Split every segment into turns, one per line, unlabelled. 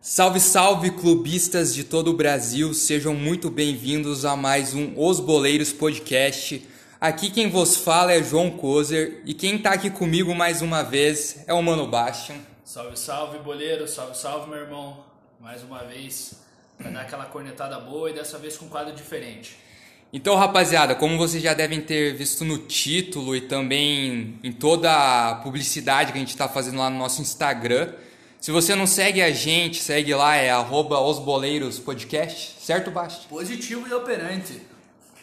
Salve, salve, clubistas de todo o Brasil, sejam muito bem-vindos a mais um Os Boleiros Podcast. Aqui quem vos fala é João Kozer e quem tá aqui comigo mais uma vez é o Mano Bastian.
Salve, salve, boleiro, salve, salve, meu irmão. Mais uma vez, pra dar aquela cornetada boa e dessa vez com um quadro diferente.
Então, rapaziada, como vocês já devem ter visto no título e também em toda a publicidade que a gente está fazendo lá no nosso Instagram, se você não segue a gente, segue lá, é arroba osboleirospodcast, certo, Basti?
Positivo e operante.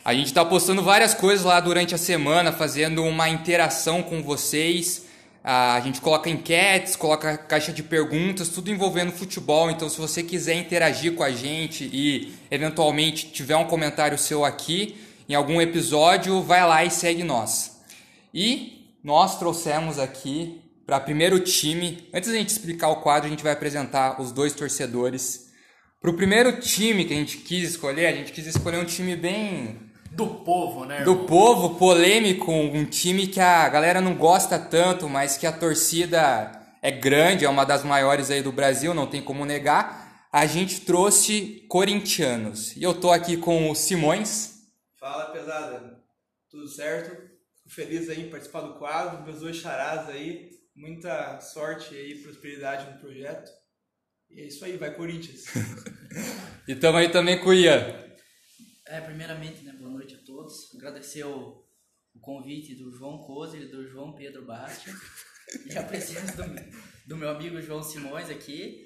A gente tá postando várias coisas lá durante a semana, fazendo uma interação com vocês. Ah, A gente coloca enquetes, coloca caixa de perguntas, tudo envolvendo futebol. Então, se você quiser interagir com a gente e eventualmente tiver um comentário seu aqui em algum episódio, vai lá e segue nós. E nós trouxemos aqui para primeiro time. Antes da gente explicar o quadro, a gente vai apresentar os dois torcedores. Para o primeiro time que a gente quis escolher, a gente quis escolher um time bem
Do povo, né,
do
irmão?
povo polêmico, um time que a galera não gosta tanto, mas que a torcida é grande, é uma das maiores aí do Brasil, não tem como negar. A gente trouxe corintianos. E eu tô aqui com o Simões.
Fala, pesada. Tudo certo? Fico Feliz aí em participar do quadro, meus dois charás aí. Muita sorte aí, prosperidade no projeto. E é isso aí, vai Corinthians.
E tamo aí também com o Ian.
É, primeiramente, né, boa noite a todos. Agradecer o, o convite do João Cozer e do João Pedro Bastia. e a presença do, do meu amigo João Simões aqui.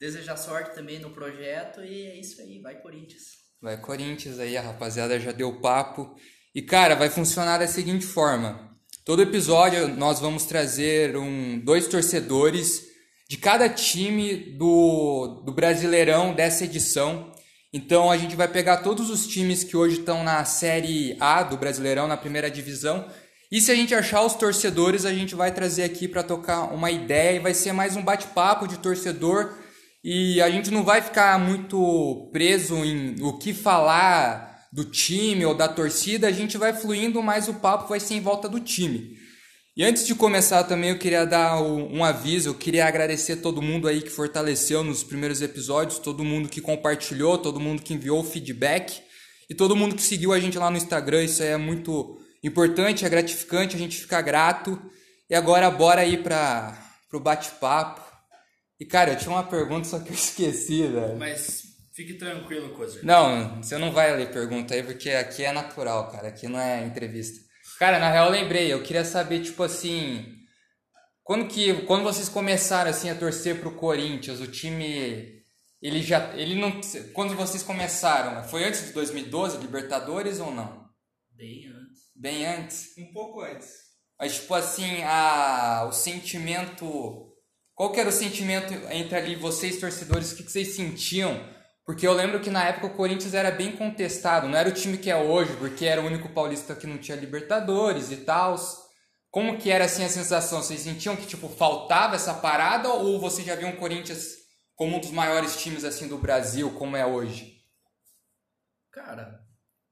Desejar sorte também no projeto e é isso aí, vai Corinthians.
Vai Corinthians aí, a rapaziada já deu papo. E cara, vai funcionar da seguinte forma. Todo episódio nós vamos trazer um dois torcedores de cada time do, do Brasileirão dessa edição. Então a gente vai pegar todos os times que hoje estão na Série A do Brasileirão, na primeira divisão. E se a gente achar os torcedores, a gente vai trazer aqui para tocar uma ideia e vai ser mais um bate-papo de torcedor. E a gente não vai ficar muito preso em o que falar do time ou da torcida, a gente vai fluindo, mas o papo vai ser em volta do time. E antes de começar também, eu queria dar o- um aviso, eu queria agradecer todo mundo aí que fortaleceu nos primeiros episódios, todo mundo que compartilhou, todo mundo que enviou feedback e todo mundo que seguiu a gente lá no Instagram, isso aí é muito importante, é gratificante, a gente fica grato. E agora bora aí para pro bate-papo. E cara, eu tinha uma pergunta só que eu esqueci, velho.
Mas fique tranquilo, Cozer.
Não, você não vai ler pergunta aí, porque aqui é natural, cara. Aqui não é entrevista. Cara, na real, eu lembrei. Eu queria saber, tipo assim. Quando que. Quando vocês começaram, assim, a torcer pro Corinthians, o time. Ele já. Ele não. Quando vocês começaram? Foi antes de 2012, Libertadores ou não?
Bem antes.
Bem antes?
Um pouco antes.
Mas, tipo assim, a, o sentimento. Qual que era o sentimento entre ali vocês, torcedores? O que, que vocês sentiam? Porque eu lembro que na época o Corinthians era bem contestado, não era o time que é hoje, porque era o único paulista que não tinha Libertadores e tal. Como que era assim a sensação? Vocês sentiam que tipo faltava essa parada ou vocês já viam o Corinthians como um dos maiores times assim do Brasil, como é hoje?
Cara,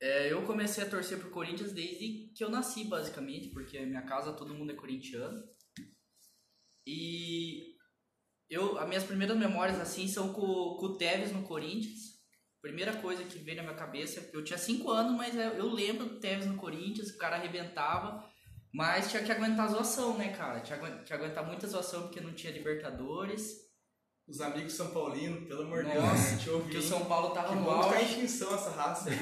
é, eu comecei a torcer pro Corinthians desde que eu nasci, basicamente, porque em minha casa todo mundo é corintiano. E eu, as minhas primeiras memórias assim são com, com o Tevez no Corinthians. Primeira coisa que veio na minha cabeça, eu tinha 5 anos, mas eu eu lembro do Tevez no Corinthians, o cara arrebentava, mas tinha que aguentar a zoação, né, cara? Tinha que agu- tinha que aguentar muita zoação porque não tinha Libertadores,
Os amigos São Paulino, pelo amor de
Nossa,
Deus, te ouvi.
porque o São Paulo tava
Que
no
bom que tá em
auge.
extinção essa raça aí.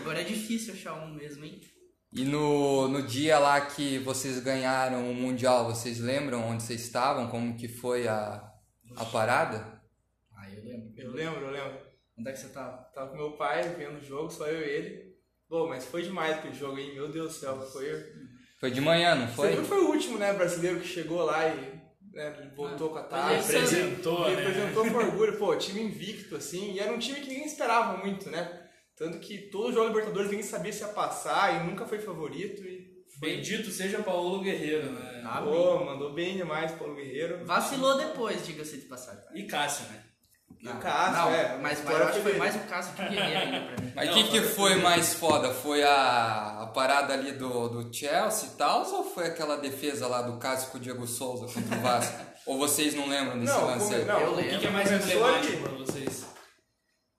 Agora é difícil achar um mesmo, hein?
E no, no dia lá que vocês ganharam o Mundial, vocês lembram onde vocês estavam? Como que foi a, a parada?
Ah, eu lembro.
eu lembro, eu lembro.
Onde é que você tava?
Tava com meu pai vendo o jogo, só eu e ele. Bom, mas foi demais aquele jogo aí, meu Deus do céu. Foi.
Foi de manhã, não
Foi,
foi?
foi o último, né, brasileiro que chegou lá e né, voltou com a taça.
Ah. Mas é aí você-
Apresentou,
Ele
né?
apresentou com orgulho, pô, time invicto, assim, e era um time que ninguém esperava muito, né? Tanto que todo jogo da Libertadores ninguém sabia se ia passar e nunca foi favorito. E,
Bendito seja Paulo Guerreiro, né?
Ah,
pô, mandou bem demais Paulo Guerreiro.
Vacilou depois, diga-se de passagem.
E Cássio, né?
E o Cássio,
não,
é.
Mas, mas
Fora
eu acho que foi
Figueiredo.
mais o caso que o Guerreiro ainda pra mim.
Mas o
Não,
que, que
só-
foi mais foda? Foi a, a parada ali do, do Chelsea e tal? Ou foi aquela defesa lá do Cássio com o Diego Souza contra o Vasco? ou vocês não lembram desse
Não,
lance
como-
aí?
não,
Eu
O que, que é
lembro.
mais
Começou
emblemático
ali.
pra vocês?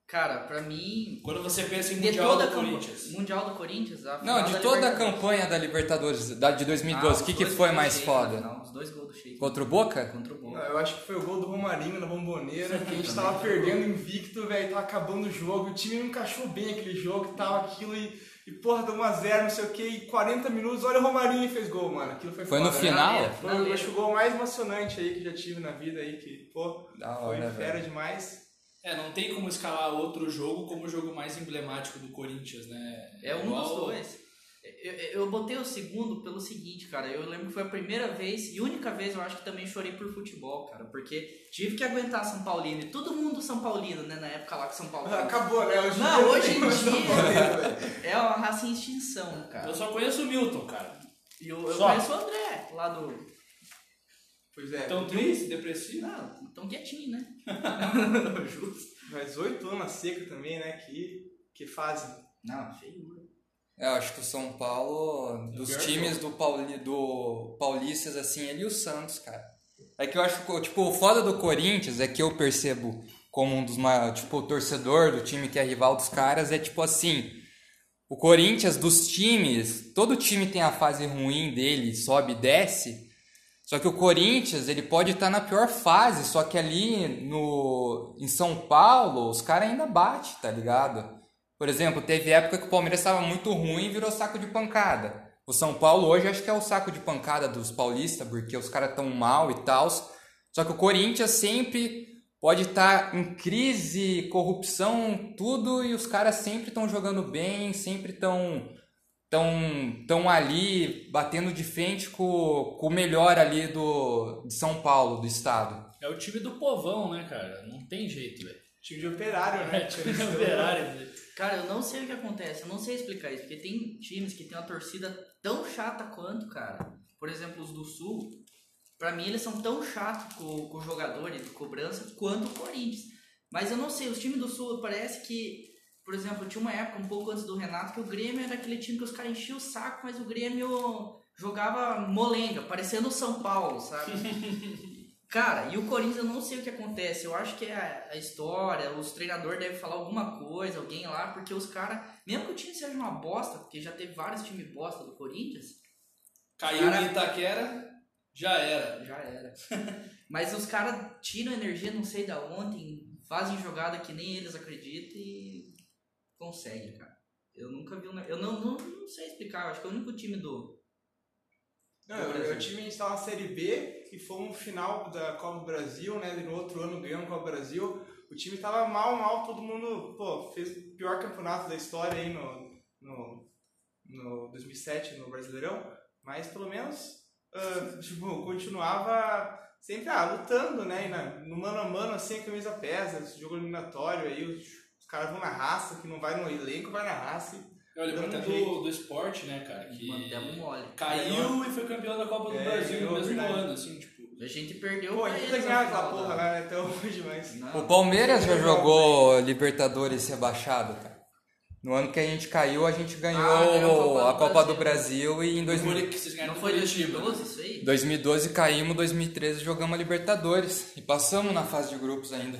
Cara, pra mim.
Quando você pensa em
De
Mundial
toda
do
a campo-
Corinthians.
Mundial do Corinthians? A
Não,
final
de
da
toda a
Libertadores.
campanha da Libertadores da, de 2012, o
Ah,
que,
os
que
dois
foi
gols do
mais
Sheik,
foda?
Não, os dois gols do Sheik.
Contra o Boca?
Contra o
Não,
Boca.
eu acho que foi o gol do Romarinho na bomboneira, que a gente tava perdendo invicto, velho, tava acabando o jogo, o time não encaixou bem aquele jogo e tal, aquilo, e, e porra, deu 1x0, não sei o que, e 40 minutos, olha o Romarinho e fez gol, mano. Aquilo foi
Foi no
foda,
final?
Né?
Finaleira,
Foi o-
finaleira.
acho que o gol mais emocionante aí que já tive na vida aí, que, pô,
Da
foi
hora,
fera
velho.
demais.
É, não tem como escalar outro jogo como o jogo mais emblemático do Corinthians, né?
É um
Igual-
dos dois. Eu, eu- eu botei o segundo pelo seguinte, cara. Eu lembro que foi a primeira vez e única vez eu acho que também chorei por futebol, cara. Porque tive que aguentar São Paulino e todo mundo São Paulino, né? Na época lá que São Paulo. tava-
Acabou, né? Hoje
Não, hoje
tem
em
mais São Paulo, velho.
dia é uma raça em extinção,
Eu
cara.
só conheço o Milton, cara.
E eu, eu
Só.
conheço o André lá do.
Pois
Então-
é,
Tão triste, depressivo.
Não, tão quietinho, né? Justo.
mas oito anos na seca também, né, que, que fase.
Não, feio.
É, eu acho que o São Paulo, dos
pior
times do, Pauli, do Paulistas, assim, ele e o Santos, cara. É que eu acho que, tipo, o foda do Corinthians é que eu percebo como um dos maiores, tipo, o torcedor do time que é rival dos caras, é tipo assim, o Corinthians, dos times, todo time tem a fase ruim dele, sobe e desce, só que o Corinthians, ele pode estar na pior fase, só que ali no, em São Paulo, os caras ainda batem, tá ligado? Por exemplo, teve época que o Palmeiras estava muito ruim e virou saco de pancada. O São Paulo hoje acho que é o saco de pancada dos paulistas, porque os caras estão mal e tal. Só que o Corinthians sempre pode estar em crise, corrupção, tudo, e os caras sempre estão jogando bem, sempre estão tão, tão ali, batendo de frente com, com o melhor ali do, de São Paulo, do estado.
É o time do povão, né, cara? Não tem jeito, velho.
Time de operário, né?
É
um
time do operário, velho.
Cara, eu não sei o que acontece, eu não sei explicar isso, porque tem times que tem uma torcida tão chata quanto, cara. Por exemplo, os do Sul, pra mim eles são tão chatos com, com jogadores de cobrança quanto o Corinthians. Mas eu não sei, os times do Sul parece que, por exemplo, tinha uma época um pouco antes do Renato que o Grêmio era aquele time que os caras enchiam o saco, mas o Grêmio jogava molenga, parecendo o São Paulo, sabe? Cara, e o Corinthians eu não sei o que acontece. Eu acho que é a, a história, os treinadores devem falar alguma coisa, alguém lá, porque os caras, mesmo que o time seja uma bosta, porque já teve vários times bosta do Corinthians,
Caiu
Cara-
em Itaquera, já era.
já era. Mas os caras tiram energia não sei da ontem, fazem jogada que nem eles acreditam e conseguem, cara. Eu nunca vi um. Eu não, não, não sei explicar, eu acho que é o único time do.
Não,
do Brasil.
o time a gente tava na Série B e fomos no final da Copa do Brasil, né? E no outro ano ganhamos a Copa do Brasil. O time tava mal, mal, todo mundo, pô, fez o pior campeonato da história aí no, no, no 2007, no Brasileirão. Mas pelo menos, ah, tipo, continuava sempre ah, lutando, né? E na- no mano a mano, assim, a camisa pesa, esse jogo eliminatório aí, os, os caras vão na raça, que não vai no elenco, vai na raça. e-
Eu lembro até
Dando
do, do esporte, né, cara? Que
Mandamos mole.
caiu e foi campeão da Copa do
É,
Brasil no
ganhou,
mesmo
verdade.
ano, assim, tipo.
A gente perdeu.
Pô, a
pra
gente
eles
tá
na
ganhando aquela
final da-
porra lá né, até hoje, mas.
Não.
O Palmeiras já jogou Libertadores rebaixado, cara. No ano que a gente caiu, a gente Ah, ganhou
ganhou
a Copa do Brasil e em 2000
que vocês ganharam
Não
do
foi assim?
Curitiba,
2012 isso aí?
2012 caímos, 2013 jogamos a Libertadores e passamos na fase de grupos ainda.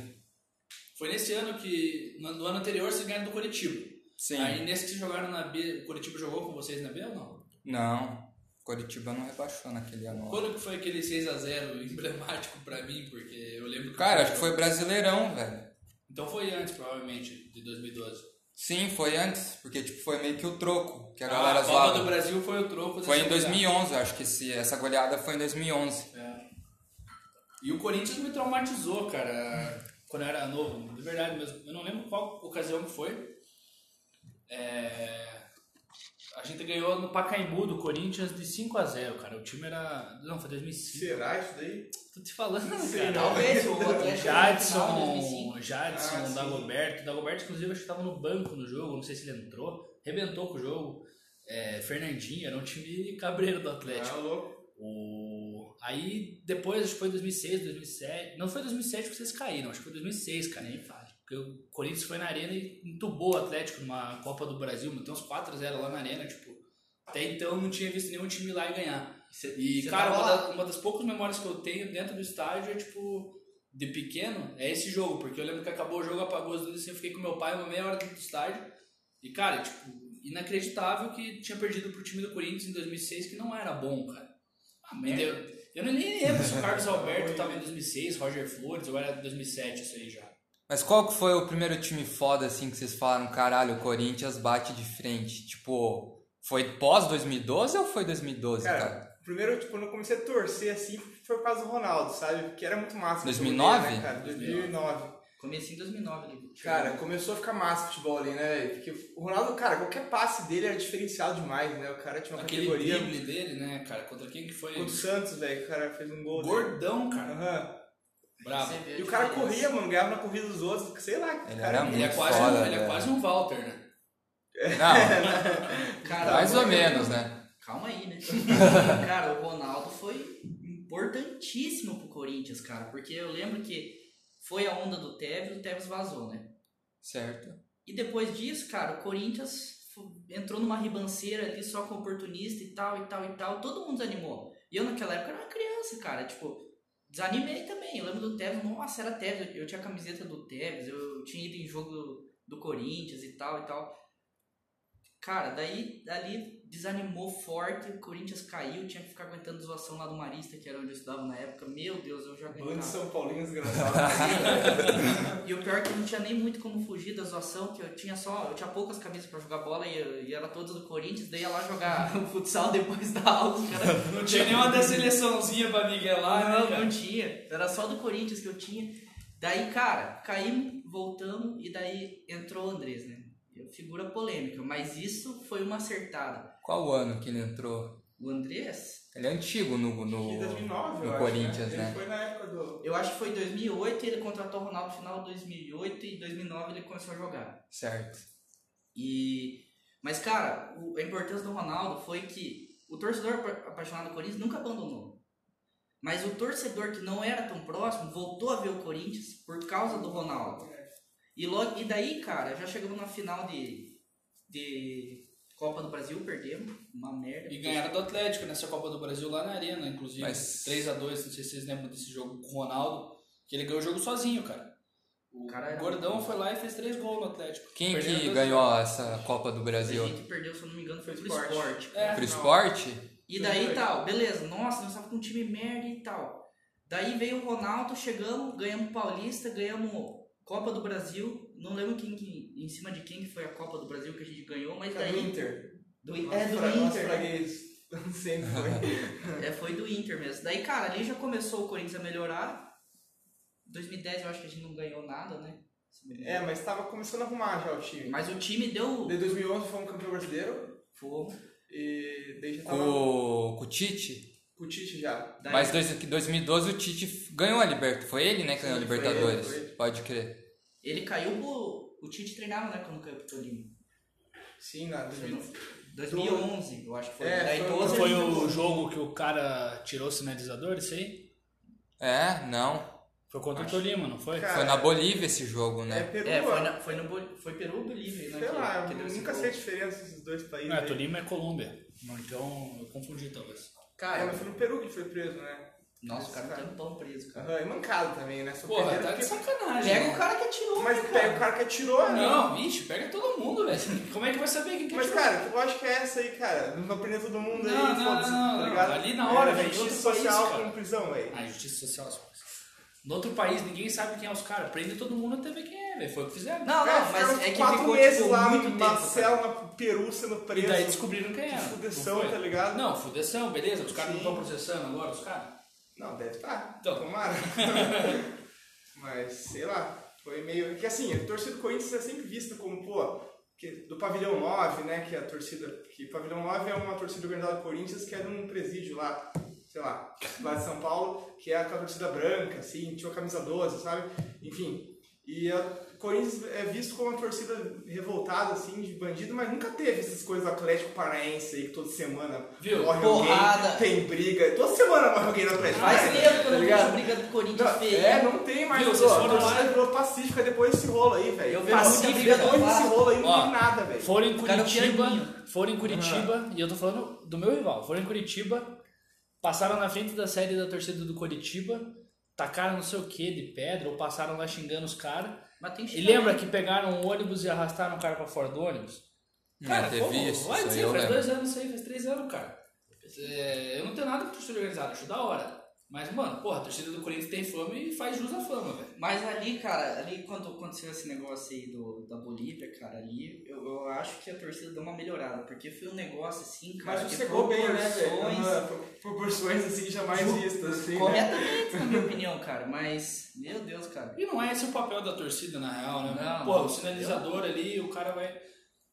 Foi nesse ano que. No, no ano anterior vocês ganharam do Curitiba.
Sim.
Aí nesse que vocês jogaram na B, o Curitiba jogou com vocês na B ou não?
Não, Coritiba não rebaixou naquele ano.
Quando que foi aquele 6x0 emblemático pra mim? Porque eu lembro que.
Cara, acho que foi Brasileirão, velho.
Então foi antes, provavelmente, de 2012.
Sim, foi antes, porque tipo, foi meio que o troco que a
Ah,
galera
a Copa do
zoava.
Brasil foi o troco desse
Foi em
lugar.
2011, eu acho que esse, essa goleada foi em 2011.
É. E o Corinthians me traumatizou, cara, quando eu era novo, de verdade mesmo. Eu não lembro qual ocasião que foi. É, A gente ganhou no Pacaembu do Corinthians de 5 a 0 cara. O time era. Não, foi 2005.
Será isso daí?
Tô te falando,
Sei
cara.
não.
Talvez o Atlético Nacional de
Jadson,
2005.
Jadson,
Ah, sim.
Dagoberto. Dagoberto, inclusive, acho que tava no banco no jogo, não sei se ele entrou. Rebentou com o jogo. É, Fernandinho, era um time cabreiro do Atlético.
Ah, louco.
O... Aí depois, acho que foi 2006, 2007. Não foi 2007 que vocês caíram, acho que foi 2006, cara. Nem fale. Porque o Corinthians foi na Arena e entubou o Atlético numa Copa do Brasil, meteu uns 4x0 lá na Arena, tipo. Até então não tinha visto nenhum time lá e ganhar.
Cê-
E,
cê
cara,
tava
uma,
lá?
da- uma das poucas memórias que eu tenho dentro do estádio é, tipo, de pequeno, é esse jogo. Porque eu lembro que acabou o jogo, apagou as luzes, assim, eu fiquei com meu pai uma meia hora dentro do estádio. E, cara, tipo, inacreditável que tinha perdido pro time do Corinthians em 2006, que não era bom, cara. Ah,
É?
merda. Eu nem- nem lembro se o Carlos Alberto tava em 2006, Roger Flores, ou era 2007 isso aí já.
Mas qual que foi o primeiro time foda, assim, que vocês falaram, caralho, o Corinthians bate de frente? Tipo, foi pós-2012 ou foi 2012, cara?
Cara, primeiro, tipo, quando eu comecei a torcer assim, foi por causa do Ronaldo, sabe? Porque era muito massa. o futebol
2009?
dele, né, cara? 2009.
Comecei em 2009 ali.
Cara, começou a ficar massa o futebol ali, né, velho? Porque o Ronaldo, cara, qualquer passe dele era diferenciado demais, né? O cara tinha uma
Aquele
categoria.
drible dele, né, cara? Contra quem que foi?
Contra O Santos, velho, o cara fez um gol. dele.
Gordão, cara.
Aham.
Bravo.
vê a
E o cara
diferença.
corria, mano, ganhava na corrida dos outros, sei lá.
Ele
cara,
era
Ele é
Muito
quase,
foda,
um, ele é
velho.
quase um Walter, né?
Não,
tá
Cara,
mais
o-
ou menos, né?
Calma aí, né? cara, o Ronaldo foi importantíssimo pro Corinthians, cara. Porque eu lembro que foi a onda do Tevez, o Tevez vazou, né?
Certo.
E depois disso, cara, o Corinthians fo- entrou numa ribanceira ali só com oportunista e tal, e tal, e tal. Todo mundo desanimou. E eu naquela época era uma criança, cara. Tipo, desanimei também. Eu lembro do Tevez, nossa, era Tevez. Eu- Eu tinha a camiseta do Tevez, eu tinha ido em jogo do Corinthians e tal, e tal. Cara, daí dali desanimou forte, o Corinthians caiu, tinha que ficar aguentando zoação lá do Marista, que era onde eu estudava na época. Meu Deus, eu já
Bando de
aguentava.
São Paulinho desgraçado.
E o pior é que não tinha nem muito como fugir da zoação, que eu tinha só, eu tinha poucas camisas pra jogar bola e, e era todas do Corinthians, daí ia lá jogar futsal depois da aula, os caras
Não tinha nenhuma da seleçãozinha pra miguelar, né,
não,
cara?
não tinha, era só do Corinthians que eu tinha. Daí, cara, caímos, voltamos e daí entrou o Andrés, né? Figura polêmica, mas isso foi uma acertada.
Qual o ano que ele entrou?
O Andrés,
Ele é antigo no,
Em
no,
2009, eu
no
acho.
Corinthians,
Ele
né?
foi na época do.
eu acho que foi em 2008 e ele contratou o Ronaldo no final de 2008 e em 2009 ele começou a jogar.
Certo.
E mas cara, o- a importância do Ronaldo foi que o torcedor apa- apaixonado do Corinthians nunca abandonou. Mas o torcedor que não era tão próximo voltou a ver o Corinthians por causa do Ronaldo. E logo e daí, cara, já chegamos na final de de Copa do Brasil, perdemos, uma merda.
E ganharam do Atlético nessa Copa do Brasil lá na Arena, inclusive.
Mas-
3x2, não sei se vocês lembram desse jogo com o Ronaldo, que ele ganhou o jogo sozinho, cara. O
cara era
Gordão
muito bom.
foi lá e fez 3 gols no Atlético.
Quem
Perdeu
que
dois-
ganhou essa Copa do
A
Brasil?
gente perdeu, se eu não me engano, foi pro
Pro esporte.
esporte.
É,
Pro esporte?
E daí
Foi.
tal, beleza, nossa, nós tava com um time merda e tal. Daí veio o Ronaldo, chegamos, ganhamos Paulista, ganhamos Copa do Brasil. Não lembro quem, que- em cima de quem que foi a Copa do Brasil que a gente ganhou, mas
Cara,
daí.
do Inter.
Do, In- é, do
Fra- Nosso
Inter.
fraguês. Sempre foi.
É, foi do Inter mesmo. Daí, cara, ali já começou o Corinthians a melhorar. 2010 eu acho que a gente não ganhou nada, né? Se não me
É,
engano.
mas tava começando a arrumar já o time.
Mas o time deu.
De 2011 fomos campeão brasileiro.
Fogo.
E daí já
Com,
tava
o- com o Tite?
com o Tite já.
Daí-
Mas dois, que 2012 o Tite ganhou a Libertadores. Foi ele, né, que ganhou a
Sim, foi ele,
Libertadores.
foi ele.
Pode crer.
Ele caiu pro. O Tite treinava, né? Quando caiu pro Tolima.
Sim, na 2011.
2011, eu acho que foi.
É,
Daí
foi-
todos
Mas-
Foi
eles-
o jogo que o cara tirou o sinalizador, isso aí?
É, não.
Foi contra o Tolima, não foi?
Cara,
Foi na Bolívia esse jogo,
É
né?
Peru,
É, foi,
ó.
na, foi, no, Bol- foi Peru ou Bolívia, né?
Sei
que-
lá,
que deu
eu
esse
nunca
gol.
sei a diferença desses dois países.
Não, é,
aí.
Tolima é Colômbia. Então eu confundi, talvez.
É,
Cara,
mas foi no Peru que ele foi preso, né?
nossa, o cara tá um pão preso, cara.
Aham, e mancado também, né? Só
Porra,
perderam
tá de
porque-
sacanagem.
Pega o cara que atirou,
Mas
né, cara?
pega o cara que atirou, né?
Não, vixe, pega todo mundo, velho. Como é que vai saber quem que
Mas,
atirou?
cara, eu acho que é essa aí, cara. Não vai prender todo mundo
Não,
aí,
não,
foda-se,
não,
tá
não.
ligado?
Ali na hora,
É,
velho,
justiça
outro país,
social
cara.
com prisão, velho.
A justiça social. as coisas. No outro país, ninguém sabe quem é os caras. Prende todo mundo até ver quem é, velho. Foi o que fizeram.
Não,
Cara,
não, mas é que
quatro
ficou
meses
tipo,
lá
muito tempo.
na
cara.
cela, na Peru, sendo
e
preso.
daí descobriram quem
Que
era.
fudeção,
Não foi?
tá ligado?
Não, fudeção, beleza. Os caras não
Sim.
estão processando agora, os caras.
Não, deve estar.
Então.
Tomara. Mas, sei lá, foi meio. Que assim, a torcida do Corinthians é sempre vista como, pô, que- do Pavilhão 9, né? Que é a torcida. Que Pavilhão 9 é uma torcida organizada do Corinthians que é de um presídio lá, sei lá, lá de São Paulo, que é aquela torcida branca, assim, tinha uma camisa 12, sabe? Enfim. E a- o Corinthians é visto como uma torcida revoltada, assim, de bandido, mas nunca teve essas coisas do Atlético Paranaense aí que toda semana
Viu?
morre
Porrada.
alguém, tem briga. Toda semana morre alguém no Atlético
Faz
Paranaense,
tempo que eu
tá
não
ligado?
vejo briga do Corinthians
Não,
feia.
é, não tem mais.
Viu,
Viu,
vocês
a
foram
torcida
lá-
virou pacífica depois desse rolo aí, velho.
Eu vejo muita
Pacífica,
briga
depois
lá.
desse rolo aí não
Ó,
tem nada, velho.
Foram em
O cara é um
Curitiba,
Thiaguinho.
foram em Curitiba, e eu tô falando do meu rival, foram em Curitiba, passaram na frente da série da torcida do Curitiba, tacaram não sei o que de pedra, ou passaram lá xingando os caras.
Mas tem
E
xingamento.
lembra que pegaram um ônibus e arrastaram o cara pra fora do ônibus? Cara,
é, teve
como?
isso,
Vai
isso aí
dizer,
eu
faz
tá
lembro.
dois anos isso aí, faz três anos, cara. É, eu não tenho nada com torcida organizada, acho da hora. Mas, mano, porra, a torcida do Corinthians tem fama e faz jus à fama, velho.
Mas ali, cara, ali quando aconteceu esse negócio aí do, da Bolívia, cara, ali eu, eu acho que a torcida deu uma melhorada, porque foi um negócio assim, cara,
Mas
de
chegou bem, né, velho?
proporções-
Aham, pro- Proporções assim jamais
Ju-
vistas, assim. né?
Corretamente, na minha opinião, cara, mas, meu Deus, cara.
E não é esse o papel da torcida, na real, né?
Não.
porra, o sinalizador ali, o cara vai.
É.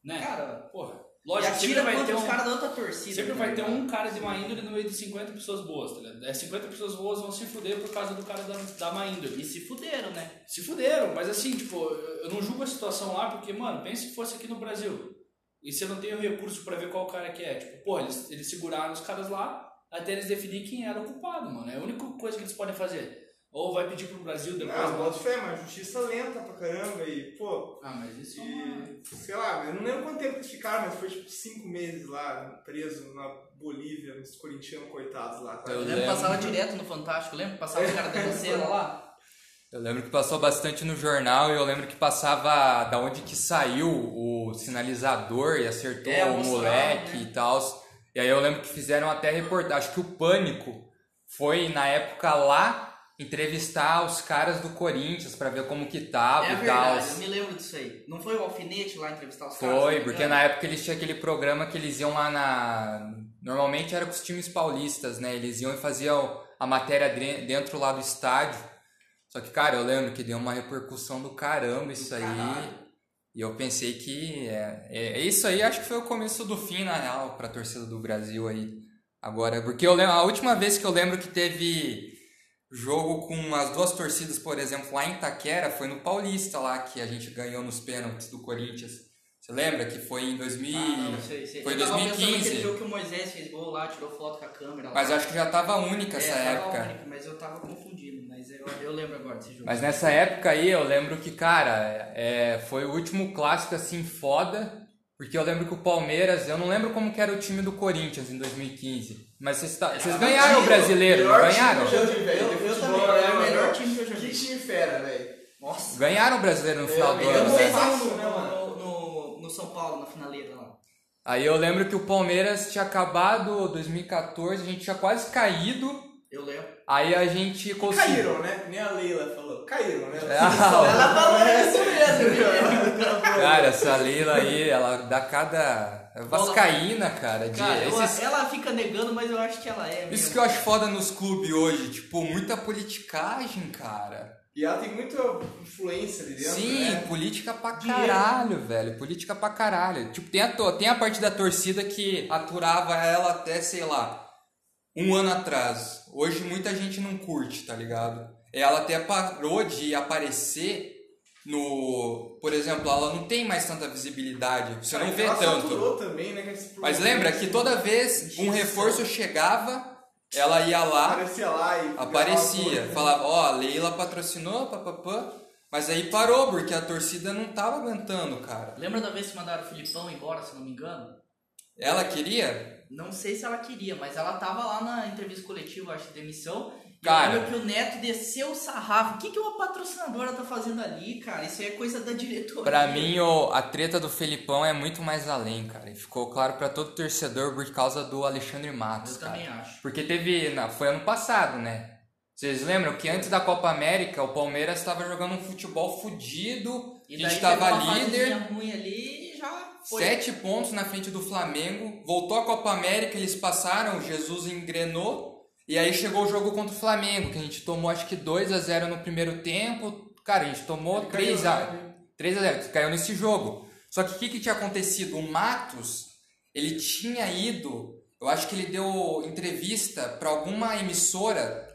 Né?
Cara,
porra.
e
Lógico, sempre
atira
vai ter
contra os
um.
caras da outra torcida. tá
Sempre
cara.
vai ter um cara de má índole no meio de 50 pessoas boas, tá ligado? É, 50 pessoas boas vão se fuder por causa do cara da, da má índole.
E se fuderam, né?
Se fuderam, mas assim, tipo, eu eu não julgo a situação lá porque, mano, pensa se fosse aqui no Brasil. E você não tem o recurso pra ver qual cara que é. Tipo, porra, eles, eles seguraram os caras lá até eles definirem quem era o culpado, mano. É a única coisa que eles podem fazer. Ou vai pedir pro Brasil depois.
Ah, bota fé, mas justiça lenta pra caramba e, pô,
Ah, mas isso é uma-
e, sei lá, eu não lembro quanto tempo eles ficaram, mas foi tipo cinco meses lá, preso na Bolívia, nos corintianos coitados lá, tá?
Eu
Eu lembro que
lembro.
passava direto no Fantástico, lembra? Passava os caras da torcida É. lá.
Eu lembro que passou bastante no jornal e eu lembro que passava da onde que saiu o sinalizador e acertou
É,
o
mostrava,
moleque
né?
e tal. E aí eu lembro que fizeram até reportagem. Acho que o Pânico foi na época lá entrevistar os caras do Corinthians pra ver como que tava
É
e tal.
verdade, eu me lembro disso aí. Não foi o Alfinete lá entrevistar os caras? né? Ah,
Foi, porque
na
na época eles tinham aquele programa que eles iam lá na. Normalmente era com os times paulistas, né? Eles iam e faziam a matéria dre- dentro lá do estádio. Só que, cara, eu lembro que deu uma repercussão do caramba isso aí.
caralho.
E eu pensei que. É, é- é isso aí, acho que foi o começo do fim, na real, pra torcida do Brasil aí. Agora, porque eu lembro, a última vez que eu lembro que teve jogo com as duas torcidas, por exemplo, lá em Itaquera, foi no Paulista lá, que a gente ganhou nos pênaltis do Corinthians. Você lembra que foi em 2000?
Ah, não, sei, sei.
Foi
Eu tava pensando
2015.
naquele jogo que o Moisés fez gol lá, tirou foto com a câmera lá.
mas acho que já tava única essa
É, tava
época.
único, mas eu tava confundindo, mas eu, eu lembro agora desse jogo.
Mas nessa época aí eu lembro que, cara, é, foi o último clássico assim foda, porque eu lembro que o Palmeiras, eu não lembro como que era o time do Corinthians em 2015, mas vocês, tá- vocês ganharam o brasileiro, não
Melhor time
ganharam?
que eu já vi, velho,
Eu-
de
eu
futebol,
também, é o
né,
melhor
mano?
time que eu já vi.
Que time fera, velho.
Nossa,
Ganharam o brasileiro no final do
eu
É, eu
ano.
não sei
né?
se é
fácil,
no,
né, mano?
no, no, no São Paulo, na finaleira lá.
Aí eu lembro que o Palmeiras tinha acabado 2014, a gente tinha quase caído,
Eu lembro.
aí a gente conseguiu.
Caíram, né? Nem a Leila falou. Caíram, né?
Ah,
Ela falou isso mesmo.
cara, essa Leila aí, ela dá cada é vascaína, cara, de
Cara, eu-
esses
ela fica negando, mas eu acho que ela é. mesmo.
Isso que eu acho foda nos clubes hoje, tipo, muita politicagem, cara.
E ela tem muita influência ali dentro,
Sim,
né?
política pra
Dinheiro.
caralho, velho. Política pra caralho. Tipo, tem a, to- tem a parte da torcida que aturava ela até, sei lá, um ano atrás. Hoje muita gente não curte, tá ligado? Ela até parou de aparecer no. Por exemplo, ela não tem mais tanta visibilidade. Você
Cara,
não vê
ela
tanto.
saturou também, né? com esse
Mas
problema.
lembra que toda vez um
Injeção.
reforço chegava, ela ia lá.
Aparecia lá e...
Aparecia, falava, ó, a Leila patrocinou, papapã, mas aí parou, porque a torcida não tava aguentando, cara.
Lembra da vez que mandaram o Filipão embora, se não me engano?
Ela queria?
Não sei se ela queria, mas ela tava lá na entrevista coletiva, acho, de demissão. E
Cara.
eu lembro que o Neto desceu o sarrafo. O que, que uma patrocinadora tá fazendo ali, cara? Isso aí é coisa da diretoria.
Pra mim, o- a treta do Felipão é muito mais além, cara. E ficou claro pra todo torcedor por causa do Alexandre Matos,
Eu
cara.
também acho.
Porque teve, na, foi ano passado, né? Vocês lembram que antes da Copa América, o Palmeiras tava jogando um futebol fudido,
E
a
daí
gente
teve
tava
uma fasezinha
líder,
ruim ali e já foi.
Sete pontos na frente do Flamengo. Voltou a Copa América, eles passaram, o Jesus engrenou. E aí chegou o jogo contra o Flamengo, que a gente tomou acho que 2 a 0 no primeiro tempo. Cara, a gente tomou
Ele caiu,
3 a
né?
3 a 0, caiu nesse jogo. Só que o que, que tinha acontecido? O Matos, ele tinha ido, eu acho que ele deu entrevista pra alguma emissora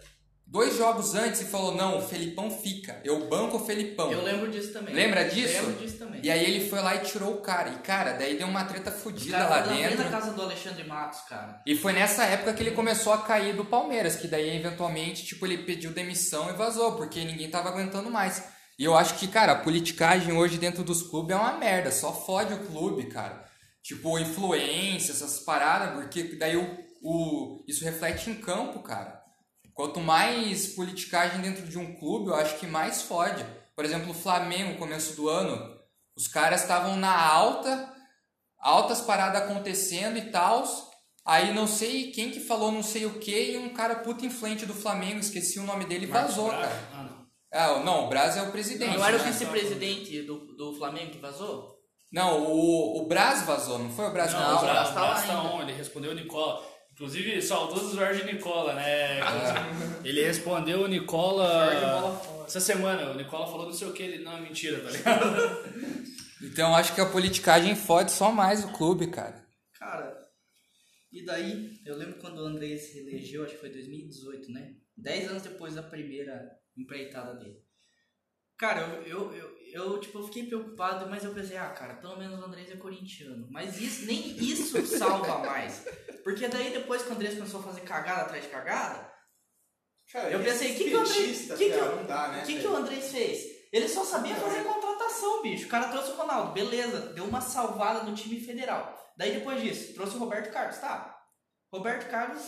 dois jogos antes e falou: não, o Felipão fica, eu banco o Felipão.
Eu lembro disso também.
Lembra disso?
Lembro disso também.
E aí ele foi lá e tirou o cara. E cara, daí deu uma treta
O
fodida
cara
lá
foi lá
dentro.
na casa do Alexandre Matos, cara.
E foi nessa época que ele começou a cair do Palmeiras, que daí eventualmente, tipo, ele pediu demissão e vazou, porque ninguém tava aguentando mais. E eu acho que, cara, a politicagem hoje dentro dos clubes é uma merda, só fode o clube, cara. Tipo, influência, essas paradas, porque daí o, o- isso reflete em campo, cara. Quanto mais politicagem dentro de um clube, eu acho que mais fode. Por exemplo, o Flamengo, no começo do ano, os caras estavam na alta, altas paradas acontecendo e tals. Aí não sei quem que falou não sei o que e um cara puta influente do Flamengo, esqueci o nome dele, vazou,
Braga?
cara.
é Ah, não.
Ah, não, o Braz é o presidente.
Não era o
né?
vice-presidente do, do Flamengo que vazou?
Não, o, o Braz vazou, não foi o Braz que
Não,
o
o
vazou?
Braz
Braz
tá lá
tá
ainda.
on, ele respondeu o Nicola. Inclusive, saudoso Jorge Nicola, né? ele respondeu o
Jorge Bola
Nicola.
fora.
Essa semana, o Nicola falou não sei o que, ele. Não, é mentira, tá ligado?
Então acho que a politicagem fode só mais o clube, cara.
Cara, e daí, eu lembro quando o André se elegeu, acho que foi 2018, né? Dez anos depois da primeira empreitada dele. Cara, eu, eu, eu, eu, tipo, eu fiquei preocupado, mas eu pensei, ah, cara, pelo menos o Andrés é corintiano. Mas isso, nem isso salva mais. Porque daí depois que o Andrés começou a fazer cagada atrás de cagada,
Cara,
Eu
esses
pensei, que que o André-
petistas,
que que
cara,
o-
não dá, né?
o que, que
velho? né?
o Andrés fez? Ele só sabia fazer contratação, bicho. O cara trouxe o Ronaldo, beleza, deu uma salvada no time federal. Daí depois disso, trouxe o Roberto Carlos, tá? Roberto Carlos,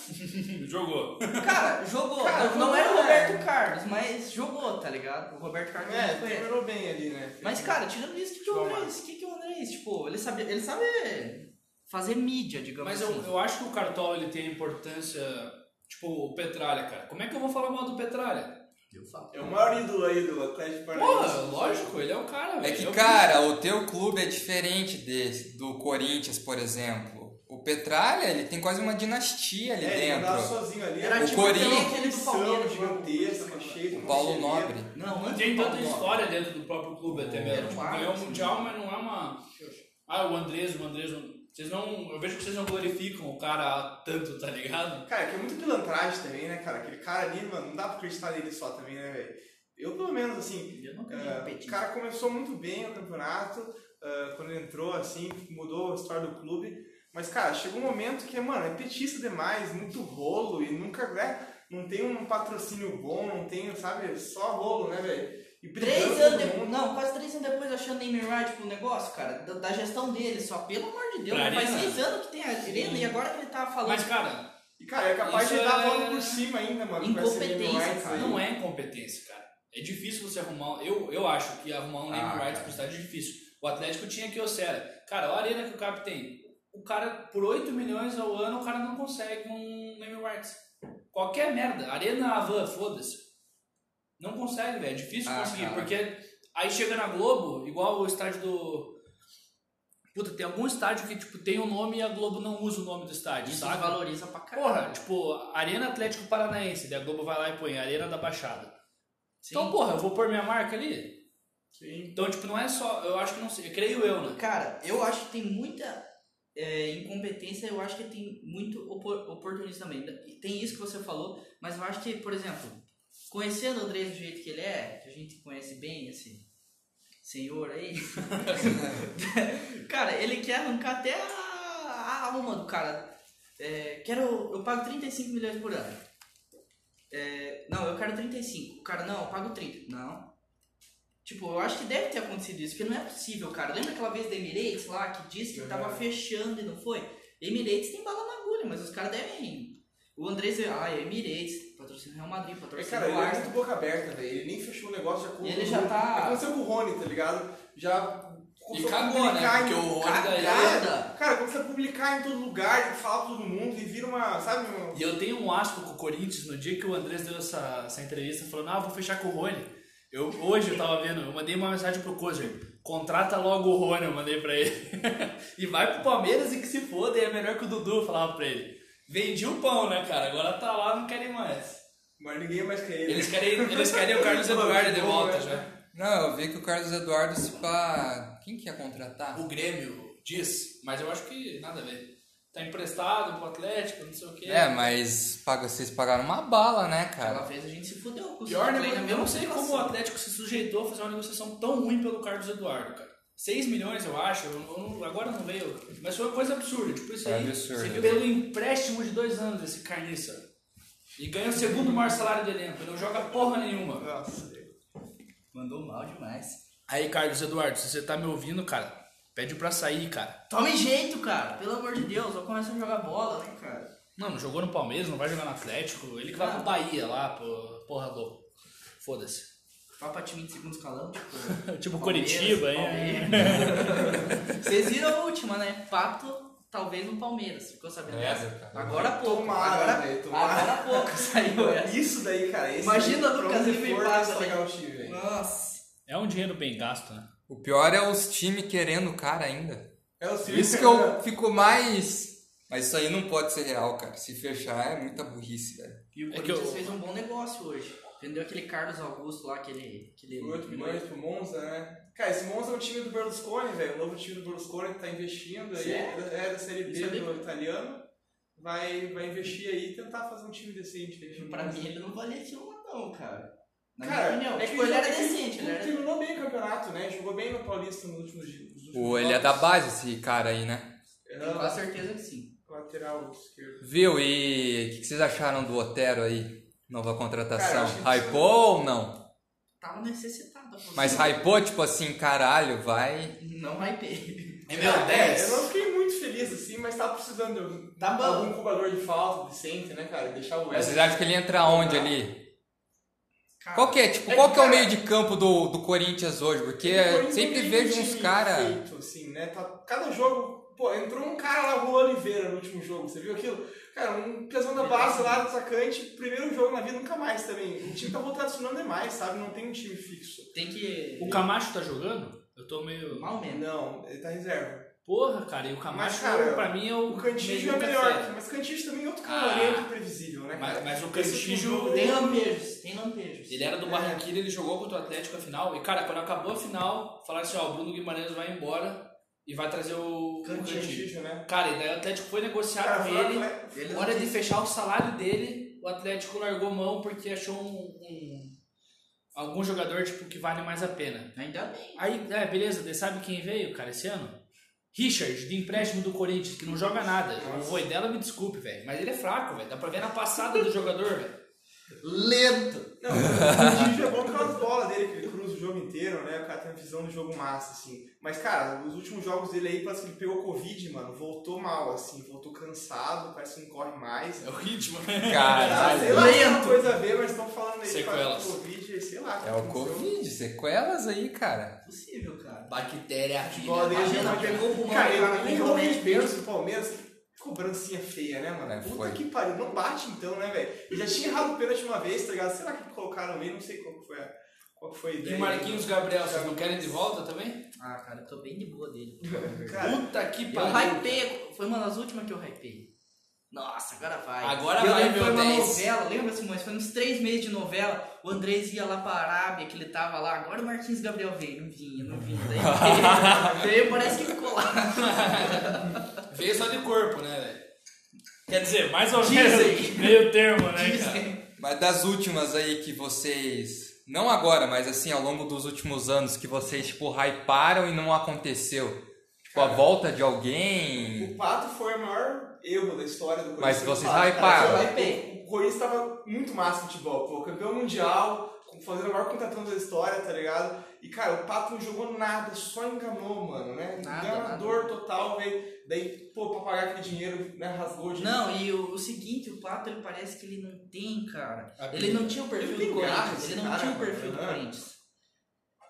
Jogou.
cara, jogou.
Cara,
não, não
jogou,
era o
né?
Roberto Carlos, mas jogou, tá ligado? O Roberto Carlos
É,
não foi.
terminou bem ali, né?
Mas, cara, tirando isso, o que, que o
João
Andrés? O que, que o Andrés? Tipo, ele sabe, ele sabe fazer mídia, digamos
Mas é um- eu,
assim.
eu acho que o Cartola ele tem a importância. Tipo, o Petralha, cara. Como é que eu vou falar mal do Petralha?
Eu falo.
É o maior ídolo aí do Atlético
Porra,
Paranaense.
lógico, ele é o cara,
É
velho.
que,
Ele o-
cara, o teu clube é diferente desse, do Corinthians, por exemplo. O Petralha, ele tem quase uma dinastia ali
É, ele andava
dentro.
sozinho ali.
Era
uma
tipo aquele-
aquele do
comissão
Palmeiras, né?
gigantesca,
mano.
cheia de
O Paulo
conselheiro.
Nobre.
Não,
Não
antes
tem
do Paulo
tanta
Nobre.
história dentro do próprio clube até
Era
mesmo.
um
Tipo,
árbitro,
ganhou o
né?
Mundial, mas não é uma. Ah, o Andrés, o Andrés. o- Vocês não. Eu vejo que vocês não glorificam o cara tanto, tá ligado?
Cara, que é muito pilantragem também, né, cara? Aquele cara ali, mano, não dá pra acreditar nele só também, né, velho? Eu, pelo menos, assim,
Eu nunca vi um
Ah, o
competir.
cara começou muito bem o campeonato, ah, quando ele entrou, assim, mudou a história do clube. Mas, cara, chegou um momento que, mano, é petista demais, muito rolo e nunca, né? Não tem um patrocínio bom, não tem, sabe? Só rolo, né, velho? E brigando
Três
com
anos
todo
depois,
mundo.
não, quase três anos depois achando name right pro negócio, cara, da, da gestão dele só, pelo amor de Deus,
Pra
faz
arena.
seis anos que tem a arena e agora que ele tá falando.
Mas, cara,
E, cara, é capaz
Isso
de dar a
é-
volta por cima ainda, mano. com essa
Incompetência,
Name Rights
cara.
aí.
Não é incompetência, cara. É difícil você arrumar. Eu, eu acho que arrumar um
Ah,
name rights
cara.
pro estádio é difícil. O Atlético tinha que Ocera. Cara, olha a arena que o Cap tem. O cara, por 8 milhões ao ano, o cara não consegue um name rights. Qualquer merda. Arena Avan, foda-se. Não consegue, velho. É difícil
Ah,
conseguir.
cara.
Porque aí chega na Globo, igual o estádio do. Puta, tem algum estádio que tipo, tem o nome e a Globo não usa o nome do estádio,
Isso
sabe?
valoriza pra caralho.
Porra, tipo, Arena Atlético Paranaense, daí a Globo vai lá e põe Arena da Baixada.
Sim.
Então, porra, eu vou pôr minha marca ali?
Sim.
Então, tipo, não é só. Eu acho que não sei. Creio eu, né?
Cara, eu acho que tem muita é, incompetência, eu acho que tem muito opor- oportunismo também. E Tem isso que você falou, mas eu acho que, por exemplo, conhecendo o André do jeito que ele é, que a gente conhece bem esse senhor aí, cara, ele quer arrancar até a, a alma do cara. É, quero, eu pago 35 milhões por ano. É, não, eu quero 35. O cara, não, eu pago 30. Não, Tipo, eu acho que deve ter acontecido isso, porque não é possível, cara. Lembra aquela vez da Emirates lá que disse que tava
Verdade.
fechando e não foi? Emirates tem bala na agulha, mas os caras devem. O Andrés, ah, é Emirates, patrocina o Real Madrid,
É,
patrocina
cara,
o
ele é muito
Arsenal.
boca aberta, velho. Ele nem fechou o negócio, já
E
com
ele já tá-
Aconteceu com o Rony, tá ligado? Já.
E
começou a
cagou, né?
publicar
Porque
em-
o Rony
Cagada.
daí-
Cara, começa a publicar em todo lugar, e fala pra todo mundo e vira uma, sabe? uma-
E eu tenho um asco com o Corinthians no dia que o Andrés deu essa, essa entrevista falando, ah, vou fechar com o Rony. Eu, hoje eu tava vendo, eu mandei uma mensagem pro Kozer, contrata logo o Rony, eu mandei pra ele. e vai pro Palmeiras e que se foda, e é melhor que o Dudu, eu falava pra ele. Vendi o pão, né, cara? Agora tá lá, não querem mais.
Mas ninguém mais quer ele. né?
Eles querem, eles querem o Carlos Eduardo de volta já.
Não, eu vi que o Carlos Eduardo se pá. Quem que ia contratar?
o Grêmio diz, mas eu acho que nada a ver. tá emprestado pro Atlético, não sei o quê.
É, mas paga, vocês pagaram uma bala, né,
Aquela
cara?
vez a gente se fudeu com o
Pior
Supley
negócio,
na
eu não
mesma
sei como o
situação.
Atlético se sujeitou a fazer uma negociação tão ruim pelo Carlos Eduardo, cara. 6 milhões, eu acho, eu não- agora não veio. Mas foi uma coisa absurda, tipo isso
É
aí.
absurdo.
Você viu pelo empréstimo de dois anos esse carniça. E ganha o segundo maior salário do elenco, ele não joga porra nenhuma.
Nossa.
Mandou mal demais.
Aí, Carlos Eduardo, se você tá me ouvindo, cara, pede pra sair, cara.
Tome jeito, cara. Pelo amor de Deus, eu começo a jogar bola, né, cara?
Mano, jogou no Palmeiras, não vai jogar no Atlético. Ele que vai pro Bahia lá, pô, porra louco. Foda-se.
Vai pra time de segundo escalão, tipo.
Tipo
Palmeiras,
Curitiba, hein?
Palmeiras. Vocês viram a última, né? Pato, talvez no Palmeiras. Ficou sabendo
É,
dessa?
cara.
Agora há pouco.
Tomara,
agora,
velho, tomara.
agora há pouco saiu essa.
Isso daí, cara. Esse
Imagina
daí, pra
Lucas
onde
Lima e
for,
Pato,
vai estragar
velho.
o time, velho.
Nossa.
É um dinheiro bem gasto, né?
O pior é os times querendo o cara ainda.
É o
Por
Silvio
isso que eu fico mais. Mas isso aí não pode ser real, cara. Se fechar é muita burrice, velho.
E o
É que
Corinthians
eu-
fez um bom negócio hoje. Vendeu aquele Carlos Augusto lá, aquele. aquele
Por 8 milhões pro Monza, né? Cara, esse Monza é o time do Berlusconi, velho. O novo time do Berlusconi que tá investindo aí.
Sério?
É da Série B
Isso aí.
do italiano. Vai, vai investir aí e tentar fazer um time decente. velho, de
Pra
Monza.
mim ele não valia aquilo lá não, cara. Na
Cara,
minha opinião.
é que
tipo, ele era
é que
decente, ele
ele
era.
terminou bem o campeonato, né? Jogou bem no Paulista nos últimos dias. nos últimos
Pô, ele é
jogos.
da base esse cara aí, né?
Tenho
Era
quase certeza que sim.
lateral esquerdo.
Viu? E o que, que vocês acharam do Otero aí? Nova
Cara,
contratação.
eu achei que-
Hypou ou não?
Tava Tá um necessitado. a posição.
Mas hypou, tipo assim, caralho, vai.
Não hypei.
É
Ah, é, eu não fiquei muito feliz assim, mas tava precisando de
Tá bom.
algum cobrador de falta decente, né, cara? Deixar o
Mas vocês
Wesley.
acham que ele entra onde ali?
Cara,
Qual que é? Tipo,
É,
qual que é o
cara-
meio de campo do, do Corinthians hoje? Porque
O Corinthians
sempre
tem
vejo
um
uns
time
caras.
feito, assim, né? Tá- cada jogo. Pô, entrou um cara lá, Juan Oliveira, no último jogo, você viu aquilo? Cara, um pesão da base lá do atacante, primeiro jogo na vida, nunca mais também. O time tá rotacionando demais, sabe? Não tem um time fixo.
Tem que.
O Camacho tá jogando? Eu tô meio.
Mal menos.
Não, ele tá reserva.
Porra, cara, e o Camacho,
Mas, cara,
pra mim, é o.
O Cantígio é
meio
melhor,
café.
mas o Cantígio também é outro
Ah.
cara lento e previsível, né, cara? é
Mas, mas o
Esse
Cantígio.
jogo-
Tem lampejos, tem lampejos.
Ele
É.
era do Barranquilla, ele jogou contra o Atlético a final. E, cara, quando acabou a final, falaram assim: ó, o Bruno Guimarães vai embora e vai trazer o. o
O
é Cantígio.
Cantígio, né?
Cara, e daí o Atlético foi negociar
Cara, é
com
foi
ele.
atleta-
Ele
Na hora de fechar o salário dele, o Atlético largou mão porque achou um. um- algum jogador tipo, que vale mais a pena.
Ainda bem.
Aí, é, beleza, daí sabe quem veio, cara, esse ano? Richard, de empréstimo do Corinthians, que não joga nada. O voo dela me desculpe, velho. Mas ele é fraco, velho. Dá pra ver na passada do jogador, velho.
Lento.
Não, o Cantígio é bom por causa da bola dele, que ele cruza o jogo inteiro, né? O cara tem uma visão do jogo massa, assim. Mas, cara, os últimos jogos dele aí, parece que ele pegou Covid, mano. Voltou mal, assim. Voltou cansado, parece que não corre mais.
É o ritmo,
Ah, sei
Caralho.
lá, tem
Lento.
uma coisa a ver, mas estão falando aí
Sequelas.
que Covid, sei lá.
É o Covid, sequelas aí, cara.
é Possível, cara.
Bactéria. né?
Bola dele,
Imagina,
mas
pegou o pulmão
Cara,
do cara,
ele um
pegou
pegou
o
o
Red
Pedro do Palmeiras. que Cobrancinha feia, né, mano?
É,
Puta
foi.
que pariu. Não bate então, né, velho? Ele já tinha errado o pênalti uma vez, tá ligado? Será que colocaram ele? Não sei qual que foi a, qual que foi a
E
ideia.
Marquinhos Gabriel, vocês não querem de volta também?
Ah, cara, eu tô bem de boa dele.
Cara,
Puta que
Eu
pariu.
hypei, foi uma das últimas que eu hypei. Nossa, agora vai.
Agora
E eu
vai,
lembro que
meu
Foi uma
10.
novela, lembra, Simões? Foi uns três meses de novela. O Andrés ia lá pra Arábia, que ele tava lá. Agora o Martins Gabriel veio. Não vinha, não vinha. Daí veio, parece que ficou lá.
Veio só de corpo, né, velho? Quer dizer, mais ou
Dizem.
Meio termo, né,
Dizem.
Mas das últimas aí que vocês. Não agora, mas assim, ao longo dos últimos anos que vocês, tipo, hyparam e não aconteceu. Tipo, a volta de alguém.
o Pato foi o maior erro da história do
Mas
Corinthians.
vocês
Pato,
hyparam.
cara, eu hypei. O Corinthians tava muito massa no futebol, pô. Campeão mundial, fazendo a maior contratação da história, tá ligado? E, cara, o Pato não jogou nada, só enganou, mano, né?
Nada,
Enganador total, velho. Daí, pô, pra pagar aquele dinheiro, né? Rasgou o dinheiro.
Não, e o, o seguinte, o Pato, ele parece que ele não tem, cara.
Ah,
Ele não tinha o perfil
Ele tem
do Corinthians.
garra,
Ele não
esse
tinha o
cara,
perfil do
né?
mano.
Corinthians.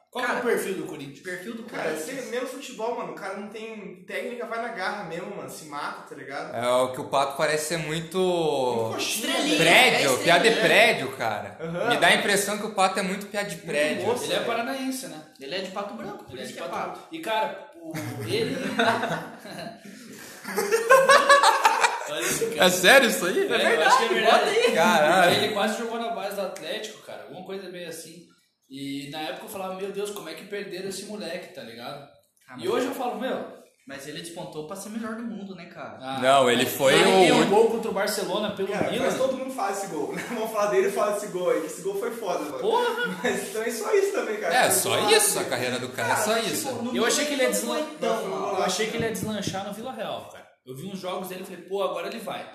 Qual que é o
Cara,
perfil do
O
Corinthians?
perfil do
Cara,
Corinthians.
esse é mesmo futebol, mano, o cara não tem técnica, vai na garra mesmo, mano, se mata, tá ligado?
É o que o pato parece ser muito.
Coxinha, velho.
Estrelinha.
Prédio,
É
piada de
estrelinha.
prédio, cara.
Aham.
Me dá a impressão que o pato é muito piada de prédio.
moço.
Ele é paranaense, né?
Ele é de Pato Branco, por
Ele é
isso
de
que é
Pato-
Pato.
E cara, o, ele. Olha isso, cara.
É sério isso aí?
É, eu acho que é verdade.
bota aí.
Caralho.
Ele quase jogou na base do Atlético, cara. Alguma coisa meio assim. E na época eu falava, meu Deus, como é que perderam esse moleque, tá ligado?
Ah,
e
mas-
hoje eu falo, meu,
Mas ele despontou pra ser melhor do mundo, né, cara?
Ah,
Não, ele foi
ele
o
tem um
único-
gol contra o Barcelona pelo
Cara,
Milan.
mas todo mundo faz esse gol, né? Vamos falar dele e falar desse gol aí. que Esse gol foi foda, mano.
Porra!
Mas também só isso também, cara.
É,
Foi
só
golaço,
isso a
cara.
carreira do cara, é só
Tipo,
isso.
não
Ah, Eu achei que ele ia
não foi
deslan-
tão
Não,
mal.
Eu achei que ele ia deslanchar no Vila Real, cara. Eu vi uns jogos dele e falei, pô, agora ele vai.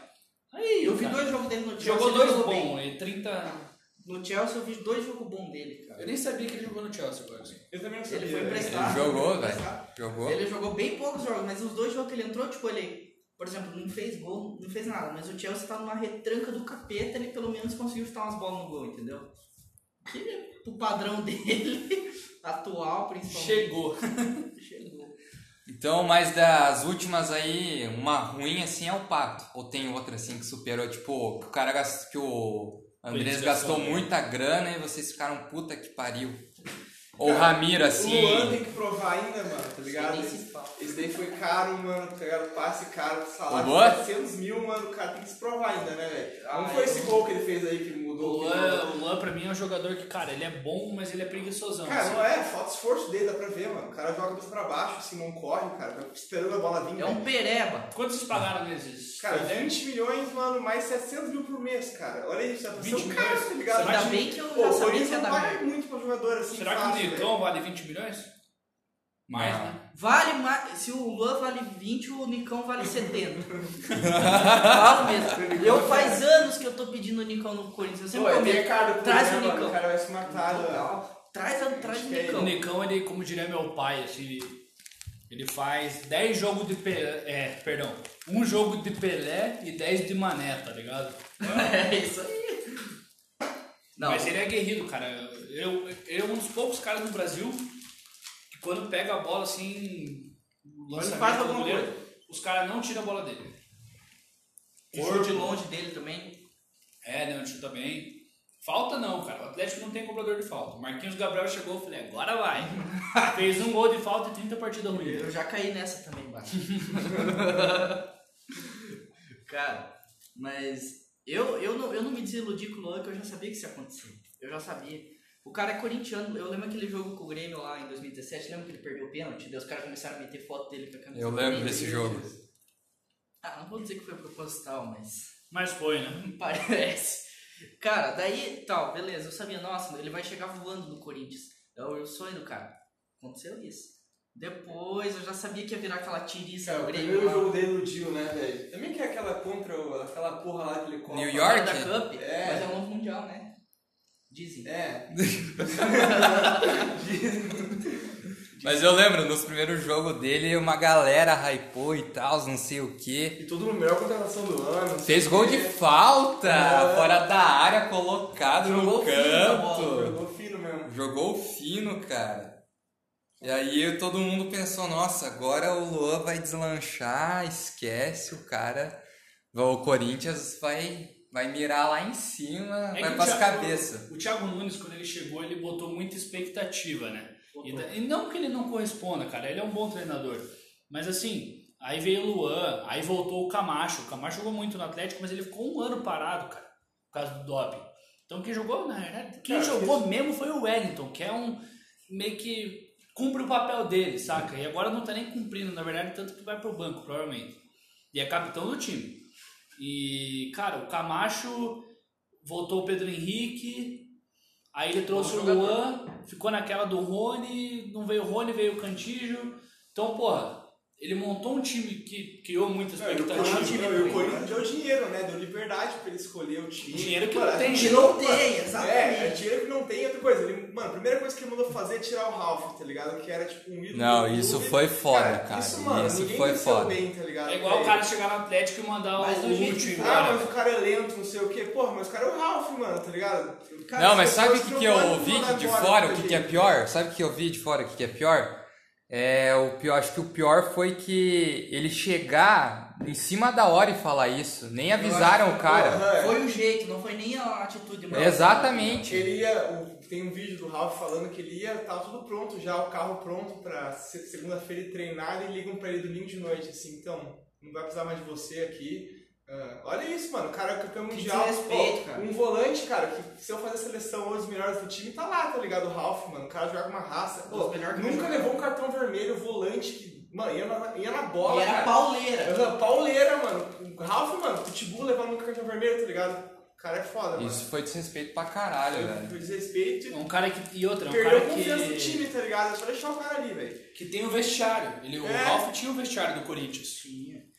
Aí,
Eu vi
cara,
dois jogos dele no Chelsea.
Jogou
ele
dois
jogou
bons,
bem.
e 30.
No Chelsea eu vi dois jogos bons dele, cara.
Eu nem sabia que ele jogou no Chelsea agora. assim.
Eu também não sabia. né?
Ele foi
velho.
emprestado.
Ele jogou, velho. Jogou.
Ele jogou bem poucos jogos, mas os dois jogos que ele entrou, tipo, ele, por exemplo, não fez gol, não fez nada, mas o Chelsea tá numa retranca do capeta, ele pelo menos conseguiu chutar umas bolas no gol, entendeu? Que o padrão dele, atual principalmente,
Chegou.
chegou.
Então, mas das últimas aí, uma ruim assim é o Pato. Ou tem outra assim que superou, tipo, o cara gastou, que o Andrés
Corinthians
gastou
gastou, né?
muita grana e vocês ficaram puta que pariu. Ou o Ramiro, assim.
O Luan tem que provar ainda, mano, tá ligado?
Sim, esse
Esse,
papo.
esse daí foi caro, mano, tá ligado? Passe caro, salário
O Luan?
de 400 mil, mano, o cara tem que se provar ainda, né, velho?
Ah,
Não foi
é.
esse gol que ele fez aí que
O
mudou? que mudou.
Luan, o Luan, pra mim, é um jogador que, cara, ele é bom, mas ele é preguiçosão.
Cara,
assim.
não é, falta esforço dele, dá pra ver, mano. O cara joga pra baixo, assim, não corre, cara, tá esperando a bola vir.
É um
velho.
pereba.
Quanto vocês pagaram neles?
Cara,
Foi 10?
20 milhões, mano, mais 700 mil por mês, cara. Olha isso, dá pra ser
20
um cara,
milhões?
tá ligado?
Ainda bem que eu
Pô,
já
o
sabia
Corinthians
que ia
não
dar
paga
merda.
muito pra jogador assim,
Será que
fácil,
o
velho.
Nicão vale 20 milhões? Mais,
Não.
né?
Vale mais. Se o Luan vale 20, o Nicão vale 70. Falo mesmo. Eu faz anos que eu tô pedindo o Nicão no Corinthians. Eu
Pô,
sempre
é
prometo.
pecado pro
Traz o
Nicão, mano,
Nicão.
O cara vai se matar, né? velho.
Legal. Traz, traz o
Acho que é
O
Nicão.
Nicão, ele, como diria meu pai, assim, ele- ele faz 10 jogos de Pelé. É, perdão. Um jogo de Pelé e 10 de Mané, tá ligado?
É isso aí. Não,
Mas ele é guerreiro, cara. Eu, ele é um dos poucos caras no Brasil que quando pega a bola assim, o
Mas ele
lançamento
faz
do
alguma
goleiro, os caras não tiram a bola dele.
o show de longe dele também.
É, né? Chuta bem. Falta não, cara. O Atlético não tem cobrador de falta. Marquinhos Gabriel chegou, eu falei, agora vai. Fez um gol de falta e 30 partidas ruins.
Eu já caí nessa também, mano. Cara, mas eu, eu, não, eu não me desiludi com o Luan, que eu já sabia que isso ia acontecer. Eu já sabia. O cara é corintiano. Eu lembro aquele jogo com o Grêmio lá em 2017. Lembra que ele perdeu o pênalti? Daí os caras começaram a meter foto dele com a camisa.
Eu
do
lembro
Corinthians.
desse jogo.
Ah, não vou dizer que foi proposital, mas.
Mas foi, né?
Parece. Cara, daí, tal, beleza, eu sabia, nossa, ele vai chegar voando no Corinthians. É o sonho do cara. Aconteceu isso. Depois eu já sabia que ia virar aquela tiriça
Cara, É, o
do Grêmio
primeiro
lá.
jogo dele no Dio, né, velho? Também que é aquela contra o- aquela porra lá que ele corre.
New
A
York?
da Cup,
É.
mas é um novo mundial, né? Dizem.
É.
Mas eu lembro, nos primeiros jogos dele, uma galera hypou e tal, não sei o quê.
E tudo no melhor contratação do ano.
Fez gol de falta,
É.
fora da área, colocado
Jogou
no
fino a
canto.
Jogou fino mesmo.
Jogou fino, cara. E aí todo mundo pensou, nossa, agora o Luan vai deslanchar, esquece o cara. O Corinthians vai, vai mirar lá em cima,
É que
vai
o
pras
Thiago-
cabeças.
O Thiago Nunes, quando ele chegou, ele botou muita expectativa, né? E,
Botou.
da- e não que ele não corresponda, cara, ele é um bom treinador. Mas assim, aí veio o Luan, aí voltou o Camacho. O Camacho jogou muito no Atlético, mas ele ficou um ano parado, cara, por causa do doping. Então quem jogou, na verdade, quem
Cara,
jogou mesmo foi o Wellington, que é um meio que cumpre o papel dele, saca? E agora não tá nem cumprindo, na verdade, tanto que vai pro banco, provavelmente. E é capitão do time. E, cara, o Camacho voltou o Pedro Henrique, aí ele trouxe o
Bom jogador.
Luan, ficou naquela do Rony, não veio o Rony, veio o Cantígio. Então, porra, ele montou um time que criou muita
Não, É, e o
expectativa.
Corinthians- não, e o
ruim,
Corinthians deu dinheiro, né? Deu liberdade pra ele escolher o time.
Dinheiro que
Mano,
não tem. né?
a gente
Que não tem,
É, é
exatamente.
dinheiro que não tem. Outra coisa, ele, mano, a primeira coisa que ele mandou fazer é tirar o Ralph, tá ligado? Que era tipo um ídolo.
Não,
do
isso
clube.
foi foda, cara.
Isso, mano,
Isso
ninguém
foi
cresceu
foda.
bem, tá ligado?
É igual o
Pra
cara né?
ele.
chegar no Atlético e mandar
Mas
o
do jeito
último
que
Ah,
embora.
mas o cara é lento, não sei o quê. Porra, mas o cara é o Ralph, mano, tá ligado? Cara,
não,
as
mas sabe o
pessoas
que,
não
que eu
podem tá
ouvi
mandar
de
embora
fora? O
muita
que, que é
gente.
pior? Sabe o que eu ouvi de fora? O que, que é pior? É, o pior, acho que o pior foi que ele chegar em cima da hora e falar isso. Nem avisaram o cara.
Porra, é.
Foi o jeito, não foi nem a atitude mas-
Exatamente.
Ele ia, o- tem um vídeo do Ralph falando que ele ia, tava tudo pronto já, o carro pronto pra se- segunda-feira ele treinar e ligam pra ele domingo de noite, assim, então, não vai precisar mais de você aqui. Ah, olha isso, mano, o cara é campeão
Que
mundial.
desrespeito,
Pô,
cara.
Um volante, cara, que se eu fazer a seleção hoje, os melhores do time, tá lá, tá ligado? O Ralph, mano, o cara joga com uma raça. Pô,
Os melhores que
nunca
jogaram.
levou um cartão vermelho, volante que Mano, ia na, ia na
E
bola,
era
cara.
pauleira.
Aham, pauleira, mano. O Ralf, mano, pitbull levando um cartão vermelho, tá ligado? O cara é foda,
Isso é foi desrespeito pra caralho,
mano.
velho.
Foi desrespeito e
Um cara que. E
Então,
outra, é um
perdeu a
cara
confiança do
que.
time, tá ligado? É só deixar o cara ali, velho.
Que tem o vestiário. Ele, O
É.
Ralf tinha o vestiário do Corinthians.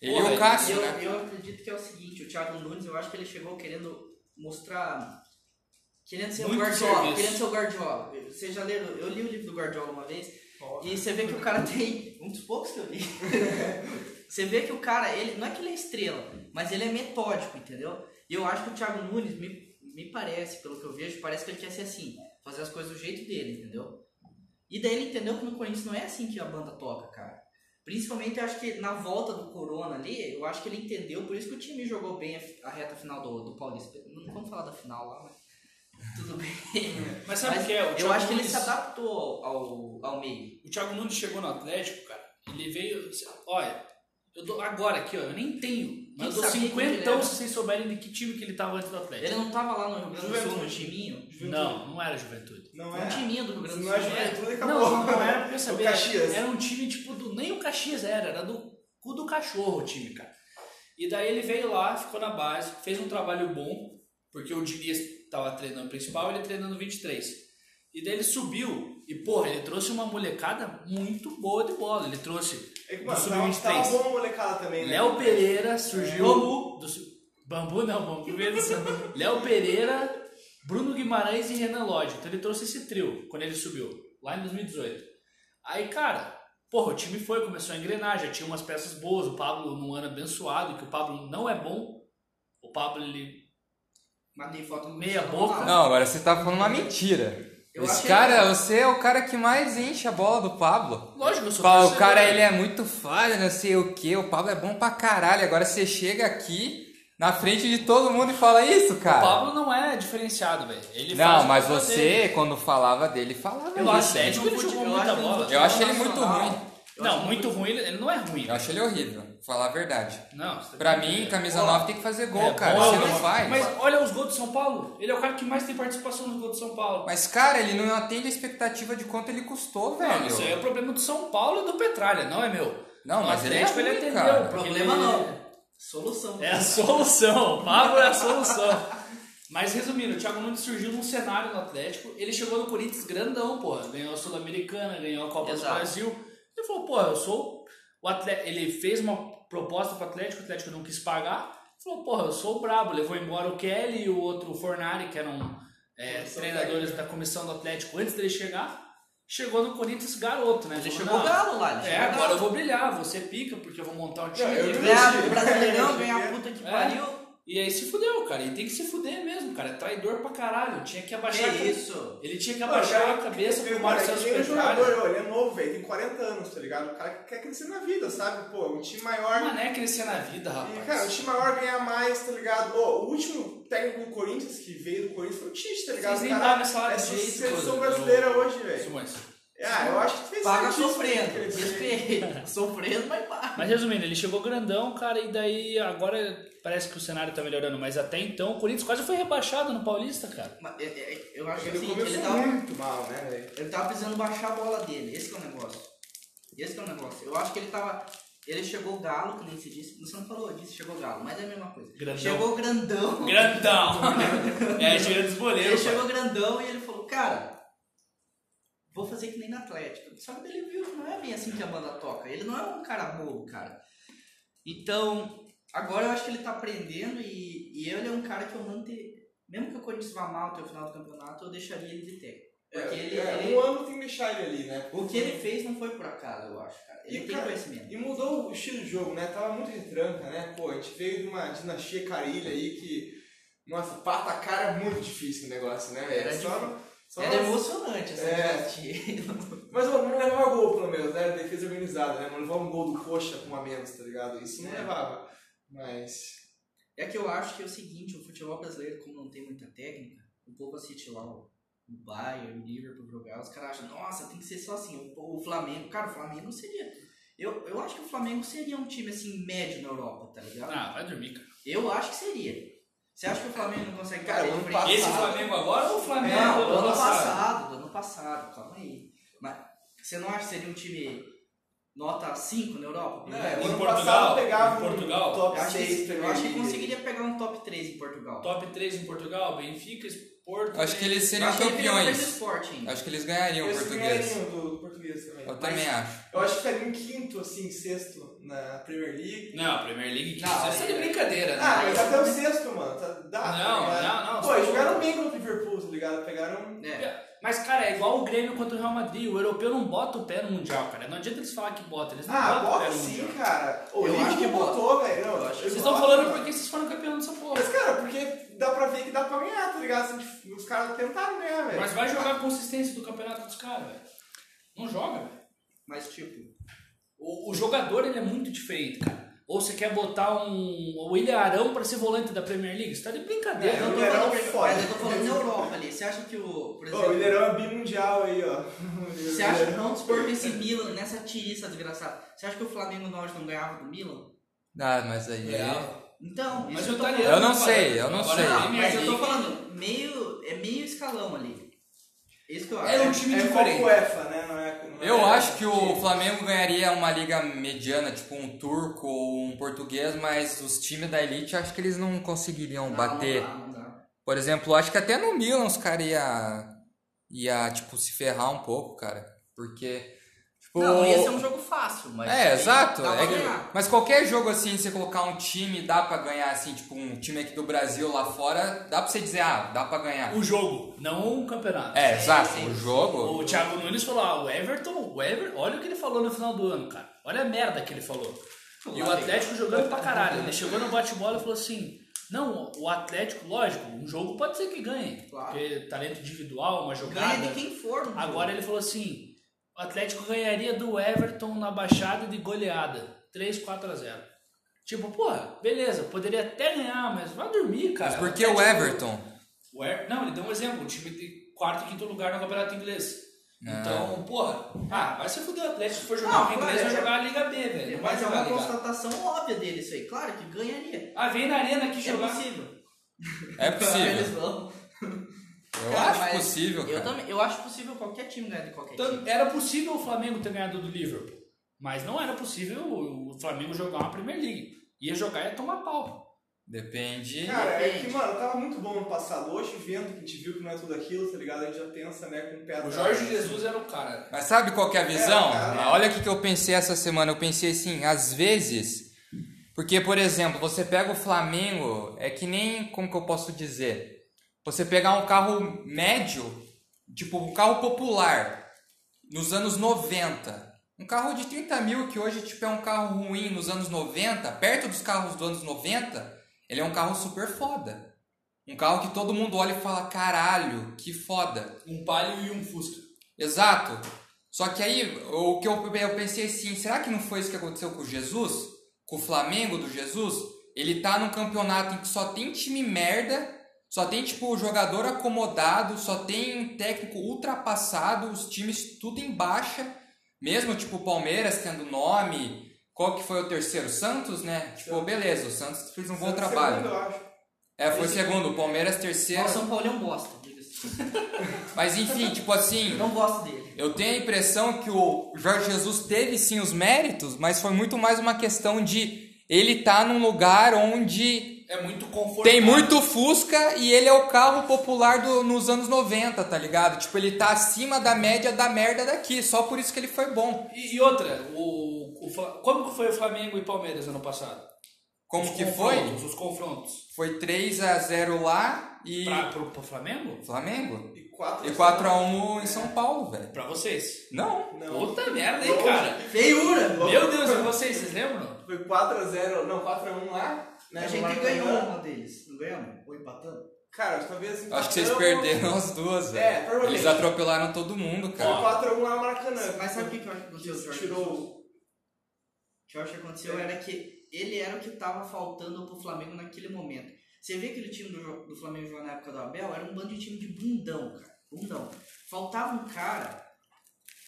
Ele
Porra,
e o Cássio,
eu,
né?
eu acredito que é o seguinte, o Thiago Nunes, eu acho que ele chegou querendo mostrar. Querendo ser o
Muito
Guardiola.
serviço.
Querendo ser o Guardiola. Você já leu? Eu li o livro do Guardiola uma vez.
Foda.
E você vê que o cara tem. Um dos poucos que eu li. você vê que o cara, ele. Não é que ele é estrela, mas ele é metódico, entendeu? E eu acho que o Thiago Nunes, me, me parece, pelo que eu vejo, parece que ele quer ser assim, fazer as coisas do jeito dele, entendeu? E daí ele entendeu que no Corinthians não é assim que a banda toca, cara. Principalmente eu acho que na volta do Corona ali, eu acho que ele entendeu, por isso que o time jogou bem a, a reta final do, do Paulista. Não vamos falar da final lá, mas. Tudo bem.
Mas sabe
Mas
o que é? O
eu
Thiago
acho que ele
Nunes-
se adaptou ao, ao, ao meio.
O Thiago Nunes chegou no Atlético, cara. Ele veio. Olha, eu dou agora aqui, ó. Eu nem tenho. Mas
Quem
eu dou
sabia que ele
50
era?
se vocês souberem de que time que ele tava antes do
Ele é um
Atlético.
não tava lá no Rio Grande do Sul, no
Juventude.
timinho?
Juventude.
Não, não era juventude.
Não
Um
é.
timinho do Rio Grande
Se
do
não é
Sul. né?
juventude,
Não,
acabou. É
não, não era porque eu sabia.
O Caxias.
Era um time tipo do. Nem o Caxias era, era do cu do cachorro o time, cara. E daí ele veio lá, ficou na base, fez um trabalho bom, porque o Diniz tava treinando o principal ele treinando o 23. E daí ele subiu e, porra, ele trouxe uma molecada muito boa de bola. Ele trouxe
É que,
do
mano, tava,
Sub-23.
tava bom a molecada também, né?
Léo Pereira surgiu.
Bambu.
do su- Bambu não, Bambu veio do São- Léo Pereira, Bruno Guimarães e Renan Lodge. Então ele trouxe esse trio quando ele subiu, lá em 2018. Aí, cara, porra, o time foi, começou a engrenar, já tinha umas peças boas. O Pablo num ano abençoado, que o Pablo não é bom. O Pablo, ele.
Mas tem foto no
Meia
Cristiano
boca.
Ronaldo.
Não, agora você tá falando uma mentira.
Eu
Esse
achei-
cara, você é o cara que mais enche a bola do Pablo.
Lógico, eu sou
Fala, o
torcedor.
cara, ele é muito foda, não sei o que, o Pablo é bom pra caralho. Agora você chega aqui, na frente de todo mundo e fala isso,
O
cara.
Pablo não é diferenciado, velho. Ele faz
Não,
o
mas
papel
você,
dele.
quando falava dele, falava
Eu acho
isso.
que ele jogou
Eu acho
muita
que ele não
bola.
Eu achei ele muito
Nacional.
ruim.
Eu acho
Não,
que
muito ruim, ele ele não é ruim.
Eu acho ele horrível, falar a verdade.
Não, você tá
Pra
brincando.
mim, camisa 9 tem que fazer gol,
É,
cara.
bom,
Você não
mas-
faz. Mas,
Mas olha os gols do São Paulo. Ele é o cara que mais tem participação nos gols do São Paulo.
cara, ele não atende a expectativa de quanto ele custou,
Não,
velho.
isso aí é o problema do São Paulo e do Petralha, não é meu.
Não,
O
mas ele é
Atlético
ruim,
atendeu.
cara.
porque
Problema
ele-
não. Solução.
É a solução. O Pablo é a solução. Mas resumindo, o Thiago Nunes surgiu num cenário no Atlético. Ele chegou no Corinthians grandão, porra. Ganhou a Sul-Americana, ganhou a Copa
Exato.
do Brasil. Ele falou, pô, eu sou. O Atlético, ele fez uma proposta pro Atlético, o Atlético não quis pagar. Falou, porra, eu sou o brabo. Levou embora o Kelly e o outro o Fornari, que eram é,
Comissão
treinadores da comissão do Atlético antes dele chegar. Chegou no Corinthians garoto, né?
Ele
Falou,
chegou
"Não,
galo lá. Ele
É,
chegou
agora eu
galo.
vou brilhar, você pica, porque eu vou montar um time.
eu vi
Ganhar o Brasileirão, ganhar a puta que
É.
pariu.
E aí se fudeu, cara. E tem que se fuder mesmo, cara. É traidor pra caralho. Tinha que abaixar. a
Que
cabe-
isso?
Ele tinha que
Mano, o
abaixar
um cara
a cabeça
é
que-
pro
mano,
Marcelo
que nem o
Petralha.
jogador, ó, ele é novo, velho, tem 40 anos, tá ligado? O cara que quer crescer na vida, sabe? Pô, um time maior.
Mano, é crescer na vida,
E, cara, o
rapaz.
time maior ganha mais, tá ligado? Ô, o último técnico do Corinthians que veio do Corinthians foi o Tite, tá ligado?
Vocês
O
nem
cara,
pagam salário
é
de jeito,
seleção
mano.
brasileira
Eu-
hoje, velho.
Simões.
Ah, eu acho que fez
Paga
certíssimo,
sofrendo.
né, aquele time.
Respeito. Sofrendo, mas paga.
Mas resumindo, ele chegou grandão, cara, e daí agora parece que o cenário tá melhorando, mas até então o Corinthians quase foi rebaixado no Paulista, cara.
Mas, é, é, Eu acho que
Ele
assim,
começou
ele tava,
muito mal, né, velho?
ele tava precisando baixar a bola dele. Esse que é o negócio. Esse que é o negócio. Eu acho que ele tava... Ele chegou galo, que nem se disse. Você não falou disso, chegou galo, mas é a mesma coisa.
Grandão.
Chegou grandão.
Grandão! é, cheio dos
Ele
boleiros. cara.
chegou grandão e ele falou, cara, vou fazer que nem na Atlético. Só que ele viu que não é bem assim que a banda toca. Ele não é um cara bobo, cara. Então, agora eu acho que ele tá aprendendo e, e ele é um cara que eu manter. Mesmo que o Corinthians vá mal até o final do campeonato, eu deixaria ele de técnico. Porque ele,
é,
ele-
Um ano tem que deixar ele ali, né?
o que ele fez não foi por acaso, eu acho, cara. Ele
E,
tem
cara,
conhecimento.
E mudou o estilo de jogo, né? Tava muito retranca, né? Pô, a gente veio de uma dinastia carilha aí que. Nossa, pata a cara é muito difícil o negócio, né, velho?
Era
Só, só
Era emocionante essa
É.
dinastia.
Mas ó, não levava gol, pelo menos, né? Era Defesa organizada, né? Não levava um gol do coxa com um a menos, tá ligado? Isso não
É.
levava. Mas.
É que eu acho que é o seguinte, o futebol brasileiro, como não tem muita técnica, o povo assiste lá o o Bayern, o Liverpool jogar, os caras acham, nossa, tem que ser só assim, o, o Flamengo, cara, o Flamengo seria... Eu, eu acho que o Flamengo seria um time, assim, médio na Europa, tá ligado?
Ah, vai dormir, cara.
Eu acho que seria. Você acha que o Flamengo não consegue
Cara,
bater
ano
de
passado-
Esse Flamengo agora ou o Flamengo
Não, do
É, do
ano passado, do ano passado, calma aí. Mas você não acha que seria um time nota 5 na Europa?
Não,
por exemplo?
Em
né? ano
Portugal,
passado pegava
em Portugal,
um top
Eu acho,
6
que, eu acho que conseguiria pegar um top 3 em Portugal.
Top 3 em Portugal, Benfica, Porto.
Acho que eles
Eu
seriam
acho que ele pegou mais
campeões.
esporte ainda.
Acho que eles ganhariam o
Eu
português.
ganhariam do português também.
Eu
Mas
também acho.
Eu acho que estaria em quinto, assim, sexto na Premier League.
Não, a Premier League.
Não,
Não, isso é de
é-
brincadeira, né?
Ah, mas até o sexto, mano. Tá, dá,
Não,
tá ligado?
não, não,
Pô,
só-
eles jogaram bem contra o Liverpool, tá ligado? Pegaram.
É.
Mas, cara, é igual o Grêmio contra o Real Madrid. O europeu não bota o pé no Mundial, cara. Não adianta eles falar que bota. Eles não botam
Ah,
o
bota
pé no
sim,
Mundial.
cara. O
Eu acho que
Liverpool botou, velho. Não,
Eu acho que
Vocês
eles
estão
botam,
falando
mano.
porque vocês foram campeão dessa porra.
é Mas, cara, porque dá pra ver que dá pra ganhar, tá ligado? Assim, Os caras tentaram ganhar, velho.
Mas vai jogar a consistência do campeonato dos caras, velho. Não joga, velho.
Mas, tipo,
O, o jogador ele é muito diferente, cara. Ou você quer botar um o William Arão pra ser volante da Premier League? Você tá de brincadeira.
É,
eu
o
tô
Ilharão
falando,
é foda.
mas eu tô falando na Europa ali. Você acha que o.
Ô,
Por
é-
exemplo,
o Ilharão é bimundial aí, ó.
você acha que não dispor esse Milan nessa tiriça desgraçada? Você acha que o Flamengo Norte não ganhava do Milan?
Ah, mas aí.
Ganhava.
Então,
Mas
isso
o
eu tô falando.
italiano.
Eu não sei, eu não
Agora,
sei.
a
Não,
Premier
mas eu tô
League-
falando, meio, é meio escalão ali. Isso que eu acho.
É um time
é
diferente.
como o EFA, né? Não é, não é-
Eu acho que o Flamengo ganharia uma liga mediana, tipo um turco ou um português, mas os times da elite acho que eles não conseguiriam
Não,
bater.
Não, dá, não dá.
Por exemplo, acho que até no Milan os caras ia, ia tipo se ferrar um pouco, cara, porque tipo
Não, ia ser um jogo fácil, mas.
é, exato.
dá pra
É que-
ganhar.
mas qualquer jogo assim, você colocar um time, dá pra ganhar assim, tipo um time aqui do Brasil lá fora, dá pra você dizer, ah, dá pra
Um
ganhar.
O jogo, não o campeonato.
É, exato.
sim.
O jogo.
um
O Thiago Nunes falou, ah, o Everton, o Ever, olha o que ele falou no final do ano, cara. Olha a merda que ele falou. E o Atlético jogando pra caralho. Ele chegou no bate-bola e falou assim: não, o Atlético, lógico, um jogo pode ser que ganhe.
Claro.
Porque talento individual, uma jogada.
Ganha de quem for. no
Agora ele falou assim: o Atlético ganharia do Everton na baixada de goleada. 3, 4 a 0. Tipo, porra, beleza, poderia até ganhar, mas vai dormir, cara.
Mas por que o
Atlético-
Everton?
o Air- Não, ele deu um exemplo, o time de quarto e quinto lugar no campeonato inglês. Então, porra, ah, vai se fuder o Atlético se for
Não,
jogar o inglês,
claro,
vai
é-
jogar a Liga B, velho.
jogo.
Não vai
Mas é
jogar a
uma
Liga A.
constatação óbvia dele isso aí. Claro que ganharia.
Ah, vem na arena aqui
É
jogar.
possível.
É possível.
Eles vão.
Eu
Cara,
acho
mas
possível, cara.
Eu, também, eu acho possível qualquer time ganhar de qualquer time.
Então, era possível o Flamengo ter ganhado do Liverpool, mas não era possível o o Flamengo jogar uma Premier League. Ia jogar e ia tomar pau.
Depende.
Cara, é
Depende.
que, mano, tava muito bom no passado. Hoje, vendo que a gente viu que não é tudo aquilo, tá ligado? A gente já pensa, né, com o pé
O
atrás.
Jorge Jesus era o cara.
Mas sabe qual que é a visão?
É, cara.
Ah, Olha o que que eu pensei essa semana. Eu pensei assim, às vezes. Porque, por exemplo, você pega o Flamengo, é que nem. Como que eu posso dizer? Você pegar um carro médio, tipo um carro popular, nos anos 90. Um carro de 30 mil, que hoje tipo, é um carro ruim nos anos 90, perto dos carros dos anos 90, ele é um carro super foda. Um carro que todo mundo olha e fala: caralho, que foda.
Um palio e um Fusca.
Exato. Só que aí, o que eu, eu pensei assim, será que não foi isso que aconteceu com o Jesus? Com o Flamengo do Jesus? Ele tá num campeonato em que só tem time merda, só tem, tipo, jogador acomodado, só tem técnico ultrapassado, os times tudo em baixa. Mesmo, tipo, o Palmeiras tendo nome, qual que foi o terceiro? Santos, né? Tipo, beleza, o Santos fez um bom
Sendo
trabalho.
segundo, eu acho.
É, foi segundo, o Palmeiras terceiro.
O São Paulo é um bosta, diga-se.
Mas enfim, tipo assim...
Eu não gosto dele.
Eu tenho a impressão que o Jorge Jesus teve sim os méritos, mas foi muito mais uma questão de ele tá num lugar onde
É muito confortável.
tem muito Fusca e ele é o carro popular do- nos anos 90, tá ligado? Tipo, ele tá acima da média da merda daqui, só por isso que ele foi bom.
E, e outra, o, o Fla- como que foi o Flamengo e Palmeiras ano passado?
Como
Os
que foi?
confrontos, Os confrontos.
Foi 3 a 0 lá e
Pra, pro, pro Flamengo?
Flamengo.
E 4
E 4 a 1 em São Paulo, velho.
Pra vocês.
Não.
né? Não.
Puta merda, hein, cara?
Feiura!
Meu Deus, e vocês, vocês lembram?
Foi 4x0, não, 4x1 lá. Né,
A
no
gente
Maracanã.
ganhou uma deles, não ganhamos? Ou empatamos?
Cara, tá talvez...
Acho que vocês
empatamos.
perderam as duas, velho.
provavelmente.
Eles atropelaram todo mundo,
Foi
cara.
4x1 lá no Maracanã.
Mas sabe o que que eu acho que aconteceu, Jorge?
Tirou...
que eu acho que aconteceu era que ele era o que tava faltando pro Flamengo naquele momento. Você vê aquele time do, Jo- do Flamengo jogando na época do Abel, era um bando de time de bundão, cara. Bundão. Faltava um cara.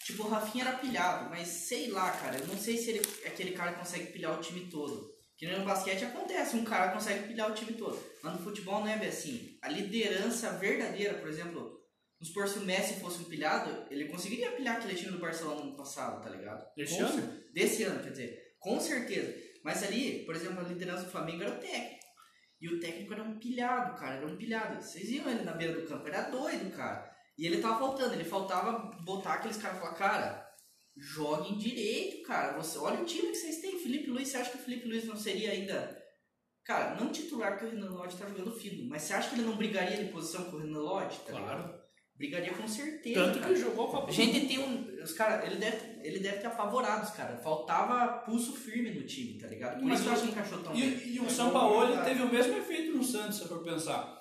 Tipo, o Rafinha era pilhado, mas sei lá, cara. Eu não sei se ele, aquele cara consegue pilhar o time todo. Que nem no basquete acontece, um cara consegue pilhar o time todo. Mas no futebol não é bem assim. A liderança verdadeira, por exemplo, no Vamos supor, se o Messi fosse um pilhado, ele conseguiria pilhar aquele time do Barcelona no passado, tá ligado?
Desse
Com
ano?
cer- Desse ano, quer dizer. Com certeza. Mas ali, por exemplo, a liderança do Flamengo era o técnico. E o técnico era um pilhado, cara. Era um pilhado. Vocês viam ele na beira do campo. Era doido, cara. E ele tava faltando. Ele faltava botar aqueles caras e falar, cara, joguem direito, cara. Você, olha o time que vocês têm. Felipe Luiz, você acha que o Felipe Luiz não seria ainda... Cara, não titular porque o Renan Lodge tá jogando fino. Mas você acha que ele não brigaria de posição com o Renan Lodge? Tá ligado?
Claro.
Brigaria com certeza.
Tanto
cara.
que jogou com a
A gente tem um. Os cara, ele deve, ele deve ter apavorado os caras. Faltava pulso firme no time, tá ligado? Por
Mas
isso que eu
o-
acho que encaixou tão bem.
E, e o São Paulo teve o mesmo efeito no Santos, se eu for pensar.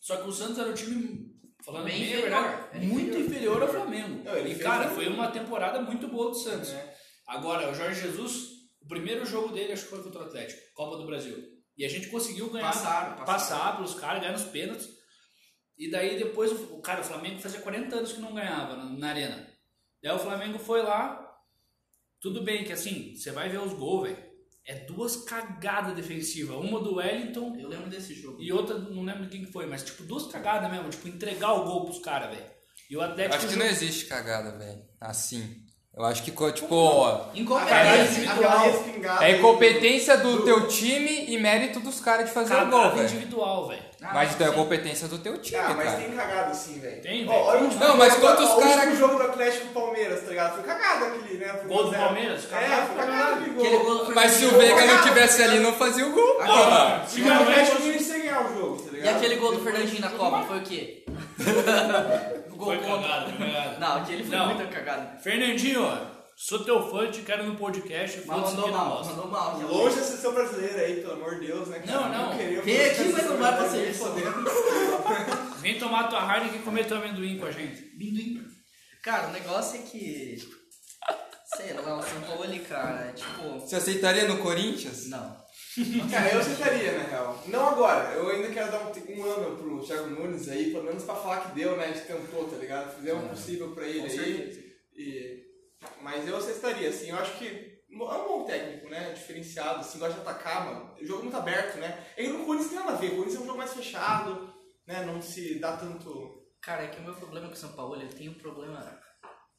Só que o Santos era um time, falando
Bem
bem,
inferior,
verdade,
era
muito
inferior.
inferior, ao Flamengo.
Não, ele
e,
fez
cara,
um-
foi uma temporada muito boa do Santos.
É.
Agora, o Jorge Jesus, o primeiro jogo dele, acho que foi contra o Atlético, Copa do Brasil. E a gente conseguiu ganhar,
Passaram, passaram.
passar pelos caras, ganhar nos pênaltis. E daí depois, o cara, o Flamengo fazia 40 anos que não ganhava na, na arena. Daí o Flamengo foi lá, tudo bem que assim, você vai ver os gols, velho. É duas cagadas defensivas. Uma do Wellington
Eu lembro desse jogo.
e outra, não lembro quem que foi, mas tipo, duas cagadas mesmo. Tipo, entregar o gol pros caras, velho. E o
Eu
Atlético...
acho que
jogou-
não é existe cagada, velho. Assim. Eu acho que, co- tipo, ó,
Aquela
Incompetência.
individual,
Aquela-
espingada
é
aí do-
incompetência do
do-
teu time e mérito dos caras de fazer o gol,
Cagada
velho.
individual, velho.
Ah,
Mas então é
sim.
competência do teu time,
Ah, mas
cara.
tem cagada sim, velho.
Tem,
Ó,
velho.
olha o último
Não, mas
jogo-
quantos
ó, o último
caras-
jogo do Atlético e Palmeiras, tá ligado? Foi cagada aquele, né? Foi
Gol do
1-0.
Palmeiras?
É,
Cagada,
foi cagada de
Aquele
gol.
gol foi
Mas se o
muito bom.
Vega não tivesse ali, não fazia o gol,
Ah,
porra.
Se o Atlético não ia ganhar o jogo, tá
E
ligado?
aquele gol do
Depois-
Fernandinho na Copa foi o quê? o gol
Foi
contra.
cagada, foi cagada.
Não, aquele foi
Não.
muito cagado.
Fernandinho, ó, sou teu fã, te quero no podcast.
Mas
foda-se
mandou
que não
mal,
gosta.
mandou mal. já.
Longe da seleção brasileira aí, pelo amor de Deus, né? cara?
Não, não.
queria-
Vem aqui, mas não é vai pra
Nem
seleção.
fodendo.
Vem tomar tua Heineken e comer teu amendoim com a gente.
Amendoim. Cara, o negócio é que. Sei lá, o São Paulo, ele, cara, é tipo.
Você aceitaria no Corinthians?
Não.
Cara, eu aceitaria, na real. Não agora, eu ainda quero dar um, um ano pro Thiago Nunes aí, pelo menos pra falar que deu, né? A gente tentou, tá ligado? Fizemos o possível pra ele
Com certeza.
aí. E... Mas eu aceitaria, assim, eu acho que é um bom técnico, né? Diferenciado, assim, gosta de atacar, mano. O jogo é muito aberto, né? E no Corinthians tem nada a ver, o Corinthians é um jogo mais fechado, né? Não se dá tanto.
Cara, é que o meu problema com o São Paulo, eu tenho um problema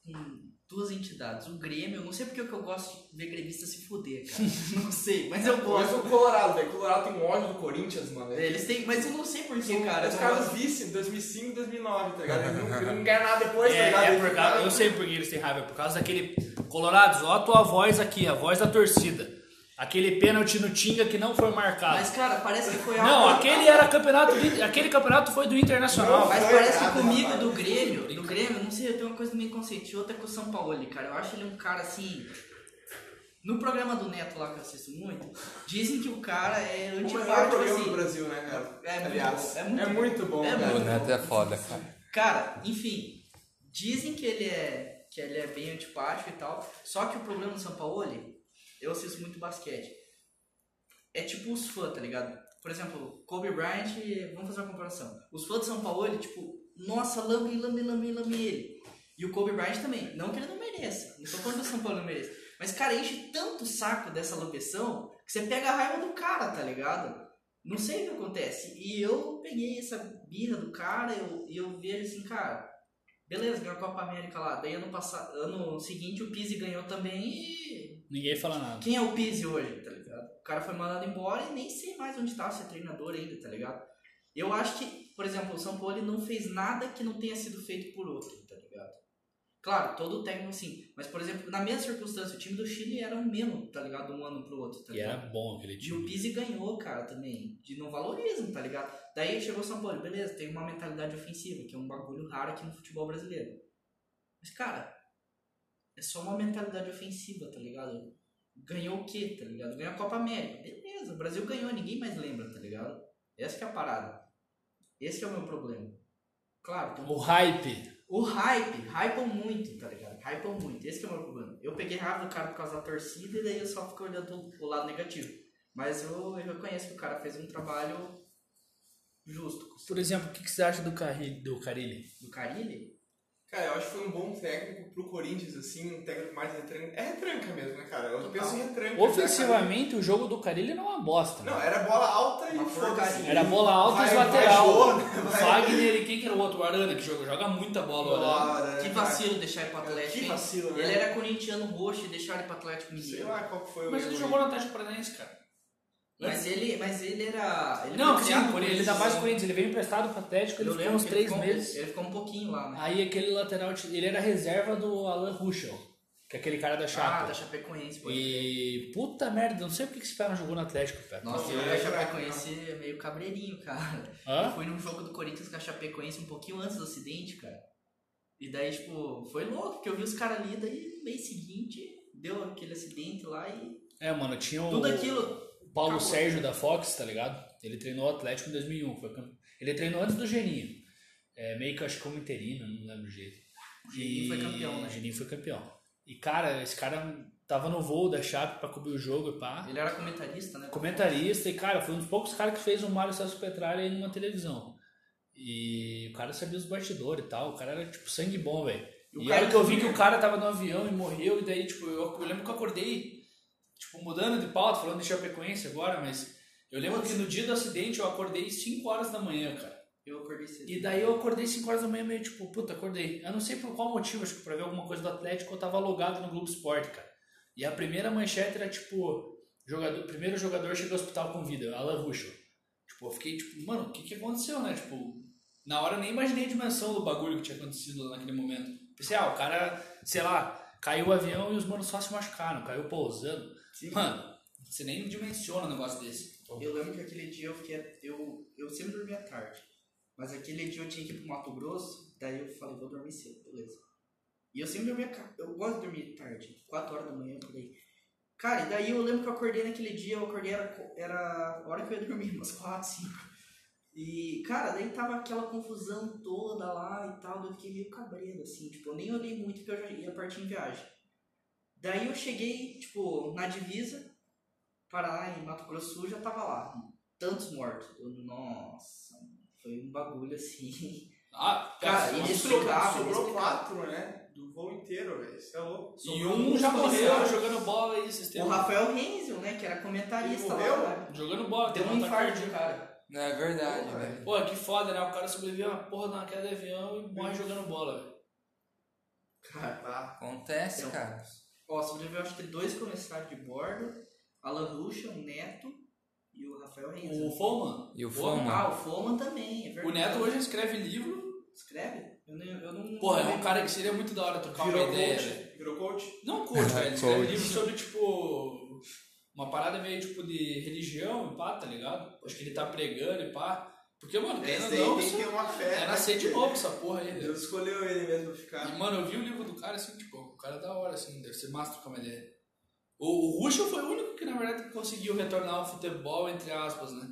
com duas entidades. O Grêmio, eu não sei porque que eu gosto de ver gremista se fuder, cara. não sei, mas eu
Mas
gosto.
o Colorado, velho. O Colorado tem um ódio do Corinthians, mano.
Eles têm, mas eu não sei porquê, cara.
Os
É, eu
caras
gosto.
vice em 2005, 2009, tá ligado? Eles não, eles não ganham nada depois,
É,
tá ligado? Eles ficaram-
eu sei É, por que eles têm raiva, é por causa daquele. Colorados, ó a tua voz aqui, a voz da torcida. Aquele pênalti no Tinga que não foi marcado.
Mas, cara, parece que foi
não,
algo-
aquele era campeonato. do- Aquele campeonato foi do Internacional.
Não,
Mas
Foi
parece que
errado,
comigo
rapaz.
do Grêmio, do Grêmio, não sei, eu tenho uma coisa meio inconsciente. Outra é com o São Paulo, cara. Eu acho ele um cara assim. No programa do Neto lá que eu assisto muito, dizem que o cara é
O melhor
antipático
programa
assim.
do Brasil, né, cara?
É muito
Aliás,
bom, é muito
é muito bom,
É
O
cara.
muito.
Neto é foda, cara.
Cara, enfim, dizem que ele é que ele é bem antipático e tal. Só que o problema do São Paulo, eu assisto muito basquete. É tipo os fãs, tá ligado? Por exemplo, Kobe Bryant, vamos fazer uma comparação. Os fãs do São Paulo, tipo, nossa, lame, lame, lame, lame ele. E o Kobe Bryant também. Não que ele não mereça. Não tô falando que o São Paulo não mereça. Mas, cara, enche tanto o saco dessa lambeção que você pega a raiva do cara, tá ligado? Não sei o que acontece. E eu peguei essa birra do cara e eu, e eu vejo assim, cara, beleza, ganhou a Copa América lá. Daí ano, passado, ano seguinte o Pizzi ganhou também e.
Ninguém fala nada.
Quem é o Pizzi hoje, tá ligado? O cara foi mandado embora e nem sei mais onde tá, se é treinador ainda, tá ligado? Eu acho que, por exemplo, o São Paulo ele não fez nada que não tenha sido feito por outro, tá ligado? Claro, todo técnico assim. Mas, por exemplo, na mesma circunstância, o time do Chile era o mesmo, tá ligado? De um ano pro outro, tá
E
ligado?
era bom aquele
E o
time.
Pizzi ganhou, cara, também. De não valorismo, tá ligado? Daí chegou o São Paulo, beleza, tem uma mentalidade ofensiva, que é um bagulho raro aqui no futebol brasileiro. Mas, cara, é só uma mentalidade ofensiva, tá ligado? Ganhou o quê, tá ligado? Ganhou a Copa América. Beleza, o Brasil ganhou, ninguém mais lembra, tá ligado? Essa que é a parada. Esse que é o meu problema. Claro, tem um-
O hype.
o hype, hypam muito, tá ligado? Hypam muito, esse que é o meu problema. Eu peguei raiva do cara por causa da torcida e daí eu só fico olhando o lado negativo. Mas eu, eu reconheço que o cara fez um trabalho justo
Por exemplo, o que, que você acha do Carrilli? Do Carilli?
do Carilli.
Cara, eu acho que foi um bom técnico pro Corinthians, assim, um técnico mais retranca. É retranca mesmo, né, cara? Eu penso em retranca. né,
Ofensivamente, o jogo do Carilli era uma bosta. né?
Não, era bola alta e
Uma
foda-se.
porcaria.
Era bola alta e
Vai-
lateral.
vai jogo, né?
O
Vai-
Fagner e quem que era o outro? O Arana, que joga, joga muita bola. o Arana.
Bora, né,
Que
cara?
vacilo deixar ele pro Atlético,
Que
hein?
vacilo, né?
Ele era corintiano roxo e deixaram ele pro Atlético
Sei
Mineiro.
lá né? qual que foi o.
Mas ele
é
erro
jogou
aí.
no Atlético Paranaense, cara.
Mas ele, mas ele era... Ele
Não,
foi
sim,
criado
por
por
Ele
ele
da
dá
base do Corinthians, ele veio emprestado pro Atlético, ele
Eu
ficou
lembro
uns
que
três
ele ficou,
meses.
Ele ficou um pouquinho lá, né?
Aí aquele lateral, ele era reserva do Alan Ruschel, que é aquele cara da
Ah,
Chapa.
da Chapecoense. pô.
e puta merda, não sei por que esse cara não jogou no Atlético, cara.
Não, é,
Nossa, eu
ele
da
era
Chapecoense é meio cabreirinho, cara.
Hã?
Eu fui num jogo do Corinthians com a Chapecoense um pouquinho antes do acidente, cara. E daí, tipo, foi louco, porque eu vi os caras ali, daí no mês seguinte deu aquele acidente lá e
É, mano, tinha o
tudo aquilo.
Paulo
acabou.
Sérgio da Fox, tá ligado? Ele treinou o Atlético em 2001, foi campe- ele treinou antes do Geninho. É, meio que acho que como interino, não lembro o jeito.
O Geninho foi campeão, né?
O Geninho foi campeão. E cara, esse cara tava no voo da Chape pra cobrir o jogo e pá.
Ele era comentarista, né?
comentarista e, cara, foi um dos poucos caras que fez o Mário Celso Petralha aí numa televisão. E o cara sabia os bastidores e tal. O cara era, tipo, sangue bom, velho.
E o
E a
cara né?
hora que eu vi
que-
que o cara tava no avião e morreu, e daí, tipo, eu, eu lembro que eu acordei, tipo, mudando de pauta, falando de Chapecoense agora, mas eu lembro que no dia do acidente eu acordei 5 horas da manhã, cara.
Eu acordei cedo.
E daí eu acordei 5 horas da manhã meio tipo, puta, acordei. Eu não sei por qual motivo, acho que pra ver alguma coisa do Atlético, eu tava logado no Globo Esporte, cara. E a primeira manchete era tipo, jogador, primeiro jogador chega ao hospital com vida, Alan Ruschel. Tipo, eu fiquei tipo, mano, o que que aconteceu, né? Tipo, na hora eu nem imaginei a dimensão do bagulho que tinha acontecido lá naquele momento. Pensei, ah, o cara, sei lá, caiu o avião e os manos só se machucaram, caiu pousando. Mano, você nem dimensiona um negócio desse.
Eu lembro que aquele dia eu fiquei. Eu, eu sempre dormia tarde. Mas aquele dia eu tinha que ir pro Mato Grosso, daí eu falei, vou dormir cedo, beleza. E eu sempre dormia. ca- Eu gosto de dormir tarde, 4 horas da manhã por aí. Cara, e daí eu lembro que eu acordei naquele dia, eu acordei, era, co- era a hora que eu ia dormir, umas 4, 5. E, cara, daí tava aquela confusão toda lá e tal, daí eu fiquei meio cabreiro, assim, tipo, eu nem olhei muito porque eu já ia partir em viagem. Daí eu cheguei, tipo, na divisa, Paraná e Mato Grosso do Sul já tava lá. Tantos mortos. Eu, nossa, foi um bagulho assim.
Ah,
Cara,
cara,
ele
isso-
Sobrou,
explicava,
sobrou
explicava.
quatro, né? Do voo inteiro, velho. Isso é louco.
E
Sobrou
um
um
já
policial.
morreu jogando bola aí, vocês têm.
O Rafael Renzel, né, que era comentarista
Ele morreu?
lá.
Jogando bola,
Né? Deu
tem
um infarto do cara.
Não é verdade,
Porra,
velho.
Pô, que foda, né? O cara sobreviveu uma porra de uma queda de avião e morre jogando bola, velho.
Cara,
Tá.
Acontece,
Então,
cara.
ó, sobreviveu acho que dois comissários de bordo. Alan Ruschel, o Neto e o Rafael Renzel.
O Foman.
E o Foma?
Ah, o Foman também, é verdade.
O Neto hoje escreve livro.
Escreve? Eu não... Eu não
Porra, é um cara que seria muito da hora trocar uma
Virou
ideia,
coach.
velho.
Virou coach?
Não coach, velho. Ele escreve
Coach.
livro sobre, tipo, uma parada meio, tipo, de religião e pá, tá ligado? Acho que ele tá pregando e pá. Porque, mano,
É,
querendo ou
Esse daí
não,
tem que
isso
ter uma fé.
é
né?
nascer de novo essa porra aí, né? velho.
Deus escolheu ele mesmo pra
E,
ficar.
mano, eu vi o livro do cara, assim, tipo, o cara é da hora, assim, deve ser mastro como ele é. O, o Ruschel foi o único que, na verdade, conseguiu retornar ao futebol, entre aspas, né?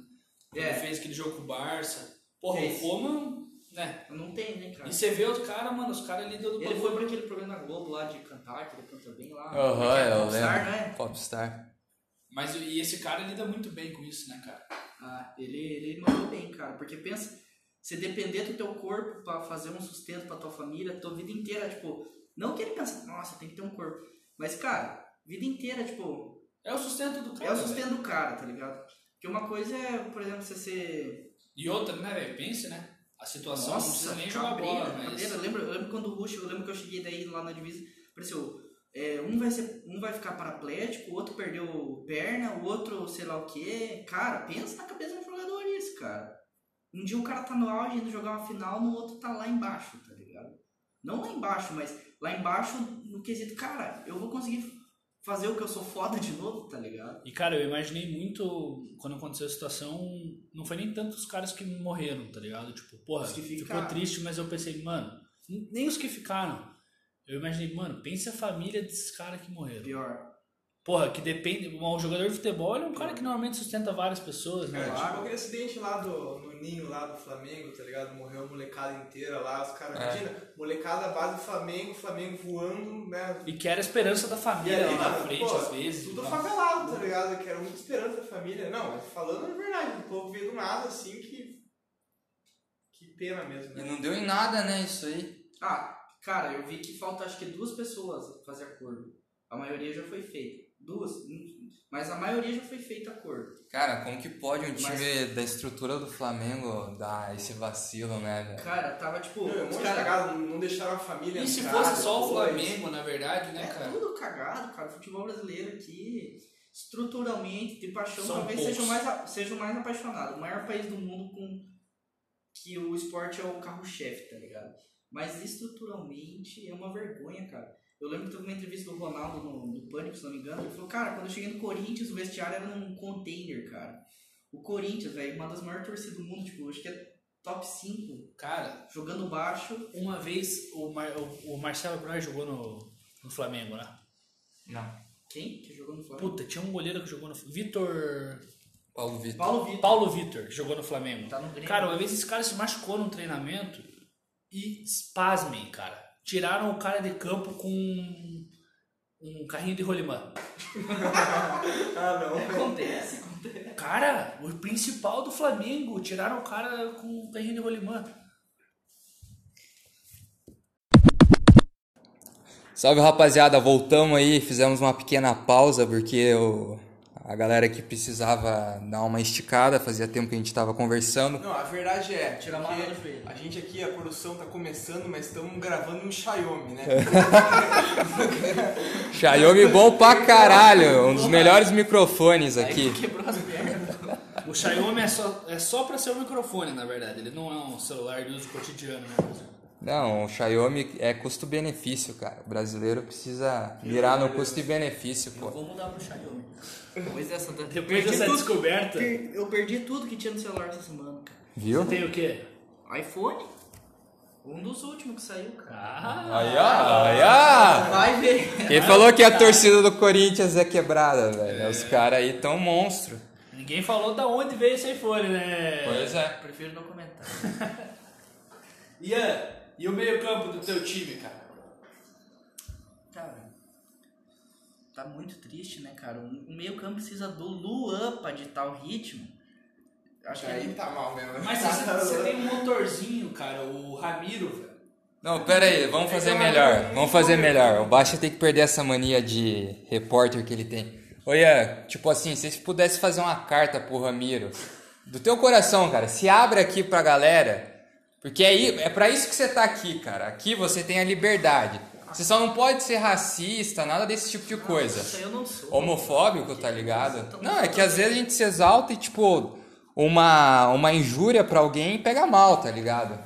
Ele
É.
fez aquele jogo com o Barça. Porra, o
Fez.
Foman, né?
Não tem, né, cara?
E você vê os caras, mano, os caras lidam do
Ele
bagulho.
foi pra aquele programa na Globo lá de cantar, que ele canta bem lá.
Aham,
Que é
eu
Popstar,
lembro.
não é?
Popstar.
Mas e esse cara lida muito bem com isso, né, cara?
Ah, ele, ele mandou bem, cara. Porque pensa, se depender do teu corpo pra fazer um sustento pra tua família, tua vida inteira, tipo, não que ele pense, nossa, tem que ter um corpo. Mas, cara, vida inteira, tipo,
É o sustento do cara.
é o
velho.
sustento do cara, tá ligado? Porque uma coisa é, por exemplo, você ser.
E outra, né, velho? Pense, né? A situação não precisa nem jogar
cabreira,
bola, mas.
cabreira. Eu lembro, eu lembro quando o Rush, eu lembro que eu cheguei daí lá na divisa, apareceu. é, um, vai ser, um vai ficar paraplético, o outro perdeu perna, o outro sei lá o que. Cara, pensa na cabeça do jogador isso, cara. Um dia o cara tá no auge indo jogar uma final, no outro tá lá embaixo, tá ligado? Não lá embaixo, mas lá embaixo no quesito, cara, eu vou conseguir fazer o que eu sou foda de novo, tá ligado?
E, cara, eu imaginei muito quando aconteceu a situação. Não foi nem tanto os caras que morreram, tá ligado? Tipo, porra,
Os que
ficou
ficaram.
triste, mas eu pensei, mano, n- nem os que ficaram. Eu imaginei, mano, pensa a família desses caras que morreram.
É Pior.
Porra, que depende. Um jogador de futebol ele é um cara que normalmente sustenta várias pessoas, né?
Cara,
Claro.
tipo aquele acidente lá do, no Ninho, lá do Flamengo, tá ligado? Morreu a molecada inteira lá, os caras.
É.
Imagina, molecada base do Flamengo, Flamengo voando, né?
E que era a esperança da família
E aí,
lá na
mano,
frente,
pô,
às vezes.
Tudo
tá?
favelado, tá ligado? Que era muita esperança da família. Não, mas falando a verdade, o povo veio do nada assim que. Que pena mesmo,
E tipo,
né?
não deu em nada, né, isso aí.
Ah, Cara, eu vi que falta acho que duas pessoas fazer acordo. A maioria já foi feita. Duas? hum, Mas a maioria já foi feita acordo.
Cara, como que pode um
Mas-
time da estrutura do Flamengo dar esse vacilo, né, velho?
Cara, tava tipo.
Meu, um
os
monte de
cara-
cagada, não deixaram a família
E se
entrar
fosse só o
depois.
Flamengo, na verdade, né,
É
cara?
tudo cagado, cara. O futebol brasileiro aqui, estruturalmente, de paixão,
São
talvez
poucos.
seja o mais, a- seja o mais apaixonado. O maior país do mundo com que o esporte é o carro-chefe, tá ligado? Mas estruturalmente é uma vergonha, cara. Eu lembro que teve uma entrevista do Ronaldo no, no Pânico, se não me engano. Ele falou, cara, quando eu cheguei no Corinthians, o vestiário era um container, cara. O Corinthians, velho, uma das maiores torcidas do mundo, tipo, acho que é top 5,
Cara,
jogando baixo.
Uma vez o, Mar- o- o Marcelo Brunner jogou no, no Flamengo, né?
Não.
Quem que jogou no Flamengo?
Puta, tinha um goleiro que jogou no Vitor.
Paulo Vitor.
Paulo Vitor.
Paulo Vitor, que jogou no Flamengo.
Tá no Grêmio.
Cara, uma vez esse cara se machucou num treinamento e espasmem, cara. Tiraram o cara de campo com um, um carrinho de rolimã.
Ah,
É
não.
Acontece.
Cara, o principal do Flamengo, tiraram o cara com um carrinho de rolimã.
Salve, rapaziada. Voltamos aí, fizemos uma pequena pausa porque eu- a galera que precisava dar uma esticada, fazia tempo que a gente tava conversando.
Não, a verdade é,
Tira a
porque
mala do joelho.
a gente aqui, a produção tá começando, mas estamos gravando um Xiaomi, né?
Xiaomi bom pra caralho, um dos melhores microfones aqui.
Quebrou as pernas.
O Xiaomi é só, é só pra ser um microfone, na verdade. Ele não é um celular de uso cotidiano, né?
Não, o Xiaomi é custo-benefício, cara. O brasileiro precisa mirar no custo e benefício, pô.
Vou mudar pro Xiaomi. Pois é, Santana.
Depois dessa
tudo,
descoberta,
per- eu perdi tudo que tinha no celular essa semana, cara.
Viu?
tem o quê?
iPhone? Um dos últimos que saiu, cara.
Ah,
Aí, ó, aí, ó.
Vai ver.
Quem falou que a torcida do Corinthians é quebrada, velho? Os caras aí tão monstro.
ninguém falou da onde veio esse iPhone, né?
é.
Prefiro não comentar.
Ian, e o meio-campo do teu time, cara?
Cara, tá muito triste, né, cara? O meio campo precisa do Luan pra ditar o ritmo. Acho que
Aí tá mal mesmo.
Mas você, você tem um motorzinho, cara, o Ramiro, velho.
Não, pera aí, vamos fazer melhor. Vamos fazer melhor. O Baixa tem que perder essa mania de repórter que ele tem. Olha, tipo assim, se você pudesse fazer uma carta pro Ramiro, do teu coração, cara, se abre aqui pra galera, porque aí é pra isso que você tá aqui, cara. Aqui você tem a liberdade. Você só não pode ser racista, nada desse tipo de coisa
Isso aí eu não sou.
homofóbico, tá ligado? Não, é que às vezes a gente se exalta e, tipo, uma, uma injúria pra alguém pega mal, tá ligado?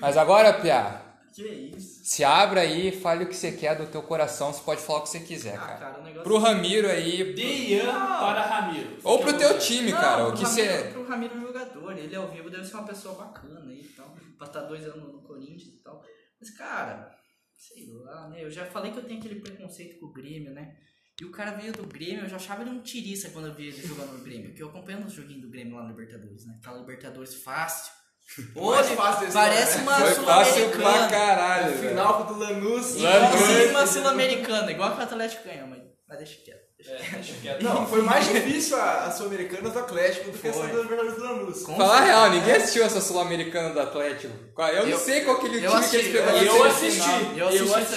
Mas agora, Piá,
Que isso?
se abra aí, fale o que você quer do teu coração, você pode falar o que você quiser,
Ah,
É, cara.
cara, o negócio.
Pro Ramiro aí,
De Ian para Ramiro.
ou pro teu time,
Não,
cara, o
pro
que
Ramiro-
você...
Pro Ramiro é um jogador, ele ao vivo deve ser uma pessoa bacana aí e tal. Pra estar dois anos no Corinthians e tal. Mas, cara, sei lá, né? Eu já falei que eu tenho aquele preconceito com o Grêmio, né? E o cara veio do Grêmio, eu já achava ele um tirista quando eu via ele jogando no Grêmio. Porque eu acompanho os joguinhos do Grêmio lá na Libertadores, né? Aquela Libertadores fácil.
Mais
Hoje
fácil da história,
parece
né?
uma
Foi fácil pra
Sul-Americana.
caralho,
É,
velho.
Final do Lanús.
Igualzinho uma Sul-Americana, igual que o Atlético ganhou, mas, mas deixa quieto.
É, deixa quieto.
Não, foi mais difícil a, a Sul-Americana do Atlético do que essa
Foi.
do Libertadores do Lanús.
Com
Falar a real, ninguém assistiu essa Sul-Americana do Atlético. Eu não
Eu-
sei qual aquele time
eu
que eles
assisti,
pegaram.
eu
na semifinal.
assisti. Eu assisti também, eu
todos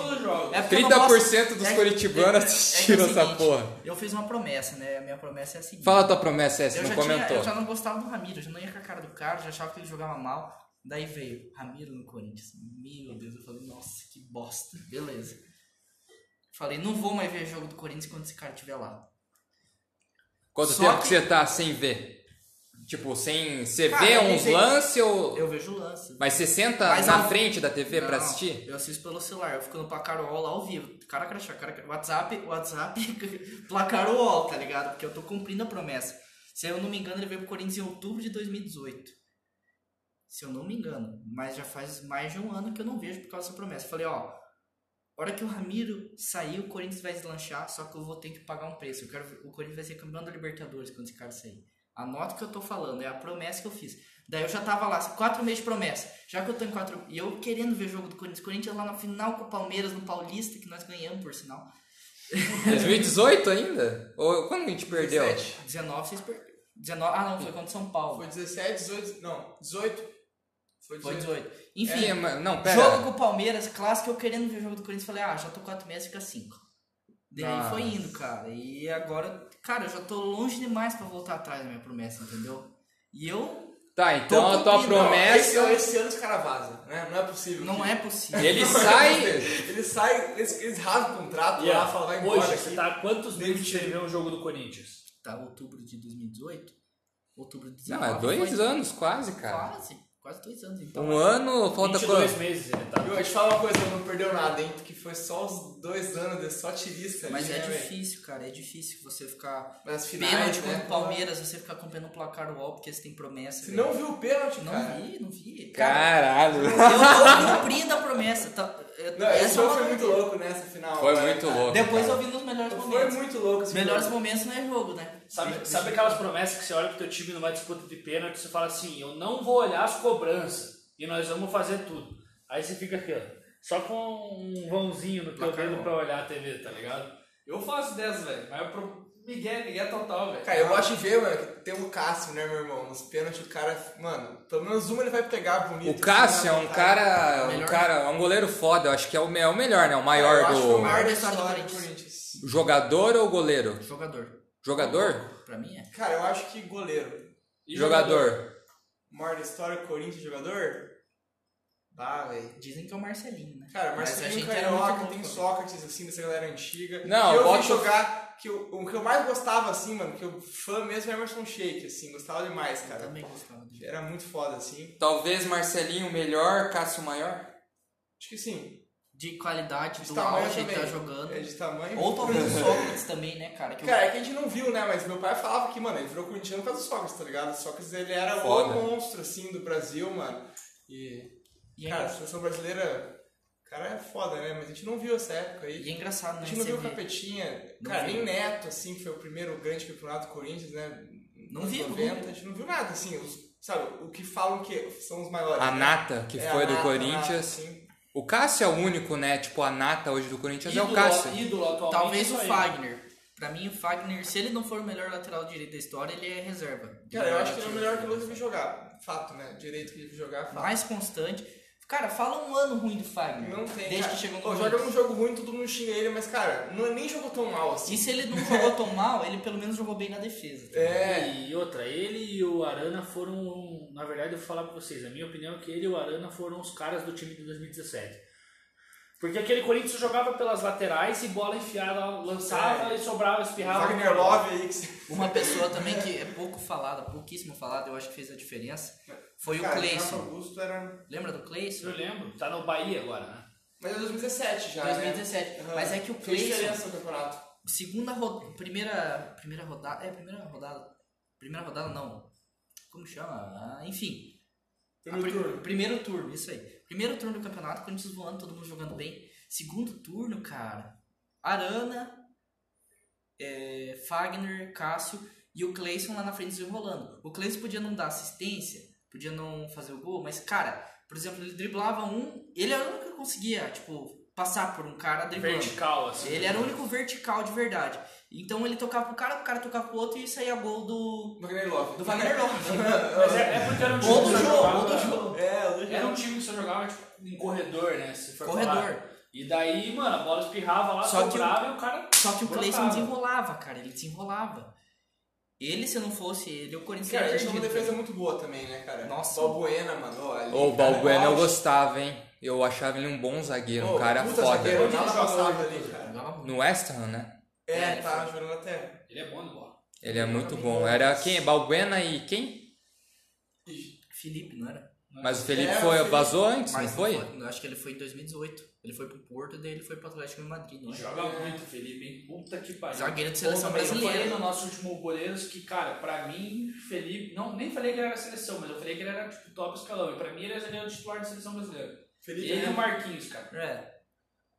assisti.
os jogos.
É porque eu não posso-
30% dos
é que-
coritibanos
é que é o
assistiram essa
seguinte,
porra.
Eu fiz uma promessa, né? A minha promessa é a seguinte.
Fala a tua promessa, S,
eu
não
já
comentou.
Tinha, eu já não gostava do Ramiro, eu já não ia com a cara do cara, já achava que ele jogava mal. Daí veio Ramiro no Corinthians. Meu Deus, eu falei, nossa, que bosta. Beleza. Falei, não vou mais ver jogo do Corinthians quando esse cara estiver lá.
Quanto
Só
tempo que...
que-
você tá sem ver? Tipo, sem. Você
Cara,
vê
eu
uns
sei-
lances ou.
Eu vejo o lance.
Mas você senta
Mas
na
ao-
frente da TV pra
Não,
assistir?
Eu assisto pelo celular, eu fico no Placarol lá ao vivo. Cara, crachá, cara, crachá. WhatsApp, WhatsApp, Placarol, tá ligado? Porque eu tô cumprindo a promessa. Se eu não me engano, ele veio pro Corinthians em outubro de 2018. Se eu não me engano. Mas já faz mais de um ano que eu não vejo por causa dessa promessa. Eu Falei, ó, a hora que o Ramiro sair, o Corinthians vai deslanchar, só que eu vou ter que pagar um preço. Eu quero, ver- o Corinthians vai ser campeão da Libertadores quando esse cara sair. Anota o que eu tô falando, é a promessa que eu fiz. Daí eu já tava lá, quatro meses de promessa. Já que eu tô em quatro. E eu querendo ver jogo do Corinthians. Corinthians lá na final com o Palmeiras no Paulista, que nós ganhamos, por sinal.
2018 ainda? Ou quando a gente perdeu?
17.
19, vocês perderam. 19, ah, não, foi contra o São Paulo.
Foi 17, 18. Não, 18.
Foi
Foi
18.
18. Enfim,
É, mas- não, pera.
jogo com o Palmeiras, clássico, eu querendo ver o jogo do Corinthians, falei, ah, já tô 4 meses, fica 5. Daí
Nossa.
foi indo, cara. E agora, cara, eu já tô longe demais pra voltar atrás da minha promessa, entendeu? E eu,
Tá, então a tua
cumprindo,
promessa.
Esse, é ano- esse ano os caras vazam, né? Não é possível.
não
que-
é possível.
Ele sai.
Eles saem, eles, eles rasgam o contrato
Yeah.
lá, falam, vai embora.
Hoje,
aqui.
você tá há quantos
Deve
meses sem ver um jogo do Corinthians?
Tá, outubro de 2018? Outubro de
Ah,
2019.
Não, é dois
foi-
anos quase, cara.
Quase, quase dois anos,
é
então.
Um ano, falta
22
quanto?
meses ele tá.
Viu, eu te falo uma coisa, não perdeu nada, hein? Porque foi só os dois anos de só tirista.
Mas
né,
é
velho?
difícil, cara, é difícil você ficar
Nas finais,
pênalti
né?
contra o Palmeiras, você ficar acompanhando o placar do UOL, porque você tem promessa.
Você
velho.
não viu o pênalti,
Não
cara?
vi, não vi.
Caralho.
é
Eu tô cumprindo a promessa. Tá, eu-
Não,
essa
esse
é
jogo
uma-
foi muito louco nessa final.
Foi
né,
muito
cara?
louco.
Depois
cara.
eu vi nos melhores
Foi
momentos.
muito louco assim,
Os
esse
melhores
jogo.
momentos não é jogo, né?
Sabe, sabe aquelas promessas que você olha pro teu time numa disputa de pênalti e você fala assim, eu não vou olhar as cobranças e nós vamos fazer tudo. Aí você fica aqui, ó, só com um vãozinho no teu
Placar
dedo
bom.
pra olhar a TV, tá ligado?
Eu faço dessas, velho. Mas pro Miguel, Miguel é total, velho.
Cara, eu gosto de ver, mano, que tem o Cássio, né, meu irmão? Nos pênaltis, o cara, mano, pelo menos uma ele vai pegar bonito. assim, né?
O Cássio é um cara, um
Melhor.
cara, é um goleiro foda, eu acho que é o, me- é o melhor, né? O
Eu
maior
acho que foi o
do
maior da
Adversário do
história do
Corinthians.
Corinthians.
jogador ou goleiro?
É Jogador.
Jogador?
Pra mim é.
Cara, eu acho que goleiro.
E
Jogador.
O maior da história, Corinthians, jogador? Dá, velho.
Dizem que é o Marcelinho, né?
Cara,
Mas a
Marcelinho
gente era muito
Carioca,
louco,
tem
né?
Sócrates, assim, dessa galera antiga.
Não,
que eu
bota
vi
o-
jogar, que eu- o que eu mais gostava, assim, mano, que eu fã mesmo é Emerson Shake, assim, gostava demais,
Eu
cara.
também gostava dele.
Era muito foda, assim.
Talvez Marcelinho o melhor, Cássio o maior?
Acho que assim, sim.
De qualidade,
De
do
tamanho
auge que
também.
tá jogando.
É de tamanho.
Ou talvez o Sócrates também, né, cara? Que eu-
Cara, é que a gente não viu, né? Mas meu pai falava que, mano, ele virou corintiano por causa do Sócrates, tá ligado? O Sócrates, ele era
Foda.
o monstro, assim, do Brasil, mano. E,
e, é,
cara, a seleção brasileira, o cara é foda, né? Mas a gente não viu essa época aí.
e é engraçado,
A
né?
gente não
Você
viu o
vê-
Capetinha,
Não
cara,
viu.
nem Neto, assim, que foi o primeiro grande campeonato do Corinthians, né?
Não
Nos
viu, não
90, a gente não viu nada, assim, os- sabe, o que falam que são os maiores.
A
né?
Nata, que
É, a
foi do
Nata, Nata,
Corinthians.
assim.
O Cássio é o único, né? Tipo, a Nata hoje do Corinthians é o
Ídolo,
Cássio.
ídolo atualmente.
é
Talvez o
só ele.
Fagner. Pra mim, o Fagner, se ele não for o melhor lateral direito da história, ele é reserva.
Cara, eu acho que ele é o melhor que o Lucas viu jogar. Fato, né? Direito que ele viu jogar, fato.
mais constante. Cara, fala um ano ruim do Fagner.
Não tem.
Desde
cara.
que chegou no
Pô,
Corinthians.
joga um jogo ruim, todo mundo xinga ele, mas, cara, não, é nem jogou tão mal assim.
E se ele não jogou tão mal, ele pelo menos jogou bem na defesa. tá ligado?
É.
E outra, ele e o Arana foram, na verdade eu vou falar pra vocês, a minha opinião é que ele e o Arana foram os caras do time de 2017. Porque aquele Corinthians jogava pelas laterais e bola enfiada,
É.
lançava e sobrava, espirrava.
Wagner Love aí que você.
Uma pessoa também que é pouco falada, pouquíssimo falada, eu acho que fez a diferença, foi o
É. Cara, Renato
Cleison.
Augusto era.
Lembra do
Eu
Cleison?
lembro, tá no Bahia agora, né?
Mas é 2017 já. né?
2017.
Aham.
Mas é que o
Fez
Cleison,
diferença no campeonato.
segunda rodada, primeira, primeira rodada, é, primeira rodada, primeira rodada não, como chama? Ah, enfim,
Primeiro
A pri-
turno.
Primeiro turno, isso aí. Primeiro turno do campeonato, Corinthians voando, todo mundo jogando bem. Segundo turno, cara, Arana, é, Fagner, Cássio e o Cleison lá na frente desenrolando. O Cleison podia não dar assistência, podia não fazer o gol, mas, cara, por exemplo, ele driblava um, ele era o único que conseguia, tipo, passar por um cara driblando.
Vertical, assim.
Ele era o único vertical de verdade. Então ele tocava pro cara, o cara tocava pro outro e saía gol do,
Wagner Love.
do Wagner Lopes.
Mas é, é porque era um time
Ou
que
do
só
jogo,
jogava-
ou do jogo.
É, o do
Era um time que só jogava tipo, em corredor, né? Se for falar.
Corredor.
E daí, mano, a bola espirrava lá,
Só que
sobrava e o cara.
Só que o
Brotava.
Cleison desenrolava, cara. Ele desenrolava. Ele, se não fosse ele, o Corinthians
Cara,
teria
ele tinha uma
perdido.
defesa muito boa também, né, cara?
um Nossa.
Balbuena, mano. ó, ali,
Ô, o
cara, é
Balbuena eu
auge.
gostava, hein? Eu achava ele um bom zagueiro, um
Ô,
cara
puta
foda.
zagueiro,
Onde ele
nada
joga
passava
hoje?
ali, cara.
Jogava muito.
No West Ham, né?
É,
É,
tá jogando na terra.
Ele é bom no bola.
Ele é muito bom. Era quem? Balbuena e quem?
Felipe, não era?
Mas o Felipe
É, o
foi,
Felipe.
vazou antes, não
Mas
foi?
Eu acho que ele foi em 2018. Ele foi pro Porto, daí ele foi pro Atlético de Madrid, não é?
Joga muito, Felipe, hein? Puta que pariu.
Zagueiro de seleção
Bom, mas Eu falei
brasileira.
no nosso último goleiros que, cara, pra mim, Felipe. Não, nem falei que ele era seleção, mas eu falei que ele era tipo, top escalão. E pra mim ele era zagueiro titular da seleção brasileira.
Felipe,
ele e
né?
o Marquinhos, cara.
É.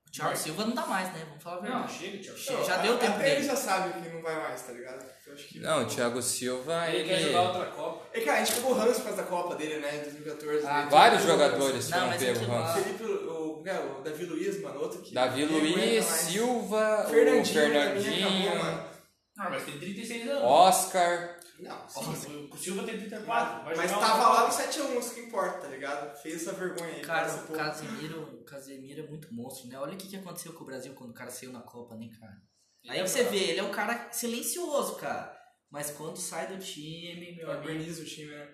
O Thiago Silva não dá mais, né? Vamos falar a
Não,
verdade.
chega, tchau.
Che- já deu
a-
tempo
até
dele.
ele já sabe que não vai mais, tá ligado? Eu acho que...
Não, o Thiago Silva,
Ele
ele.
quer jogar outra Copa.
É, cara, a gente pegou o Ramos por causa da Copa dele, né? Em 2014.
Ah,
né?
Vários jogadores
Não,
foram
mas
pegos,
aquilo
Hans.
lá-
O Felipe, o, o, o Davi Luiz, mano, outro que...
Davi
ninguém aguenta
Luiz,
mais.
Silva, o
Fernandinho, é pra mim,
Fernandinho
Ah,
acabou, mano.
Não, mas tem 36 anos.
Oscar.
Não, sim.
Sim, o Silva tem 34. vai
Mas
jogar
tava
um-
lá no 7x1, isso que importa, tá ligado? Fez essa vergonha aí.
Cara,
passa
o
é um pouco.
Casemiro, o Casemiro é muito monstro, né? Olha o que, que aconteceu com o Brasil quando o cara saiu na Copa, né, cara? Aí
é
que você
brabo.
vê, ele é um cara silencioso, cara. Mas quando sai do time,
É
meu amigo.
Organiza o time, né?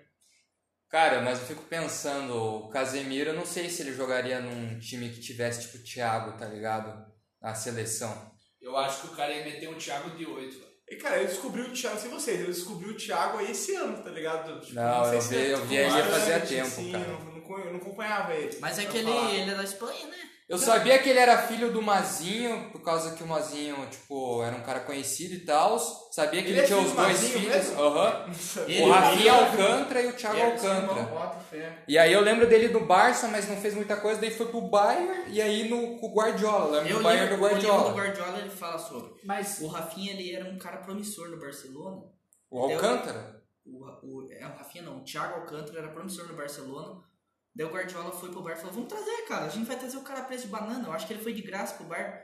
Cara, mas eu fico pensando, o Casemiro, eu não sei se ele jogaria num time que tivesse, tipo, o Thiago, tá ligado? Na seleção.
Eu acho que o cara ia meter um Thiago de 8, velho.
E, cara, eu descobri o Thiago, não sei vocês, eu descobri o Thiago aí esse ano, tá ligado? Tipo,
Não,
sei
eu
se
vi-
é
eu vi ele
titular,
fazia
né,
tempo,
sim,
cara.
Eu não, eu não acompanhava ele.
Mas é
pra
que ele,
falar.
ele é da Espanha, né?
Eu sabia que ele era filho do Mazinho, por causa que o Mazinho, tipo, era um cara conhecido e tal. Sabia que
Ele
ele,
é
tinha
filho
os
do
dois
Mazinho
filhos.
mesmo?
Aham.
Ele-
O Rafinha Alcântara e o Thiago Alcântara.
Bota fé.
E aí eu lembro dele no Barça, mas não fez muita coisa, daí foi pro Bayern e aí no com o Guardiola, lembro
Eu
do Bayern
lembro,
do
o livro É do
Guardiola.
Guardiola ele fala sobre.
Mas
O Rafinha ele era um cara promissor no Barcelona.
O Alcântara?
o, o, é, o Rafinha não, o Thiago Alcântara era promissor no Barcelona. Daí o Guardiola foi pro bar e falou: Vamos trazer, cara, a gente vai trazer o cara a preço de banana. Eu acho que ele foi de graça pro bar.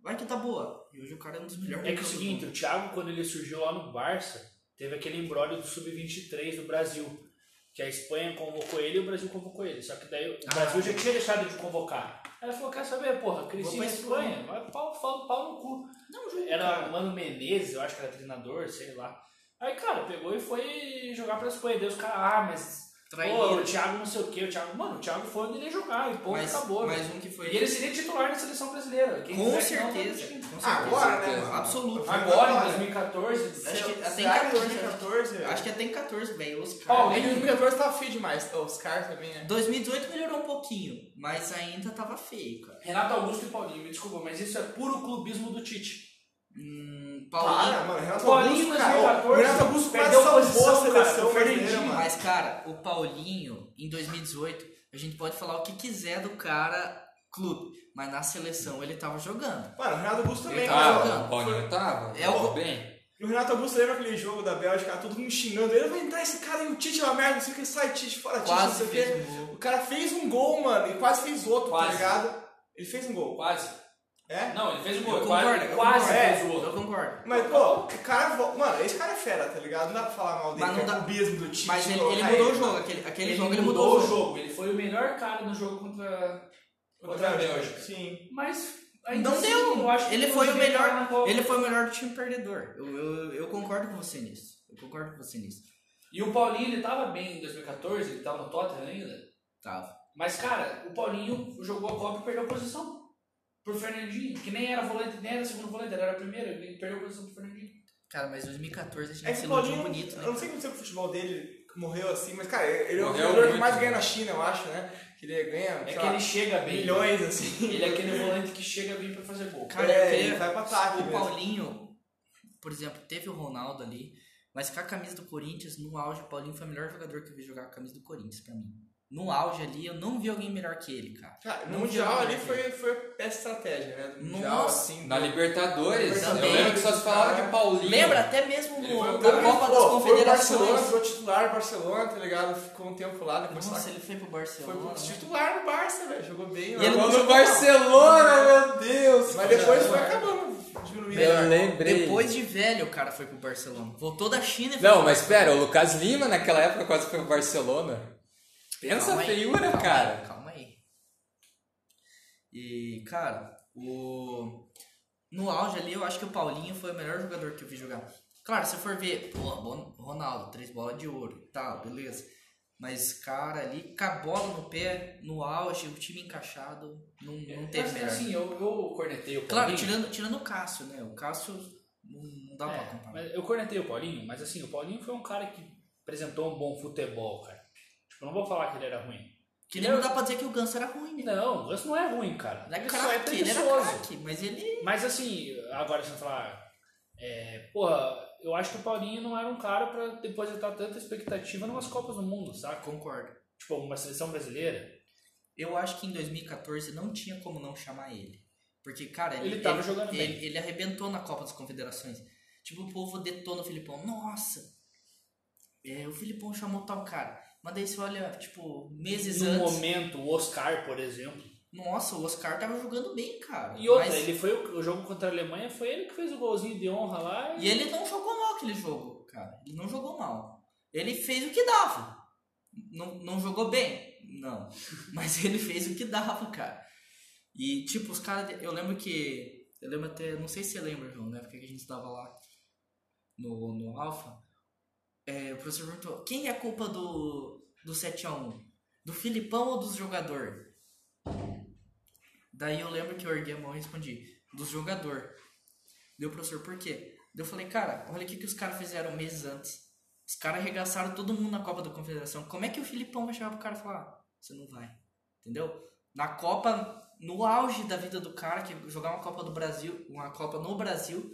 Vai que tá boa. E hoje o cara é um dos melhores.
é que é o
jogadores do
seguinte, o
mundo.
Thiago, quando ele surgiu lá no Barça, teve aquele embrólio do Sub-23 do Brasil. Que a Espanha convocou ele e o Brasil convocou ele. Só que daí o
Ah.
Brasil já tinha deixado de convocar. Aí ele falou, quer saber, porra, cresci
Vou
na
pra
Espanha, vai pau, pau, pau no cu.
Não, juro,
Era
cara.
Mano Menezes, eu acho que era treinador, sei lá. Aí, cara, pegou e foi jogar pra Espanha. Daí os caras, ah, mas pô,
Traíra.
o Thiago não sei o quê. O Thiago, mano, o Thiago foi onde ele ia jogar e pô,
mas,
acabou. né?
mas um que foi.
E ele seria titular da seleção brasileira. Quem
com,
quiser que não, tá no
certeza,
time.
com certeza.
Agora, né, mano?
Absoluto.
Agora, em 2014,
Acho que até em
Será que
14,
2014?
Acho que até em 14, velho. Os
Ó,
caras.
Em 2014
tá
tava feio demais. Ó, Os caras também, né?
2018 melhorou um pouquinho, mas ainda tava feio, cara.
Renato Augusto e Paulinho, me desculpa, mas isso é puro clubismo do Tite.
Hum, Paulinho.
Para, mano. Renato
Paulinho,
Augusto,
mas
cara.
2014,
o Renato Augusto quase
perdeu
salvou a
posição, cara,
seleção
foi
brasileira,
perdido.
mano.
Mas, cara, o Paulinho, em 2018, a gente pode falar o que quiser do cara clube, mas na seleção ele tava jogando.
Mano, o Renato Augusto também,
Ele tá
cara. ó.
tava
Ah,
jogando.
o Paulinho tava?
É o-
Tudo bem.
E o Renato Augusto lembra aquele jogo da Bélgica, todo mundo xingando ele, vai entrar esse cara e o Tite é uma merda, não sei o que, sai Tite, fora Tite, não sei
Quase
o que.
fez um gol.
O cara fez um gol, mano, e quase fez outro, tá
Quase.
ligado? Ele fez um gol.
Quase.
É?
Não, ele fez o
Eu
gol.
concordo,
Quase,
eu
quase
concordo. É.
fez o
Eu
gol.
concordo.
Mas, pô, o cara. vo- Mano, esse cara é fera, tá ligado? Não dá pra falar mal dele,
Mas não
que é
dá-
cubismo do Tite.
Mas ele,
colocar
ele mudou o
ele,
jogo,
mano.
aquele, aquele
Ele
jogo ele mudou o jogo.
Ele foi o melhor cara no jogo contra, contra
Outra
a
vez.
Bélgica.
Sim.
Mas ainda
Não
assim,
deu!
eu acho que
Ele
não
foi o
devia
melhor.
estar na Copa.
Ele foi o melhor do time perdedor. Eu, eu, eu concordo com você nisso. Eu concordo com você nisso.
E o Paulinho, ele tava bem em 2014, ele tava no Tottenham ainda.
Tava.
Mas, cara, o Paulinho jogou a Copa e perdeu a posição pro Fernandinho, que nem era volante, nem era segundo volante, ele era primeiro, ele perdeu a posição pro Fernandinho.
Cara, mas 2014 a gente
É que
se
o
iludiu
Paulinho.
bonito, né?
eu não sei como foi o futebol dele que morreu assim, mas, cara, ele é o
Morreu
jogador que
muito,
mais
né?
ganha na China, eu acho, né? Que ele ganha
É
sei
que
lá,
ele chega
né?
bem.
milhões, assim.
Ele é aquele volante que chega bem pra fazer gol.
Cara,
É,
eu queria-
ele vai pro ataque
O
mesmo.
Paulinho, por exemplo, teve o Ronaldo ali, mas com a camisa do Corinthians, no auge, o Paulinho foi o melhor jogador que eu vi jogar com a camisa do Corinthians pra mim. No auge ali, eu não vi alguém melhor que ele, cara.
Cara, no
Não
Mundial
tinha
ali
nada.
foi, foi péssima estratégia, né? No Mundial,
Nossa.
assim.
Na Libertadores, eu
Também.
lembro que só se falava de Paulinho.
Lembra até mesmo
Ele foi
no,
o
na
cara que,
Copa
pô, Foi
das
o Barcelona,
Confederações.
foi o titular do Barcelona, tá ligado? Ficou um tempo lá, depois
Nossa,
saiu.
ele foi pro
foi
Barcelona.
pro
né?
titular do Barça, velho. Jogou bem.
ele
lá.
não
No Barcelona, meu Deus!
Mas depois foi acabando, diminuindo.
Eu lembrei.
Depois de velho, o cara foi pro Barcelona. Voltou da China e foi
Não,
pro
mas
Barcelona.
pera, o Lucas Lima naquela época quase foi pro Barcelona. Pensa a
Calma aí,
feiura,
calma
cara.
aí, calma aí. E, cara, o... No auge ali, eu acho que o Paulinho foi o melhor jogador que eu vi jogar. Claro, se eu for ver, pô, Bon- Ronaldo, três bolas de ouro, tá, beleza. Mas, cara, ali, com a bola no pé, no auge, o time encaixado, não,
É,
não teve
Mas,
melhor.
assim, eu, eu cornetei o Paulinho.
claro, tirando, tirando o Cássio, né? O Cássio não, não dá pra
É,
comparar.
mas eu cornetei o Paulinho, mas assim, o Paulinho foi um cara que apresentou um bom futebol, cara. Tipo, eu não vou falar que ele era ruim.
Que nem não dá pra dizer que o Ganso era ruim, né?
Não, o Ganso não é ruim, cara.
Ele é
Ele só é
craque, ele era
preguiçoso.
craque, mas ele...
Mas assim, agora você falar, é, porra, eu acho que o Paulinho não era um cara pra depositar tanta expectativa numas Copas do Mundo, saca?
Concordo.
Tipo, uma seleção brasileira.
Eu acho que em 2014 não tinha como não chamar ele. Porque, cara, ele,
Ele tava jogando
ele,
bem.
ele arrebentou na Copa das Confederações. Tipo, o povo detona o Filipão. Nossa! é, o Filipão chamou tal cara. Mas daí você olha, tipo, meses
No
antes.
um momento, o Oscar, por exemplo.
Nossa, o Oscar tava jogando bem, cara.
E outra,
Mas-
ele foi o, o jogo contra a Alemanha, foi ele que fez o golzinho de honra lá.
E ele não jogou mal aquele jogo, cara. Ele não jogou mal. Ele fez o que dava. Não, não jogou bem? Não. Mas ele fez o que dava, cara. E, tipo, os caras. Eu lembro que. Eu lembro até. Não sei se você lembra, João, na época que a gente estava lá no, no Alpha. É, o professor perguntou: quem é a culpa do, do 7x1? Do Filipão ou dos jogador? Daí eu lembro que eu erguei a mão e respondi: dos jogador. Deu professor, por quê? Daí eu falei, cara, olha o que, que os caras fizeram meses antes. Os caras arregaçaram todo mundo na Copa da Confederação. Como é que o Filipão vai chegar pro cara e falar, "Ah, você não vai? Entendeu? Na Copa, no auge da vida do cara, que jogar uma Copa do Brasil, uma Copa no Brasil,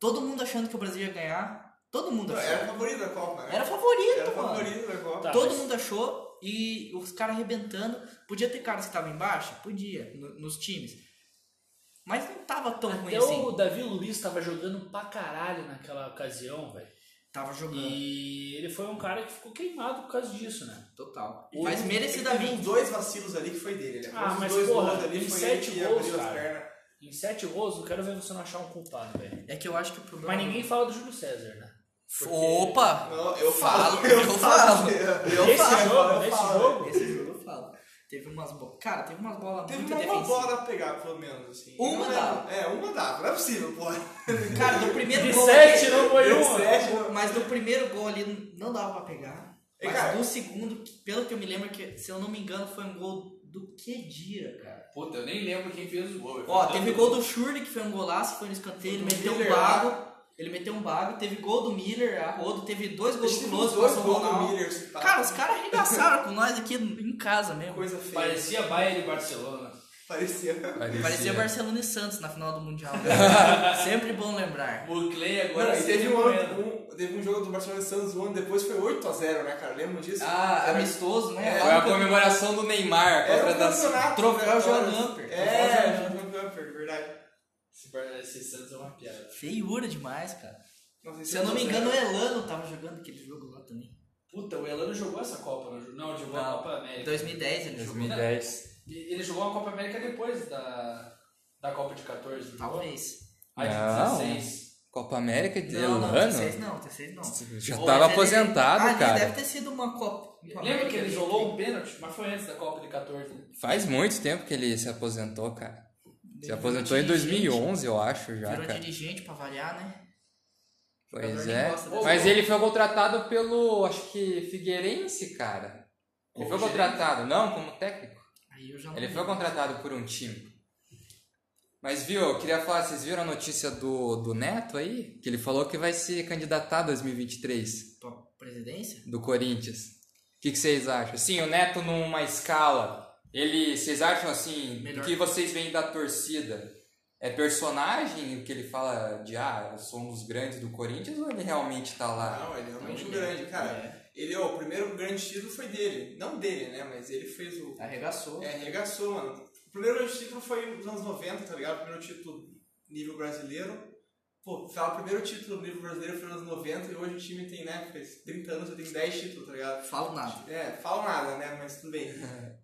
todo mundo achando que o Brasil ia ganhar. Todo mundo
Não,
achou.
Era o favorito da Copa, né?
Era favorito,
Era o
mano.
favorito da Copa.
Tá,
Todo
mas-
mundo achou e os caras arrebentando. Podia ter caras que estavam embaixo? Podia, no- nos times. Mas não tava tão ruim
é
Até
assim.
o Davi Luiz tava jogando pra caralho naquela ocasião, velho.
Tava
Uhum.
jogando.
E ele foi um cara que ficou queimado por causa disso, né?
Total.
O-
Mas
Ele teve
merecidamente.
uns dois vacilos ali que foi dele. Ele
Ah,
pôs os
mas,
dois
porra,
gols ali,
em
foi
sete
ele que
gols,
abriu as
cara.
pernas.
Em sete gols, eu quero ver você não achar um culpado, velho.
É que eu acho que o problema.
Uhum.
Mas ninguém fala do Júlio César, né? Porque-
Opa!
Não, eu
Falo,
falo,
eu
eu
falo.
falo. Eu
Esse
falo,
jogo,
eu
nesse
falo.
jogo.
Esse jogo eu falo. Teve umas bolas. Cara, teve umas bolas
Teve
muito
uma, uma
defensivas.
bola pra pegar, pelo menos, assim.
Uma
Não é-
dava.
É, uma dava. Não é possível, porra.
Cara, do primeiro
De
gol.
é
sete não foi
Deu
um.
sete, não-
Mas do primeiro gol ali não dava pra pegar.
E,
Mas
cara-
do segundo, que- pelo que eu me lembro, que, se eu não me engano, foi um gol do Kedira, cara.
Puta, eu nem lembro quem fez o gol.
Ó, teve gol do Shurley, que foi um golaço, foi no escanteio, ele
Então, Do
meteu um
Miller, né?
bago. Ele meteu um bago, teve gol do Miller, a rodo, teve dois
Acho
gols
que
do
teve
Close,
dois
passou o
gols do
Ronaldo.
Miller. assim, pá.
Cara, os caras arregaçaram com nós aqui em casa mesmo.
Coisa
né?
feia.
Parecia Bayern e Barcelona.
Parecia.
Parecia Barcelona e Santos na final do Mundial. Sempre bom lembrar.
Bucley agora. tá
Mano, e
se
teve um,
remoendo.
ano- um- teve um jogo do Barcelona e Santos um ano depois, foi 8x0, né, cara? Lembra disso?
Ah,
Era-
amistoso,
É,
né?
Foi a comemoração do Neymar
Era
contra
um
das...
campeonato.
Troféu
né,
João
cara?
Gamper.
É, João Gamper, verdade.
Esse Bar- Esse Santos é uma piada.
Feiura demais, cara.
Nossa, esse
Se eu não me
jogo-
engano, o Elano tava jogando aquele jogo lá também.
Puta, o Elano jogou essa Copa, não jogou? Não, jogou a
Não,
Copa
É.
América.
2010 ele jogou.
2010.
E Ele jogou a Copa América depois da, da Copa de 14, não jogou?
Talvez.
A de
Não.
16.
Copa América de
Não, não,
Elano?
16 não, 16 não.
Já
Ou
tava
ele-
aposentado,
ah, ele
cara.
deve ter sido uma Copa. uma
Lembra que ele
América
isolou
ali.
um pênalti? Mas foi antes da Copa de 14. né?
Faz muito tempo que ele se aposentou, cara. Se
Virou
aposentou em
dirigente.
2011, eu acho, um, já,
um Virou
cara.
dirigente pra variar, né?
Pois
Jogador
é.
que gosta dessa
Mas
coisa.
ele foi contratado pelo, acho que, Figueirense, cara. Ele foi
Como
contratado, não, como técnico.
Aí eu já não
Ele foi
lembro.
contratado por um time. Mas, viu, eu queria falar, vocês viram a notícia do, do Neto aí? Que ele falou que vai se candidatar a 2023
pra presidência?
do Corinthians. O que, que vocês acham? Sim, o Neto numa escala. Ele, vocês acham assim,
Melhor.
o que vocês veem da torcida? É personagem que ele fala de, ah, eu sou um dos grandes do Corinthians ou ele realmente tá lá?
Não, ele é realmente um
Também.
grande, cara.
É,
Ele, ó, o primeiro grande título foi dele. Não dele, né? Mas ele fez o.
arregaçou.
É, arregaçou, mano. O primeiro grande título foi nos anos 90, tá ligado? O primeiro título nível brasileiro. Pô, falar o primeiro título nível brasileiro foi nos anos 90 e hoje o time tem, né? Fez 30 anos, eu tenho 10 títulos, tá ligado?
Falo nada.
É, falo nada, né? Mas tudo bem.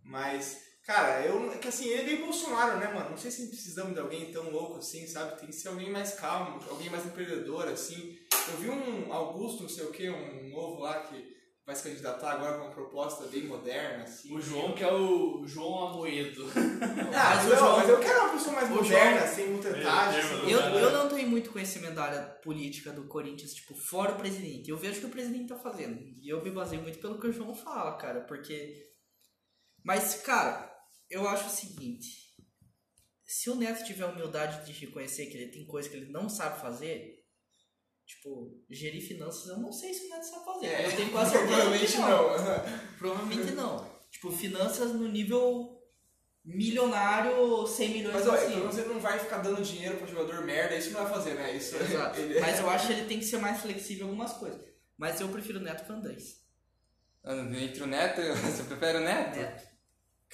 Mas, cara, eu. é Que assim, ele é bem Bolsonaro, né, mano? Não sei se precisamos de alguém tão louco assim, sabe? Tem que ser alguém mais calmo, alguém mais empreendedor, assim. Eu vi um Augusto, não sei o que, um novo lá que vai se candidatar agora com uma proposta bem moderna, assim.
O João, que é o João Amoedo.
Ah, mas,
Mas o
eu,
João-
mas eu quero uma pessoa mais
o
moderna, sem mutetagem.
Meio termo,
Assim,
Eu,
Cara.
eu não tenho muito conhecimento da área política do Corinthians, tipo, fora o presidente. Eu vejo o que o presidente tá fazendo. E eu me baseio muito pelo que o João fala, cara, porque. Mas, cara, eu acho o seguinte. Se o Neto tiver a humildade de reconhecer que ele tem coisa que ele não sabe fazer, tipo, gerir finanças, eu não sei se o Neto sabe fazer.
É,
eu tenho quase certeza. que
Provavelmente não.
Provavelmente não. Tipo, finanças no nível milionário, 100 milhões
Mas então, olha,
pra
pelo
cima.
menos ele não vai ficar dando dinheiro pra jogador merda, isso não vai fazer, né? Isso
Exato.
ele-
Mas eu acho que ele tem que ser mais flexível em algumas coisas. Mas eu prefiro o Neto que o Andrés.
Entre o Neto, e o- você prefere o Neto?
Neto.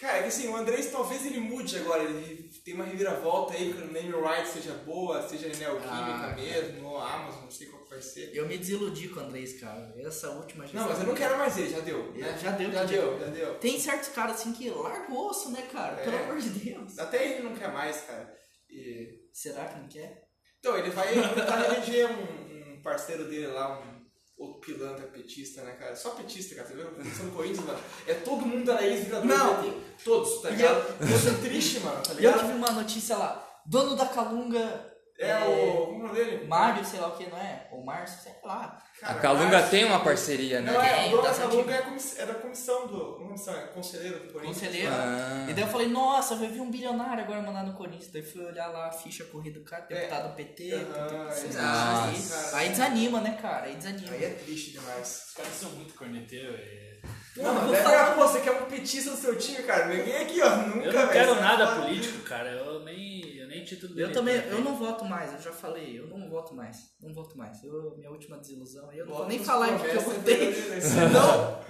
Cara, é que assim, o Andrés talvez ele mude agora, ele tem uma reviravolta aí, que o name right seja boa, seja neoquímica
Ah,
mesmo, ou Amazon, não sei qual que vai ser.
Eu me desiludi com o Andrés, cara. Essa última gestão.
Não, mas eu não quero mais ele, já deu. né?
Já deu,
já
já
deu, já deu.
Tem certos caras assim que larga o osso, né, cara?
É.
Pelo amor de Deus.
Até ele não quer mais, cara. E-
Será que não quer?
Então, ele vai tentar eleger um, um parceiro dele lá, um, O pilantra petista, né, cara? Só petista, cara. Você viu? Você no Corinthians, mano. É todo mundo da ex virador.
Não.
do PT. Todos, tá
E
ligado? Isso é triste, mano, tá
E eu
ligado?
tive uma notícia lá. Dono da Calunga.
É o. Como é o nome dele?
Mário, sei lá o que, não é? Ou Márcio, sei lá.
A
Cara,
Calunga
Márcio.
tem uma parceria, né?
Não, é,
Tem,
o dono
tá
da
certinho.
Calunga é, comiss... é da comissão do. Comissão, é conselheiro do Corinthians.
Conselheiro.
Ah.
E daí eu falei, nossa, eu vi um bilionário agora mandar no Corinthians. Daí fui olhar lá a ficha corrida do cara, deputado PT.
É. Aham,
tudo que
é
vocês
verdade,
acham
cara.
aí. Aí desanima, né, cara? Aí desanima.
Aí é triste demais.
Os caras são muito corneteiros. é.
Não, mas é pra, pô, você quer um petista no seu time, cara? Ninguém aqui, ó, nunca,
Eu não
velho.
quero
Você
nada
fala-
político, cara. Eu nem, eu nem título
Eu também, eu não voto mais, eu já falei, eu não voto mais, não voto mais. Eu, minha última desilusão, aí eu não vou
Bota
nem
os
falar em que eu
promessas
votei.
dele, né?
Não!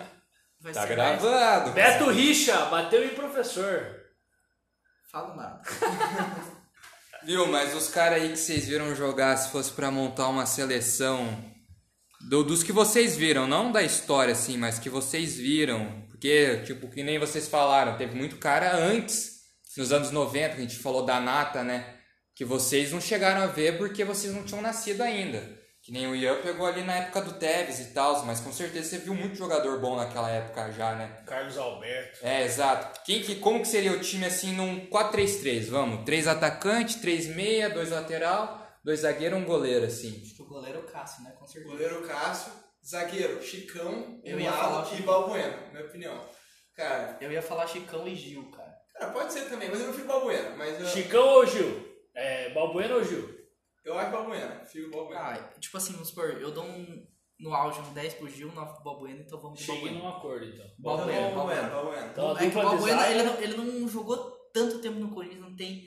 Vai
Tá
ser mais.
gravado.
Beto Richa bateu em professor.
Falo nada.
Viu, mas os caras aí que vocês viram jogar, se fosse pra montar uma seleção do- dos que vocês viram, não da história assim, mas que vocês viram, porque tipo, que nem vocês falaram, teve muito cara antes, nos anos 90, que a gente falou da nata, né? Que vocês não chegaram a ver porque vocês não tinham nascido ainda. Que nem o Ian pegou ali na época do Tevez e tal, mas com certeza você viu muito jogador bom naquela época já, né?
Carlos Alberto.
É, exato. Quem que, como que seria o time assim num 4-3-3? Vamos, três atacante, três meia, dois lateral, dois zagueiro, um goleiro assim.
Acho que o goleiro é o Cássio, né? Com certeza.
Goleiro Cássio, zagueiro Chicão,
Eu ia
Lalo
falar
e
Chicão.
Balbuena, minha opinião. Cara,
Eu ia falar Chicão e Gil, cara.
cara, pode ser também, mas eu não fico Balbuena, mas eu,
Chicão ou Gil? É, Balbuena ou Gil?
eu acho Balbuena, fico Balbuena.
Ah, tipo assim, vamos supor, eu dou um, no auge um 10 pro Gil, 9 pro Balbuena, então vamos pro
Cheguei
Balbuena.
num acordo, então.
Balbuena, Balbuena.
Tá Balbuena.
Então, a
É que o
dupla de
Balbuena, ele
zaga,
não, ele não jogou tanto tempo no Corinthians, não tem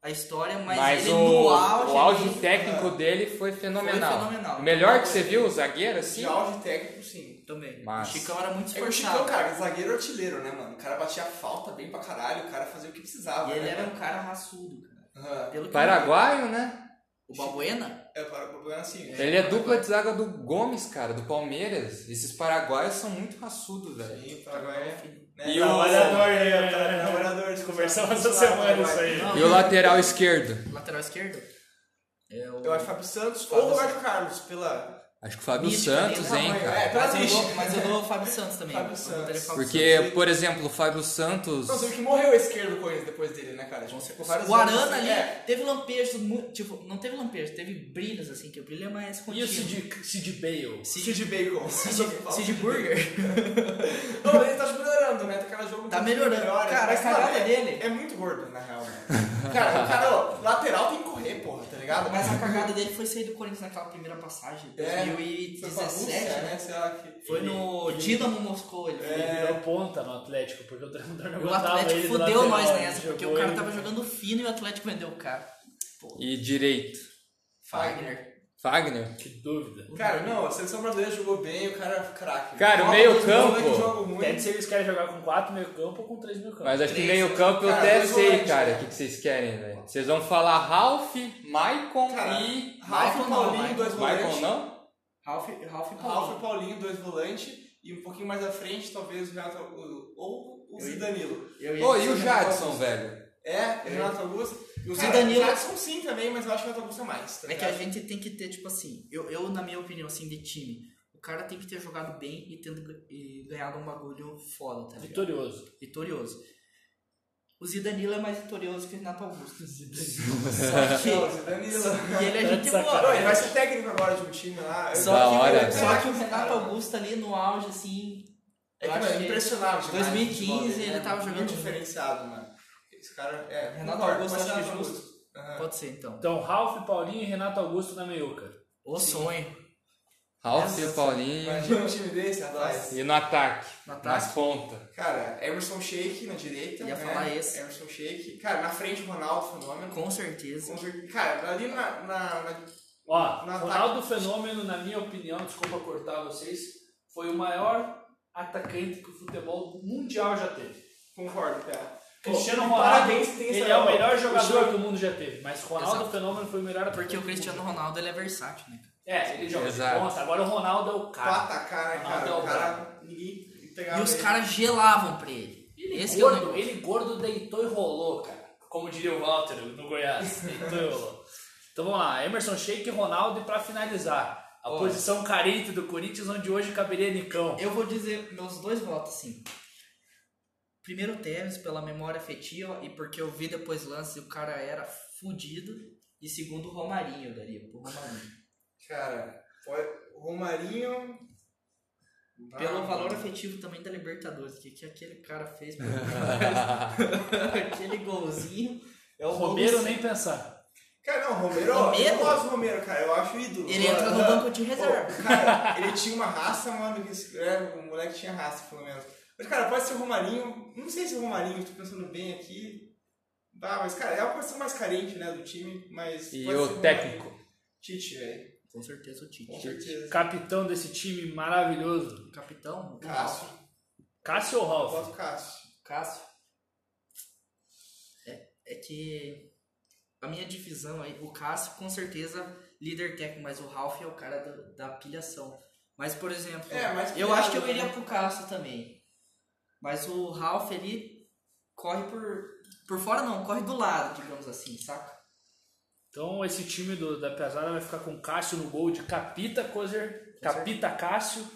a história, mas, ele
o,
no auge...
o auge
ele-
técnico dele foi fenomenal.
Foi fenomenal.
O melhor que você viu, o zagueiro assim?
De auge técnico, sim.
Também.
Mas-
O Chicão um era muito
É que o Chicão,
esforçado.
cara, zagueiro artilheiro, né, mano? O cara batia falta bem pra caralho, o cara fazia o que precisava.
E ele
né,
era
mano?
um cara raçudo, cara.
Aham.
Pelo que
Paraguaio, né?
eu- O Balbuena?
É, para o Balbuena, sim.
Ele é dupla de zaga do Gomes, cara, do Palmeiras. Esses paraguaios são muito raçudos, velho.
Sim, Paraguai. Né?
E o-
Trabalhador, né, cara? Trabalhador.
Conversamos essa
é
semana isso aí.
Não,
E o lateral esquerdo?
lateral esquerdo? É o...
Eu acho Fábio Santos
Fábio
ou Roberto Carlos, pela.
Acho que o Fábio
Mítico
Santos,
ali,
hein,
né?
cara.
É, pela
mas, eu dou,
mística.
mas eu dou o Fábio Santos também.
Fábio
Eu botaria
Santos.
Fábio Santos.
Porque, é por exemplo, o Fábio Santos.
Não, você viu que morreu a esquerda do Corinthians depois dele, né, cara? Tipo, ficou vários
O
anos-
Arana ali
É.
teve lampejos, mu- tipo, não teve lampejos, teve brilhos assim, que o brilho é mais
E
contínuo.
o Sid, Sid Bale?
Sid-
Cid Bacon.
Sid- Sid Burger?
Não, mas ele tá melhorando, né? Tá cada jogo um
Tá
pouquinho
melhorando.
melhor, né?
Cara,
Mas,
a cagada
é-
dele.
É muito gordo, na real, né? Cara, o cara, ó, lateral tem que correr, porra, tá ligado?
Mas a cagada dele foi sair do Corinthians naquela primeira passagem,
É, foi com a
2017,
Rússia,
né?
né? É, Sei lá que.
Foi no Dinamo Moscou, ele foi.
Ele virou ponta no Atlético, porque o treinador não
É. O
aguentava
Atlético
ele do
fudeu
lateral,
nós
ele
nessa, porque o
jogou
cara
ele-
tava jogando fino e o Atlético vendeu o cara.
E direito.
Fagner.
Fagner?
Que dúvida.
Cara, não, a seleção brasileira jogou bem, o cara é craque.
Cara, o
Joga
meio
muito,
campo-
joga um que joga muito.
Deve ser eles querem jogar com 4 meio campo ou com 3 meio campo.
Mas é- acho que
Três.
meio campo eu
Cara,
até
dois
sei,
volantes,
cara,
né?
o que, que vocês querem, velho. Vocês vão falar Ralph, Maicon
Cara,
e...
Ralf
Maicon
e
não,
Paulinho, dois
Maicon
volantes.
não?
Ralf, Ralf e
Ralf e
Paulo.
Paulinho, dois volantes. E um pouquinho mais à frente, talvez o Renato Augusto. Ou o Zidanilo.
Eu ia-
Ô, e o Jadson, velho?
É, o Renato Augusto. E o
Cara,
Zidanilo.
o
Jackson sim também, mas eu acho que o Renato Augusto é mais.
É que a gente tem que ter, tipo assim, eu, eu, na minha opinião, assim, de time, o cara tem que ter jogado bem e tendo gan- e ganhado um bagulho foda, tá ligado?
Vitorioso.
Vitorioso. O Zidanilo é mais vitorioso que o Renato Augusto.
Só que... o Zidanilo.
E ele é gente
Não,
boa.
ele vai ser técnico agora de um time lá.
Só
Da
que,
hora,
o-
velho.
só que o Renato Augusto ali no auge, assim.
É
eu
que,
acho
mano, né?
que-
impressionava. demais
2015
o futebol dele,
ele
né?
tava jogando
Muito
muito.
diferenciado, mano. Esse cara é.
Renato
concordo,
Augusto,
mas tá
acho que
Renato
justo.
Augusto. Aham.
Pode ser, então.
Então, Ralf, Paulinho e Renato Augusto na meiuca.
O sonho.
Ralph e o Paulinho.
Imagina um time desse, rapaz.
E no ataque,
No ataque.
nas pontas.
Cara, Emerson Sheik na direita. né?
Ia falar esse.
Emerson Sheik. Cara, na frente, Ronaldo Fenômeno.
Com certeza.
Com certeza. Cara, ali na. na, na-
Ó,
No
Ronaldo Fenômeno, na minha opinião, desculpa cortar vocês, foi o maior atacante que o futebol mundial já teve.
Concordo, cara.
Cristiano
Pô,
Ronaldo,
parabéns, tem
ele
essa-
é o melhor
Cristiano-
jogador do mundo já teve, mas Ronaldo
Exato.
Fenômeno foi o melhor atacante.
Porque o
do
Cristiano
mundo.
Ronaldo ele é versátil, né?
É, ele joga de
Exato.
ponta. Agora o Ronaldo é o
Pra
cara.
atacar, né, cara?
Ronaldo
O
é o
cara, ninguém pegava.
E os
ele.
caras gelavam pra ele.
Ele
Esse que é o
gordo,
negócio.
ele gordo deitou e rolou, cara. Como diria o Walter no Goiás, deitou e rolou. Então vamos lá, Emerson Sheik e Ronaldo e pra finalizar. A
Ó.
posição carente do Corinthians, onde hoje caberia Nicão.
Eu vou dizer meus dois votos, sim. Primeiro o Tevez, pela memória afetiva e porque eu vi depois lance e o cara era fudido. E segundo o Romarinho, eu daria pro Romarinho.
Cara, foi- Romarinho. Ah,
Pelo valor afetivo também da Libertadores, que, que aquele cara fez. pelo Libertadores. aquele golzinho.
É o
Romero nem pensar.
Cara, não, Romero, Romero?
Romero?
eu gosto do Romero, cara. Eu acho ídolo.
Ele entra no
Ah,
banco de reserva.
Pô, cara, ele tinha uma raça, mano, que esse- é, o moleque tinha raça, pelo menos. Mas, cara, pode ser o Romarinho. Não sei se o Romarinho, tô pensando bem aqui. Dá, mas, cara, é a posição mais carente, né, do time, mas...
E
pode ser
o
Romarinho.
técnico.
Tite, velho.
Com certeza o Tite.
Com certeza.
Capitão desse time maravilhoso.
Capitão?
Cássio.
Cássio ou
Eu
Ralf?
boto o Cássio.
Cássio. É, é que a minha divisão aí, o Cássio com certeza líder técnico, mas o Ralf é o cara do- da pilhação. Mas, por exemplo,
É, mas
eu acho que eu
pilhado,
iria
né?
pro Cássio também. Mas o Ralf, ele corre por. Por fora não, corre do lado, digamos assim, saca?
Então esse time do- da pesada vai ficar com Cássio no gol de Capita Kozer, Capita Cássio.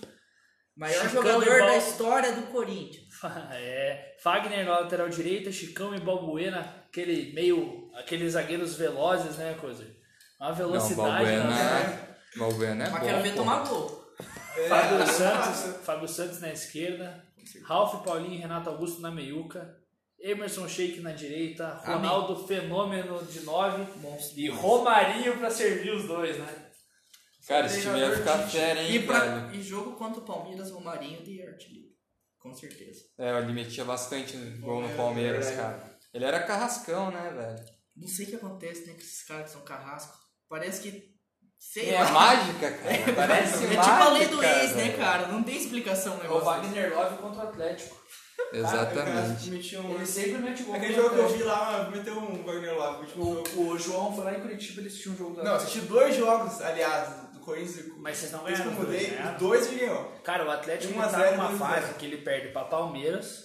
Maior
Chicão e
jogador
Bal-
da história do Corinthians.
É, Fagner na lateral direita, Chicão e Balbuena, aquele meio. aqueles zagueiros velozes, né, Kozer? Uma
Não,
velocidade. né?
Balbuena. Balbuena é bom.
Mas quero ver
pô.
tomar gol.
É,
Fábio
eu
Santos,
faço.
Fábio Santos na esquerda, Ralf Paulinho e Renato Augusto na meiuca, Emerson Sheik na direita, Ronaldo Fenômeno de 9 e Romarinho pra servir os dois, né?
Cara, esse time ia ficar fera, hein,
E, pra-
velho.
e jogo contra o Palmeiras, Romarinho de artilheiro. Com certeza.
É, ele metia bastante gol
É,
no Palmeiras, cara. Ele era carrascão, né, velho?
Não sei o que acontece, né, com esses caras que são carrasco. Parece que. Sei
É
lá.
mágica, cara.
é
Parece
tipo
mágica,
a lei do ex, né,
velho.
cara? Não tem explicação o
É o
negócio. desse.
Wagner Love contra o Atlético.
Cara,
Exatamente.
que metia um-
Ele sempre mete gol.
Aquele
contra o
jogo que eu
Atlético.
vi lá, meteu um Wagner Love, o último jogo.
O, o João foi lá em Curitiba, ele assistiu um jogo
Não,
da.
assisti dois jogos, aliás, do Corinthians. e-
Mas vocês não
Desde que eu
ganharam os dois,
mudei,
né?
os dois ele ganhou.
Cara, o Atlético
1 a 0
tá numa
dois
fase
zero.
que ele perde pra Palmeiras,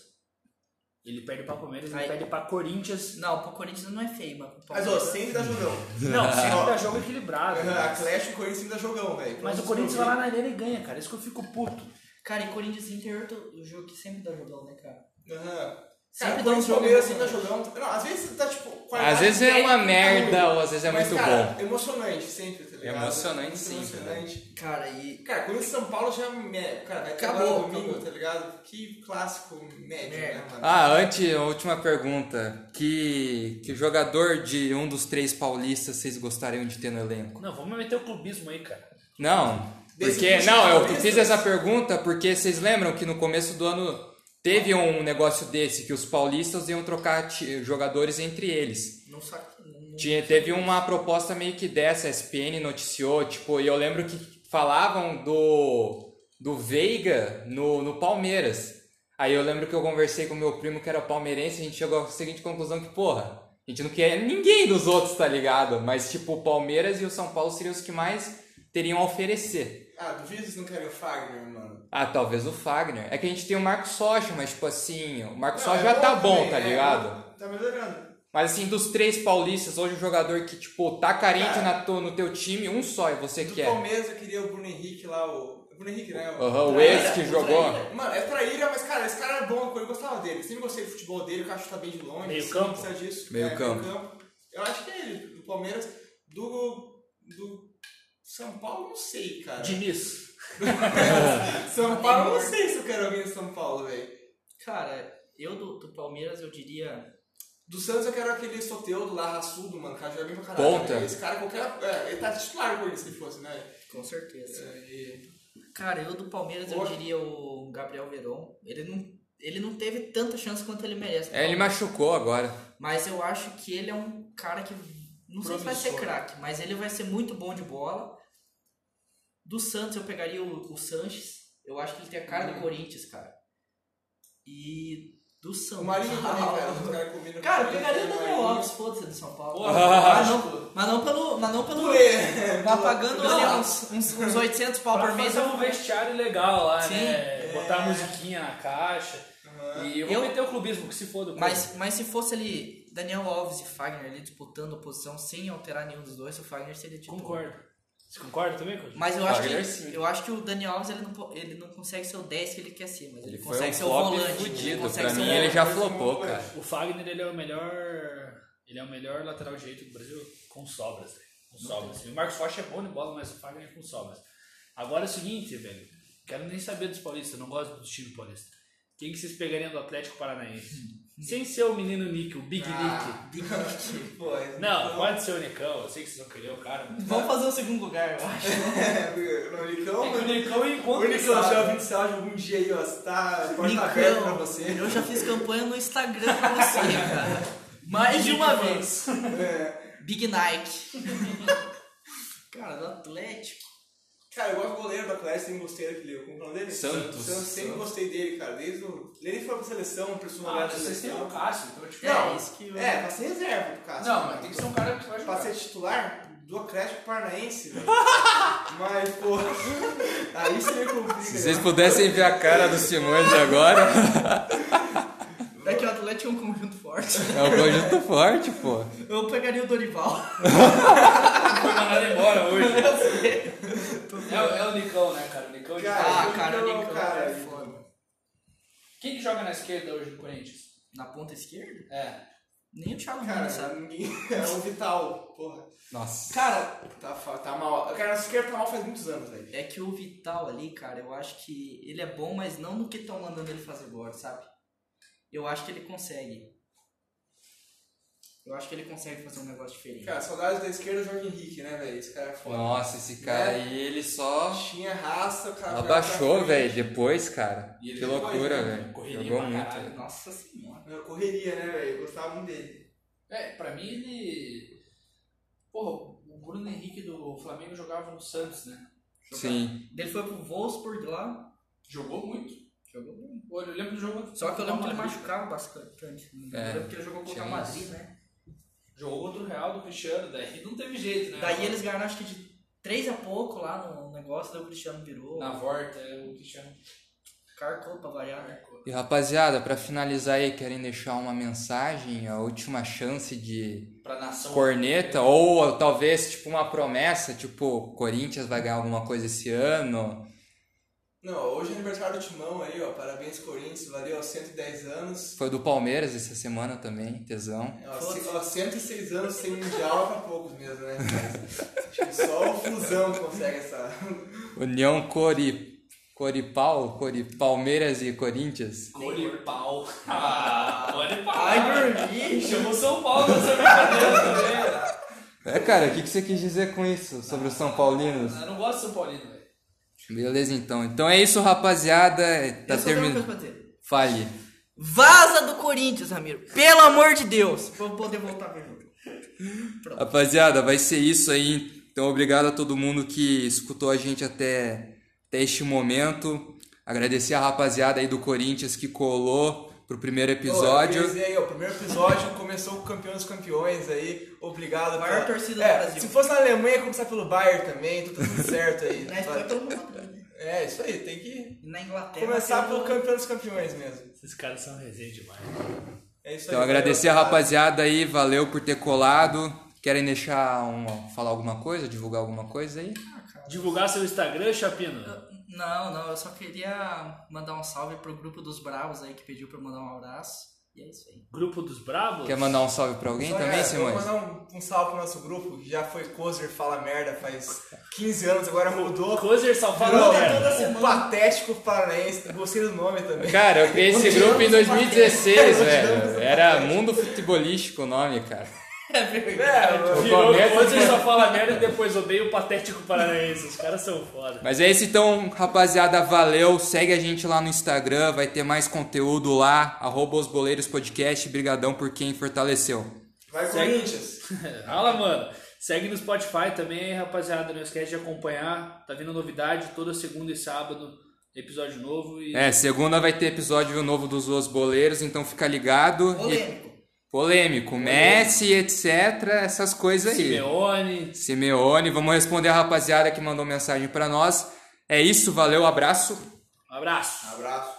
ele perde pra Palmeiras, ele
Aí.
perde pra Corinthians.
Não, pro Corinthians não é feio, mas pro
Mas, ó,
Palmeiras.
sempre dá jogão.
Não, sempre dá jogo equilibrado. né?
Atlético e Corinthians sempre dá jogão, velho.
Mas o Corinthians vai lá na arena e ganha, cara. Isso que eu fico puto.
Cara, e Corinthians e Inter, outro- o jogo que sempre dá jogão, né, cara?
Aham.
Sempre
Sempre
dá
dá
um jogo
Palmeiras sempre dá
emocionante.
jogão. assim, Não, às vezes tá tipo.
Às
qualidade
vezes é uma
técnica
merda,
ruim.
ou às vezes é
Mas,
muito
cara,
bom.
Emocionante sempre, tá ligado?
Emocionante
Muito
sempre, né?
Emocionante.
Cara, e.
Cara, Corinthians e São Paulo já. é mé- Cara, vai acabar
Acabou,
domingo,
acabou.
tá ligado? Que clássico médio, né, mano?
Ah, antes, a última pergunta. Que, que jogador de um dos três paulistas vocês gostariam de ter no elenco?
Não, vamos meter o clubismo aí, cara.
Não,
Desse
porque.
time
Não, eu
paulistas?
fiz essa pergunta porque vocês lembram que no começo do ano teve um negócio desse, que os paulistas iam trocar ti- jogadores entre eles.
Não saca. não- não-
Tinha, teve uma proposta meio que dessa, a SPN noticiou, tipo, e eu lembro que falavam do, do Veiga no, no Palmeiras. Aí eu lembro que eu conversei com meu primo que era palmeirense, a gente chegou à seguinte conclusão que, porra, a gente não quer ninguém dos outros, tá ligado? Mas, tipo, o Palmeiras e o São Paulo seriam os que mais teriam a oferecer.
Ah, duvido que vocês não querem o Fagner, mano.
Ah, talvez o Fagner. É que a gente tem o Marco Socha, mas, tipo assim, o Marco
Não,
Socha
é
já tá bom,
também,
tá
é,
ligado?
Tá melhorando.
Mas assim, dos três paulistas, hoje o jogador que, tipo, tá carente
Cara.
na tua- no teu time, um só é você
Do
que é.
Palmeiras eu queria o Bruno Henrique lá, o. o Bruno Henrique, né? O-
Aham, o ex que
Traíra,
jogou.
traíra.
Mano, é traíra, mas cara, esse cara é bom, eu gostava dele. Sempre gostei do futebol dele, que eu acho que tá bem de longe.
Meio
assim,
campo?
precisa disso.
Meio campo.
Eu acho que é ele, do Palmeiras. Do. Do. São Paulo, não sei, cara.
Diniz.
São Paulo, não sei se eu quero alguém do São Paulo, velho.
Cara, eu do, do Palmeiras, eu diria.
Do Santos eu quero aquele soteudo lá, raçudo, mano, cara, joga bem pra caralho.
Ponta.
velho. Esse cara, qualquer. É, ele tá titular por isso, se fosse, né?
Com certeza. É,
E-
Cara, eu do Palmeiras, eu
Outro.
diria o Gabriel Verón. Ele não, ele não teve tanta chance quanto ele merece.
É, ele machucou agora.
Mas eu acho que ele é um cara que. Não sei se vai ser
Promissor.
craque, mas ele vai ser muito bom de bola. Do Santos eu pegaria o, o Sanches. Eu acho que ele tem a cara
Hum.
do Corinthians, cara. E do São
O Marinho também,
Paulo.
cara. Os caras combinam
é. Cara, eu
com- né?
pegaria o Daniel
Marinho.
Alves, foda-se do São Paulo.
Ah.
Porra,
mas,
eu
não, mas não pelo. Mas não pelo.
Ué.
Mas pagando
Não.
ali uns, uns, uns 800 pau
Pra
por mês.
fazer um vestiário legal lá,
Sim,
né? Botar a musiquinha na caixa. E eu vou
Eu-
meter o clubismo, que se foda. o clube.
Mas, mas se fosse ali Daniel Alves e Fagner ali disputando a posição sem alterar nenhum dos dois, o Fagner seria titular.
Concordo. Você concorda também, Cosmo?
Mas eu acho,
Wagner,
que,
sim.
eu acho que o Dani Alves ele não, po- ele não consegue ser o 10 que ele quer ser, mas ele,
Ele foi
consegue
um
ser o
flop
volante. ele
fudido.
consegue
Pra
ser o
mim
volante.
ele já flopou, cara.
O Fagner, ele é o melhor. Ele é o melhor lateral direito do Brasil com sobras, velho. Com sobras. E o Marcos Rocha é bom de bola, mas o Fagner é com sobras. Agora é o seguinte, velho. Quero nem saber dos paulistas, não gosto do time paulista. Quem que vocês pegariam do Atlético Paranaense? Sem ser o menino Nick, o Big
Ah,
Nick.
Pô, é-
Não, pode ser o Nicão, eu sei que vocês vão querer o cara. mas-
Vamos fazer o segundo lugar, eu acho.
É, o Nicão,
O Nicão
o
enquanto
Nicão já ouviu de Sérgio algum dia aí, ó. Você tá porta aberta pra você.
Nicão, eu já fiz campanha no Instagram pra você, cara. Mais de uma vez.
É.
Big Nike. cara, do Atlético.
Cara, eu gosto do goleiro do Atlético, sempre gostei daquele. Como que é o nome dele?
Santos.
Santos, sempre gostei dele, cara. Desde o. Ele foi pra seleção,
Ah,
personalidade da
vocês têm o
seleção.
Cássio, então tipo.
Não,
é isso que eu...
É, pra ser reserva pro caso.
Não, mas tem que ser um cara que vai
Pra
jogar.
ser titular do Atlético Paranaense, velho. Mas, pô. Aí você me complica.
Se vocês
né?
pudessem ver a cara do Simões agora,
É que o Atlético é um conjunto forte.
é um conjunto forte, pô.
Eu pegaria o Dorival.
Foi mandado embora hoje.
É, é o Nicão, né, cara? O Nicão de
Cara,
Ah,
então,
cara, Nicão,
cara,
é foda.
Quem que joga na esquerda hoje no Corinthians?
Na ponta esquerda?
É.
Nem o Thiago Nunes
Cara,
sabe.
ninguém. É o Vital, porra.
Nossa.
Cara, tá, fa- tá mal. Cara, nosso esquerdo tá mal faz muitos anos, velho.
É que o Vital ali, cara, eu acho que ele é bom, mas não no que estão mandando ele fazer agora, sabe? Eu acho que ele consegue. Eu acho que ele consegue fazer um negócio diferente.
Cara, saudades da esquerda, o Jorge Henrique, né, velho? Esse cara é foda.
Nossa, esse cara aí, ele só
Tinha raça, o cara. jogava
abaixou,
pra
velho, depois, cara.
E ele
Que
jogou
loucura,
aí, né?
velho.
Correria
Jogou
pra
muito.
caralho.
velho.
Nossa senhora.
frente. Correria, né, velho? Gostava muito dele.
É, pra mim ele. Porra, o Bruno Henrique do Flamengo jogava no Santos, né?
Sim.
Daí Ele foi pro Wolfsburg lá,
Jogou muito.
jogou bem.
Olha, eu lembro do jogo.
Só que eu lembro que ele
Madrid.
machucava bastante.
É,
eu lembro que ele jogou contra o
tinha
Madrid, né?
Jogou contra o Real do Cristiano, daí não teve jeito, né?
Daí eles ganharam acho que de 3 a pouco lá no negócio, daí o Cristiano virou,
Na volta, o Cristiano
carcou pra variar. né?
marcou.
E rapaziada, pra finalizar aí, querem deixar uma mensagem, a última chance de
Pra nação.
corneta, ou talvez tipo uma promessa, tipo, Corinthians vai ganhar alguma coisa esse ano.
Não, hoje é aniversário do Timão aí, ó. Parabéns, Corinthians. Valeu, ó, 110 anos.
Foi do Palmeiras essa semana também, tesão.
Ó, c- ó, 106 anos sem mundial é pra poucos mesmo, né? Mas acho que só o Fusão consegue essa.
União Cori... Coripau, Cori... Palmeiras e Corinthians.
Coripau. Ah, Coripau.
Ai, dormi!
Chamou São Paulo nessa brincadeira também.
É, cara, o que, que você quis dizer com isso sobre os São Paulinos?
Eu não gosto de São Paulino, velho.
Beleza, então. Então é isso, rapaziada. Tá
eu só tenho uma coisa
terminando.
pra dizer.
Fale.
Vaza do Corinthians, Ramiro. Pelo amor de Deus. Vamos poder voltar pro jogo.
Rapaziada, vai ser isso aí. Então, obrigado a todo mundo que escutou a gente até, até este momento. Agradecer a rapaziada aí do Corinthians que colou pro primeiro
Ô, eu
episódio.
ia dizer aí, ó, o primeiro episódio começou com o campeão dos campeões aí. Obrigado.
Maior
pela-
torcida
É,
do Brasil.
Se fosse na Alemanha, ia começar pelo Bayern também. Então tá tudo certo aí.
Na Espanha Tipo, todo mundo atrás, né?
É, isso aí, tem que
E Na Inglaterra. um-
começar
pelo
pelo campeão dos campeões mesmo.
Esses caras são resenha demais.
É isso
Então,
aí.
agradecer a
valeu, cara.
rapaziada aí. Valeu por ter colado. Querem deixar um, falar alguma coisa, divulgar alguma coisa aí?
Divulgar seu Instagram, Chapino?
Não, não. Eu só queria mandar um salve pro grupo dos Bravos aí que pediu pra eu mandar um abraço. E é isso aí.
Grupo dos Bravos?
Quer mandar um salve pra alguém
Só,
também,
cara,
Simões?
Vou mandar um, um salve pro nosso grupo, que já foi Cozer Fala Merda faz 15 anos, agora mudou.
Cozer salvado
Virou
merda.
o Patético Paranaense, gostei do nome também.
Cara, eu criei esse grupo
um
em 2016,
Não tiramos
velho. Era Mundo Futebolístico o nome, cara.
É verdade.
É, mano.
Virou
começo
Cozer
de-
só fala merda e depois odeia o patético paranaense. Os caras são foda.
Mas é isso então, rapaziada. Valeu. Segue a gente lá no Instagram. Vai ter mais conteúdo lá. Arroba os boleiros podcast. Brigadão por quem fortaleceu.
Vai Corinthians.
Fala, mano. Segue no Spotify também, rapaziada. Não esquece de acompanhar. Tá vindo novidade toda segunda e sábado. Episódio novo. E...
É, segunda vai ter episódio novo dos Os Boleiros, então fica ligado. E-
Polêmico.
polêmico. Messi, etc. Essas coisas aí.
Simeone.
Simeone. Vamos responder a rapaziada que mandou mensagem pra nós. É isso, valeu, abraço.
Um abraço.
Abraço.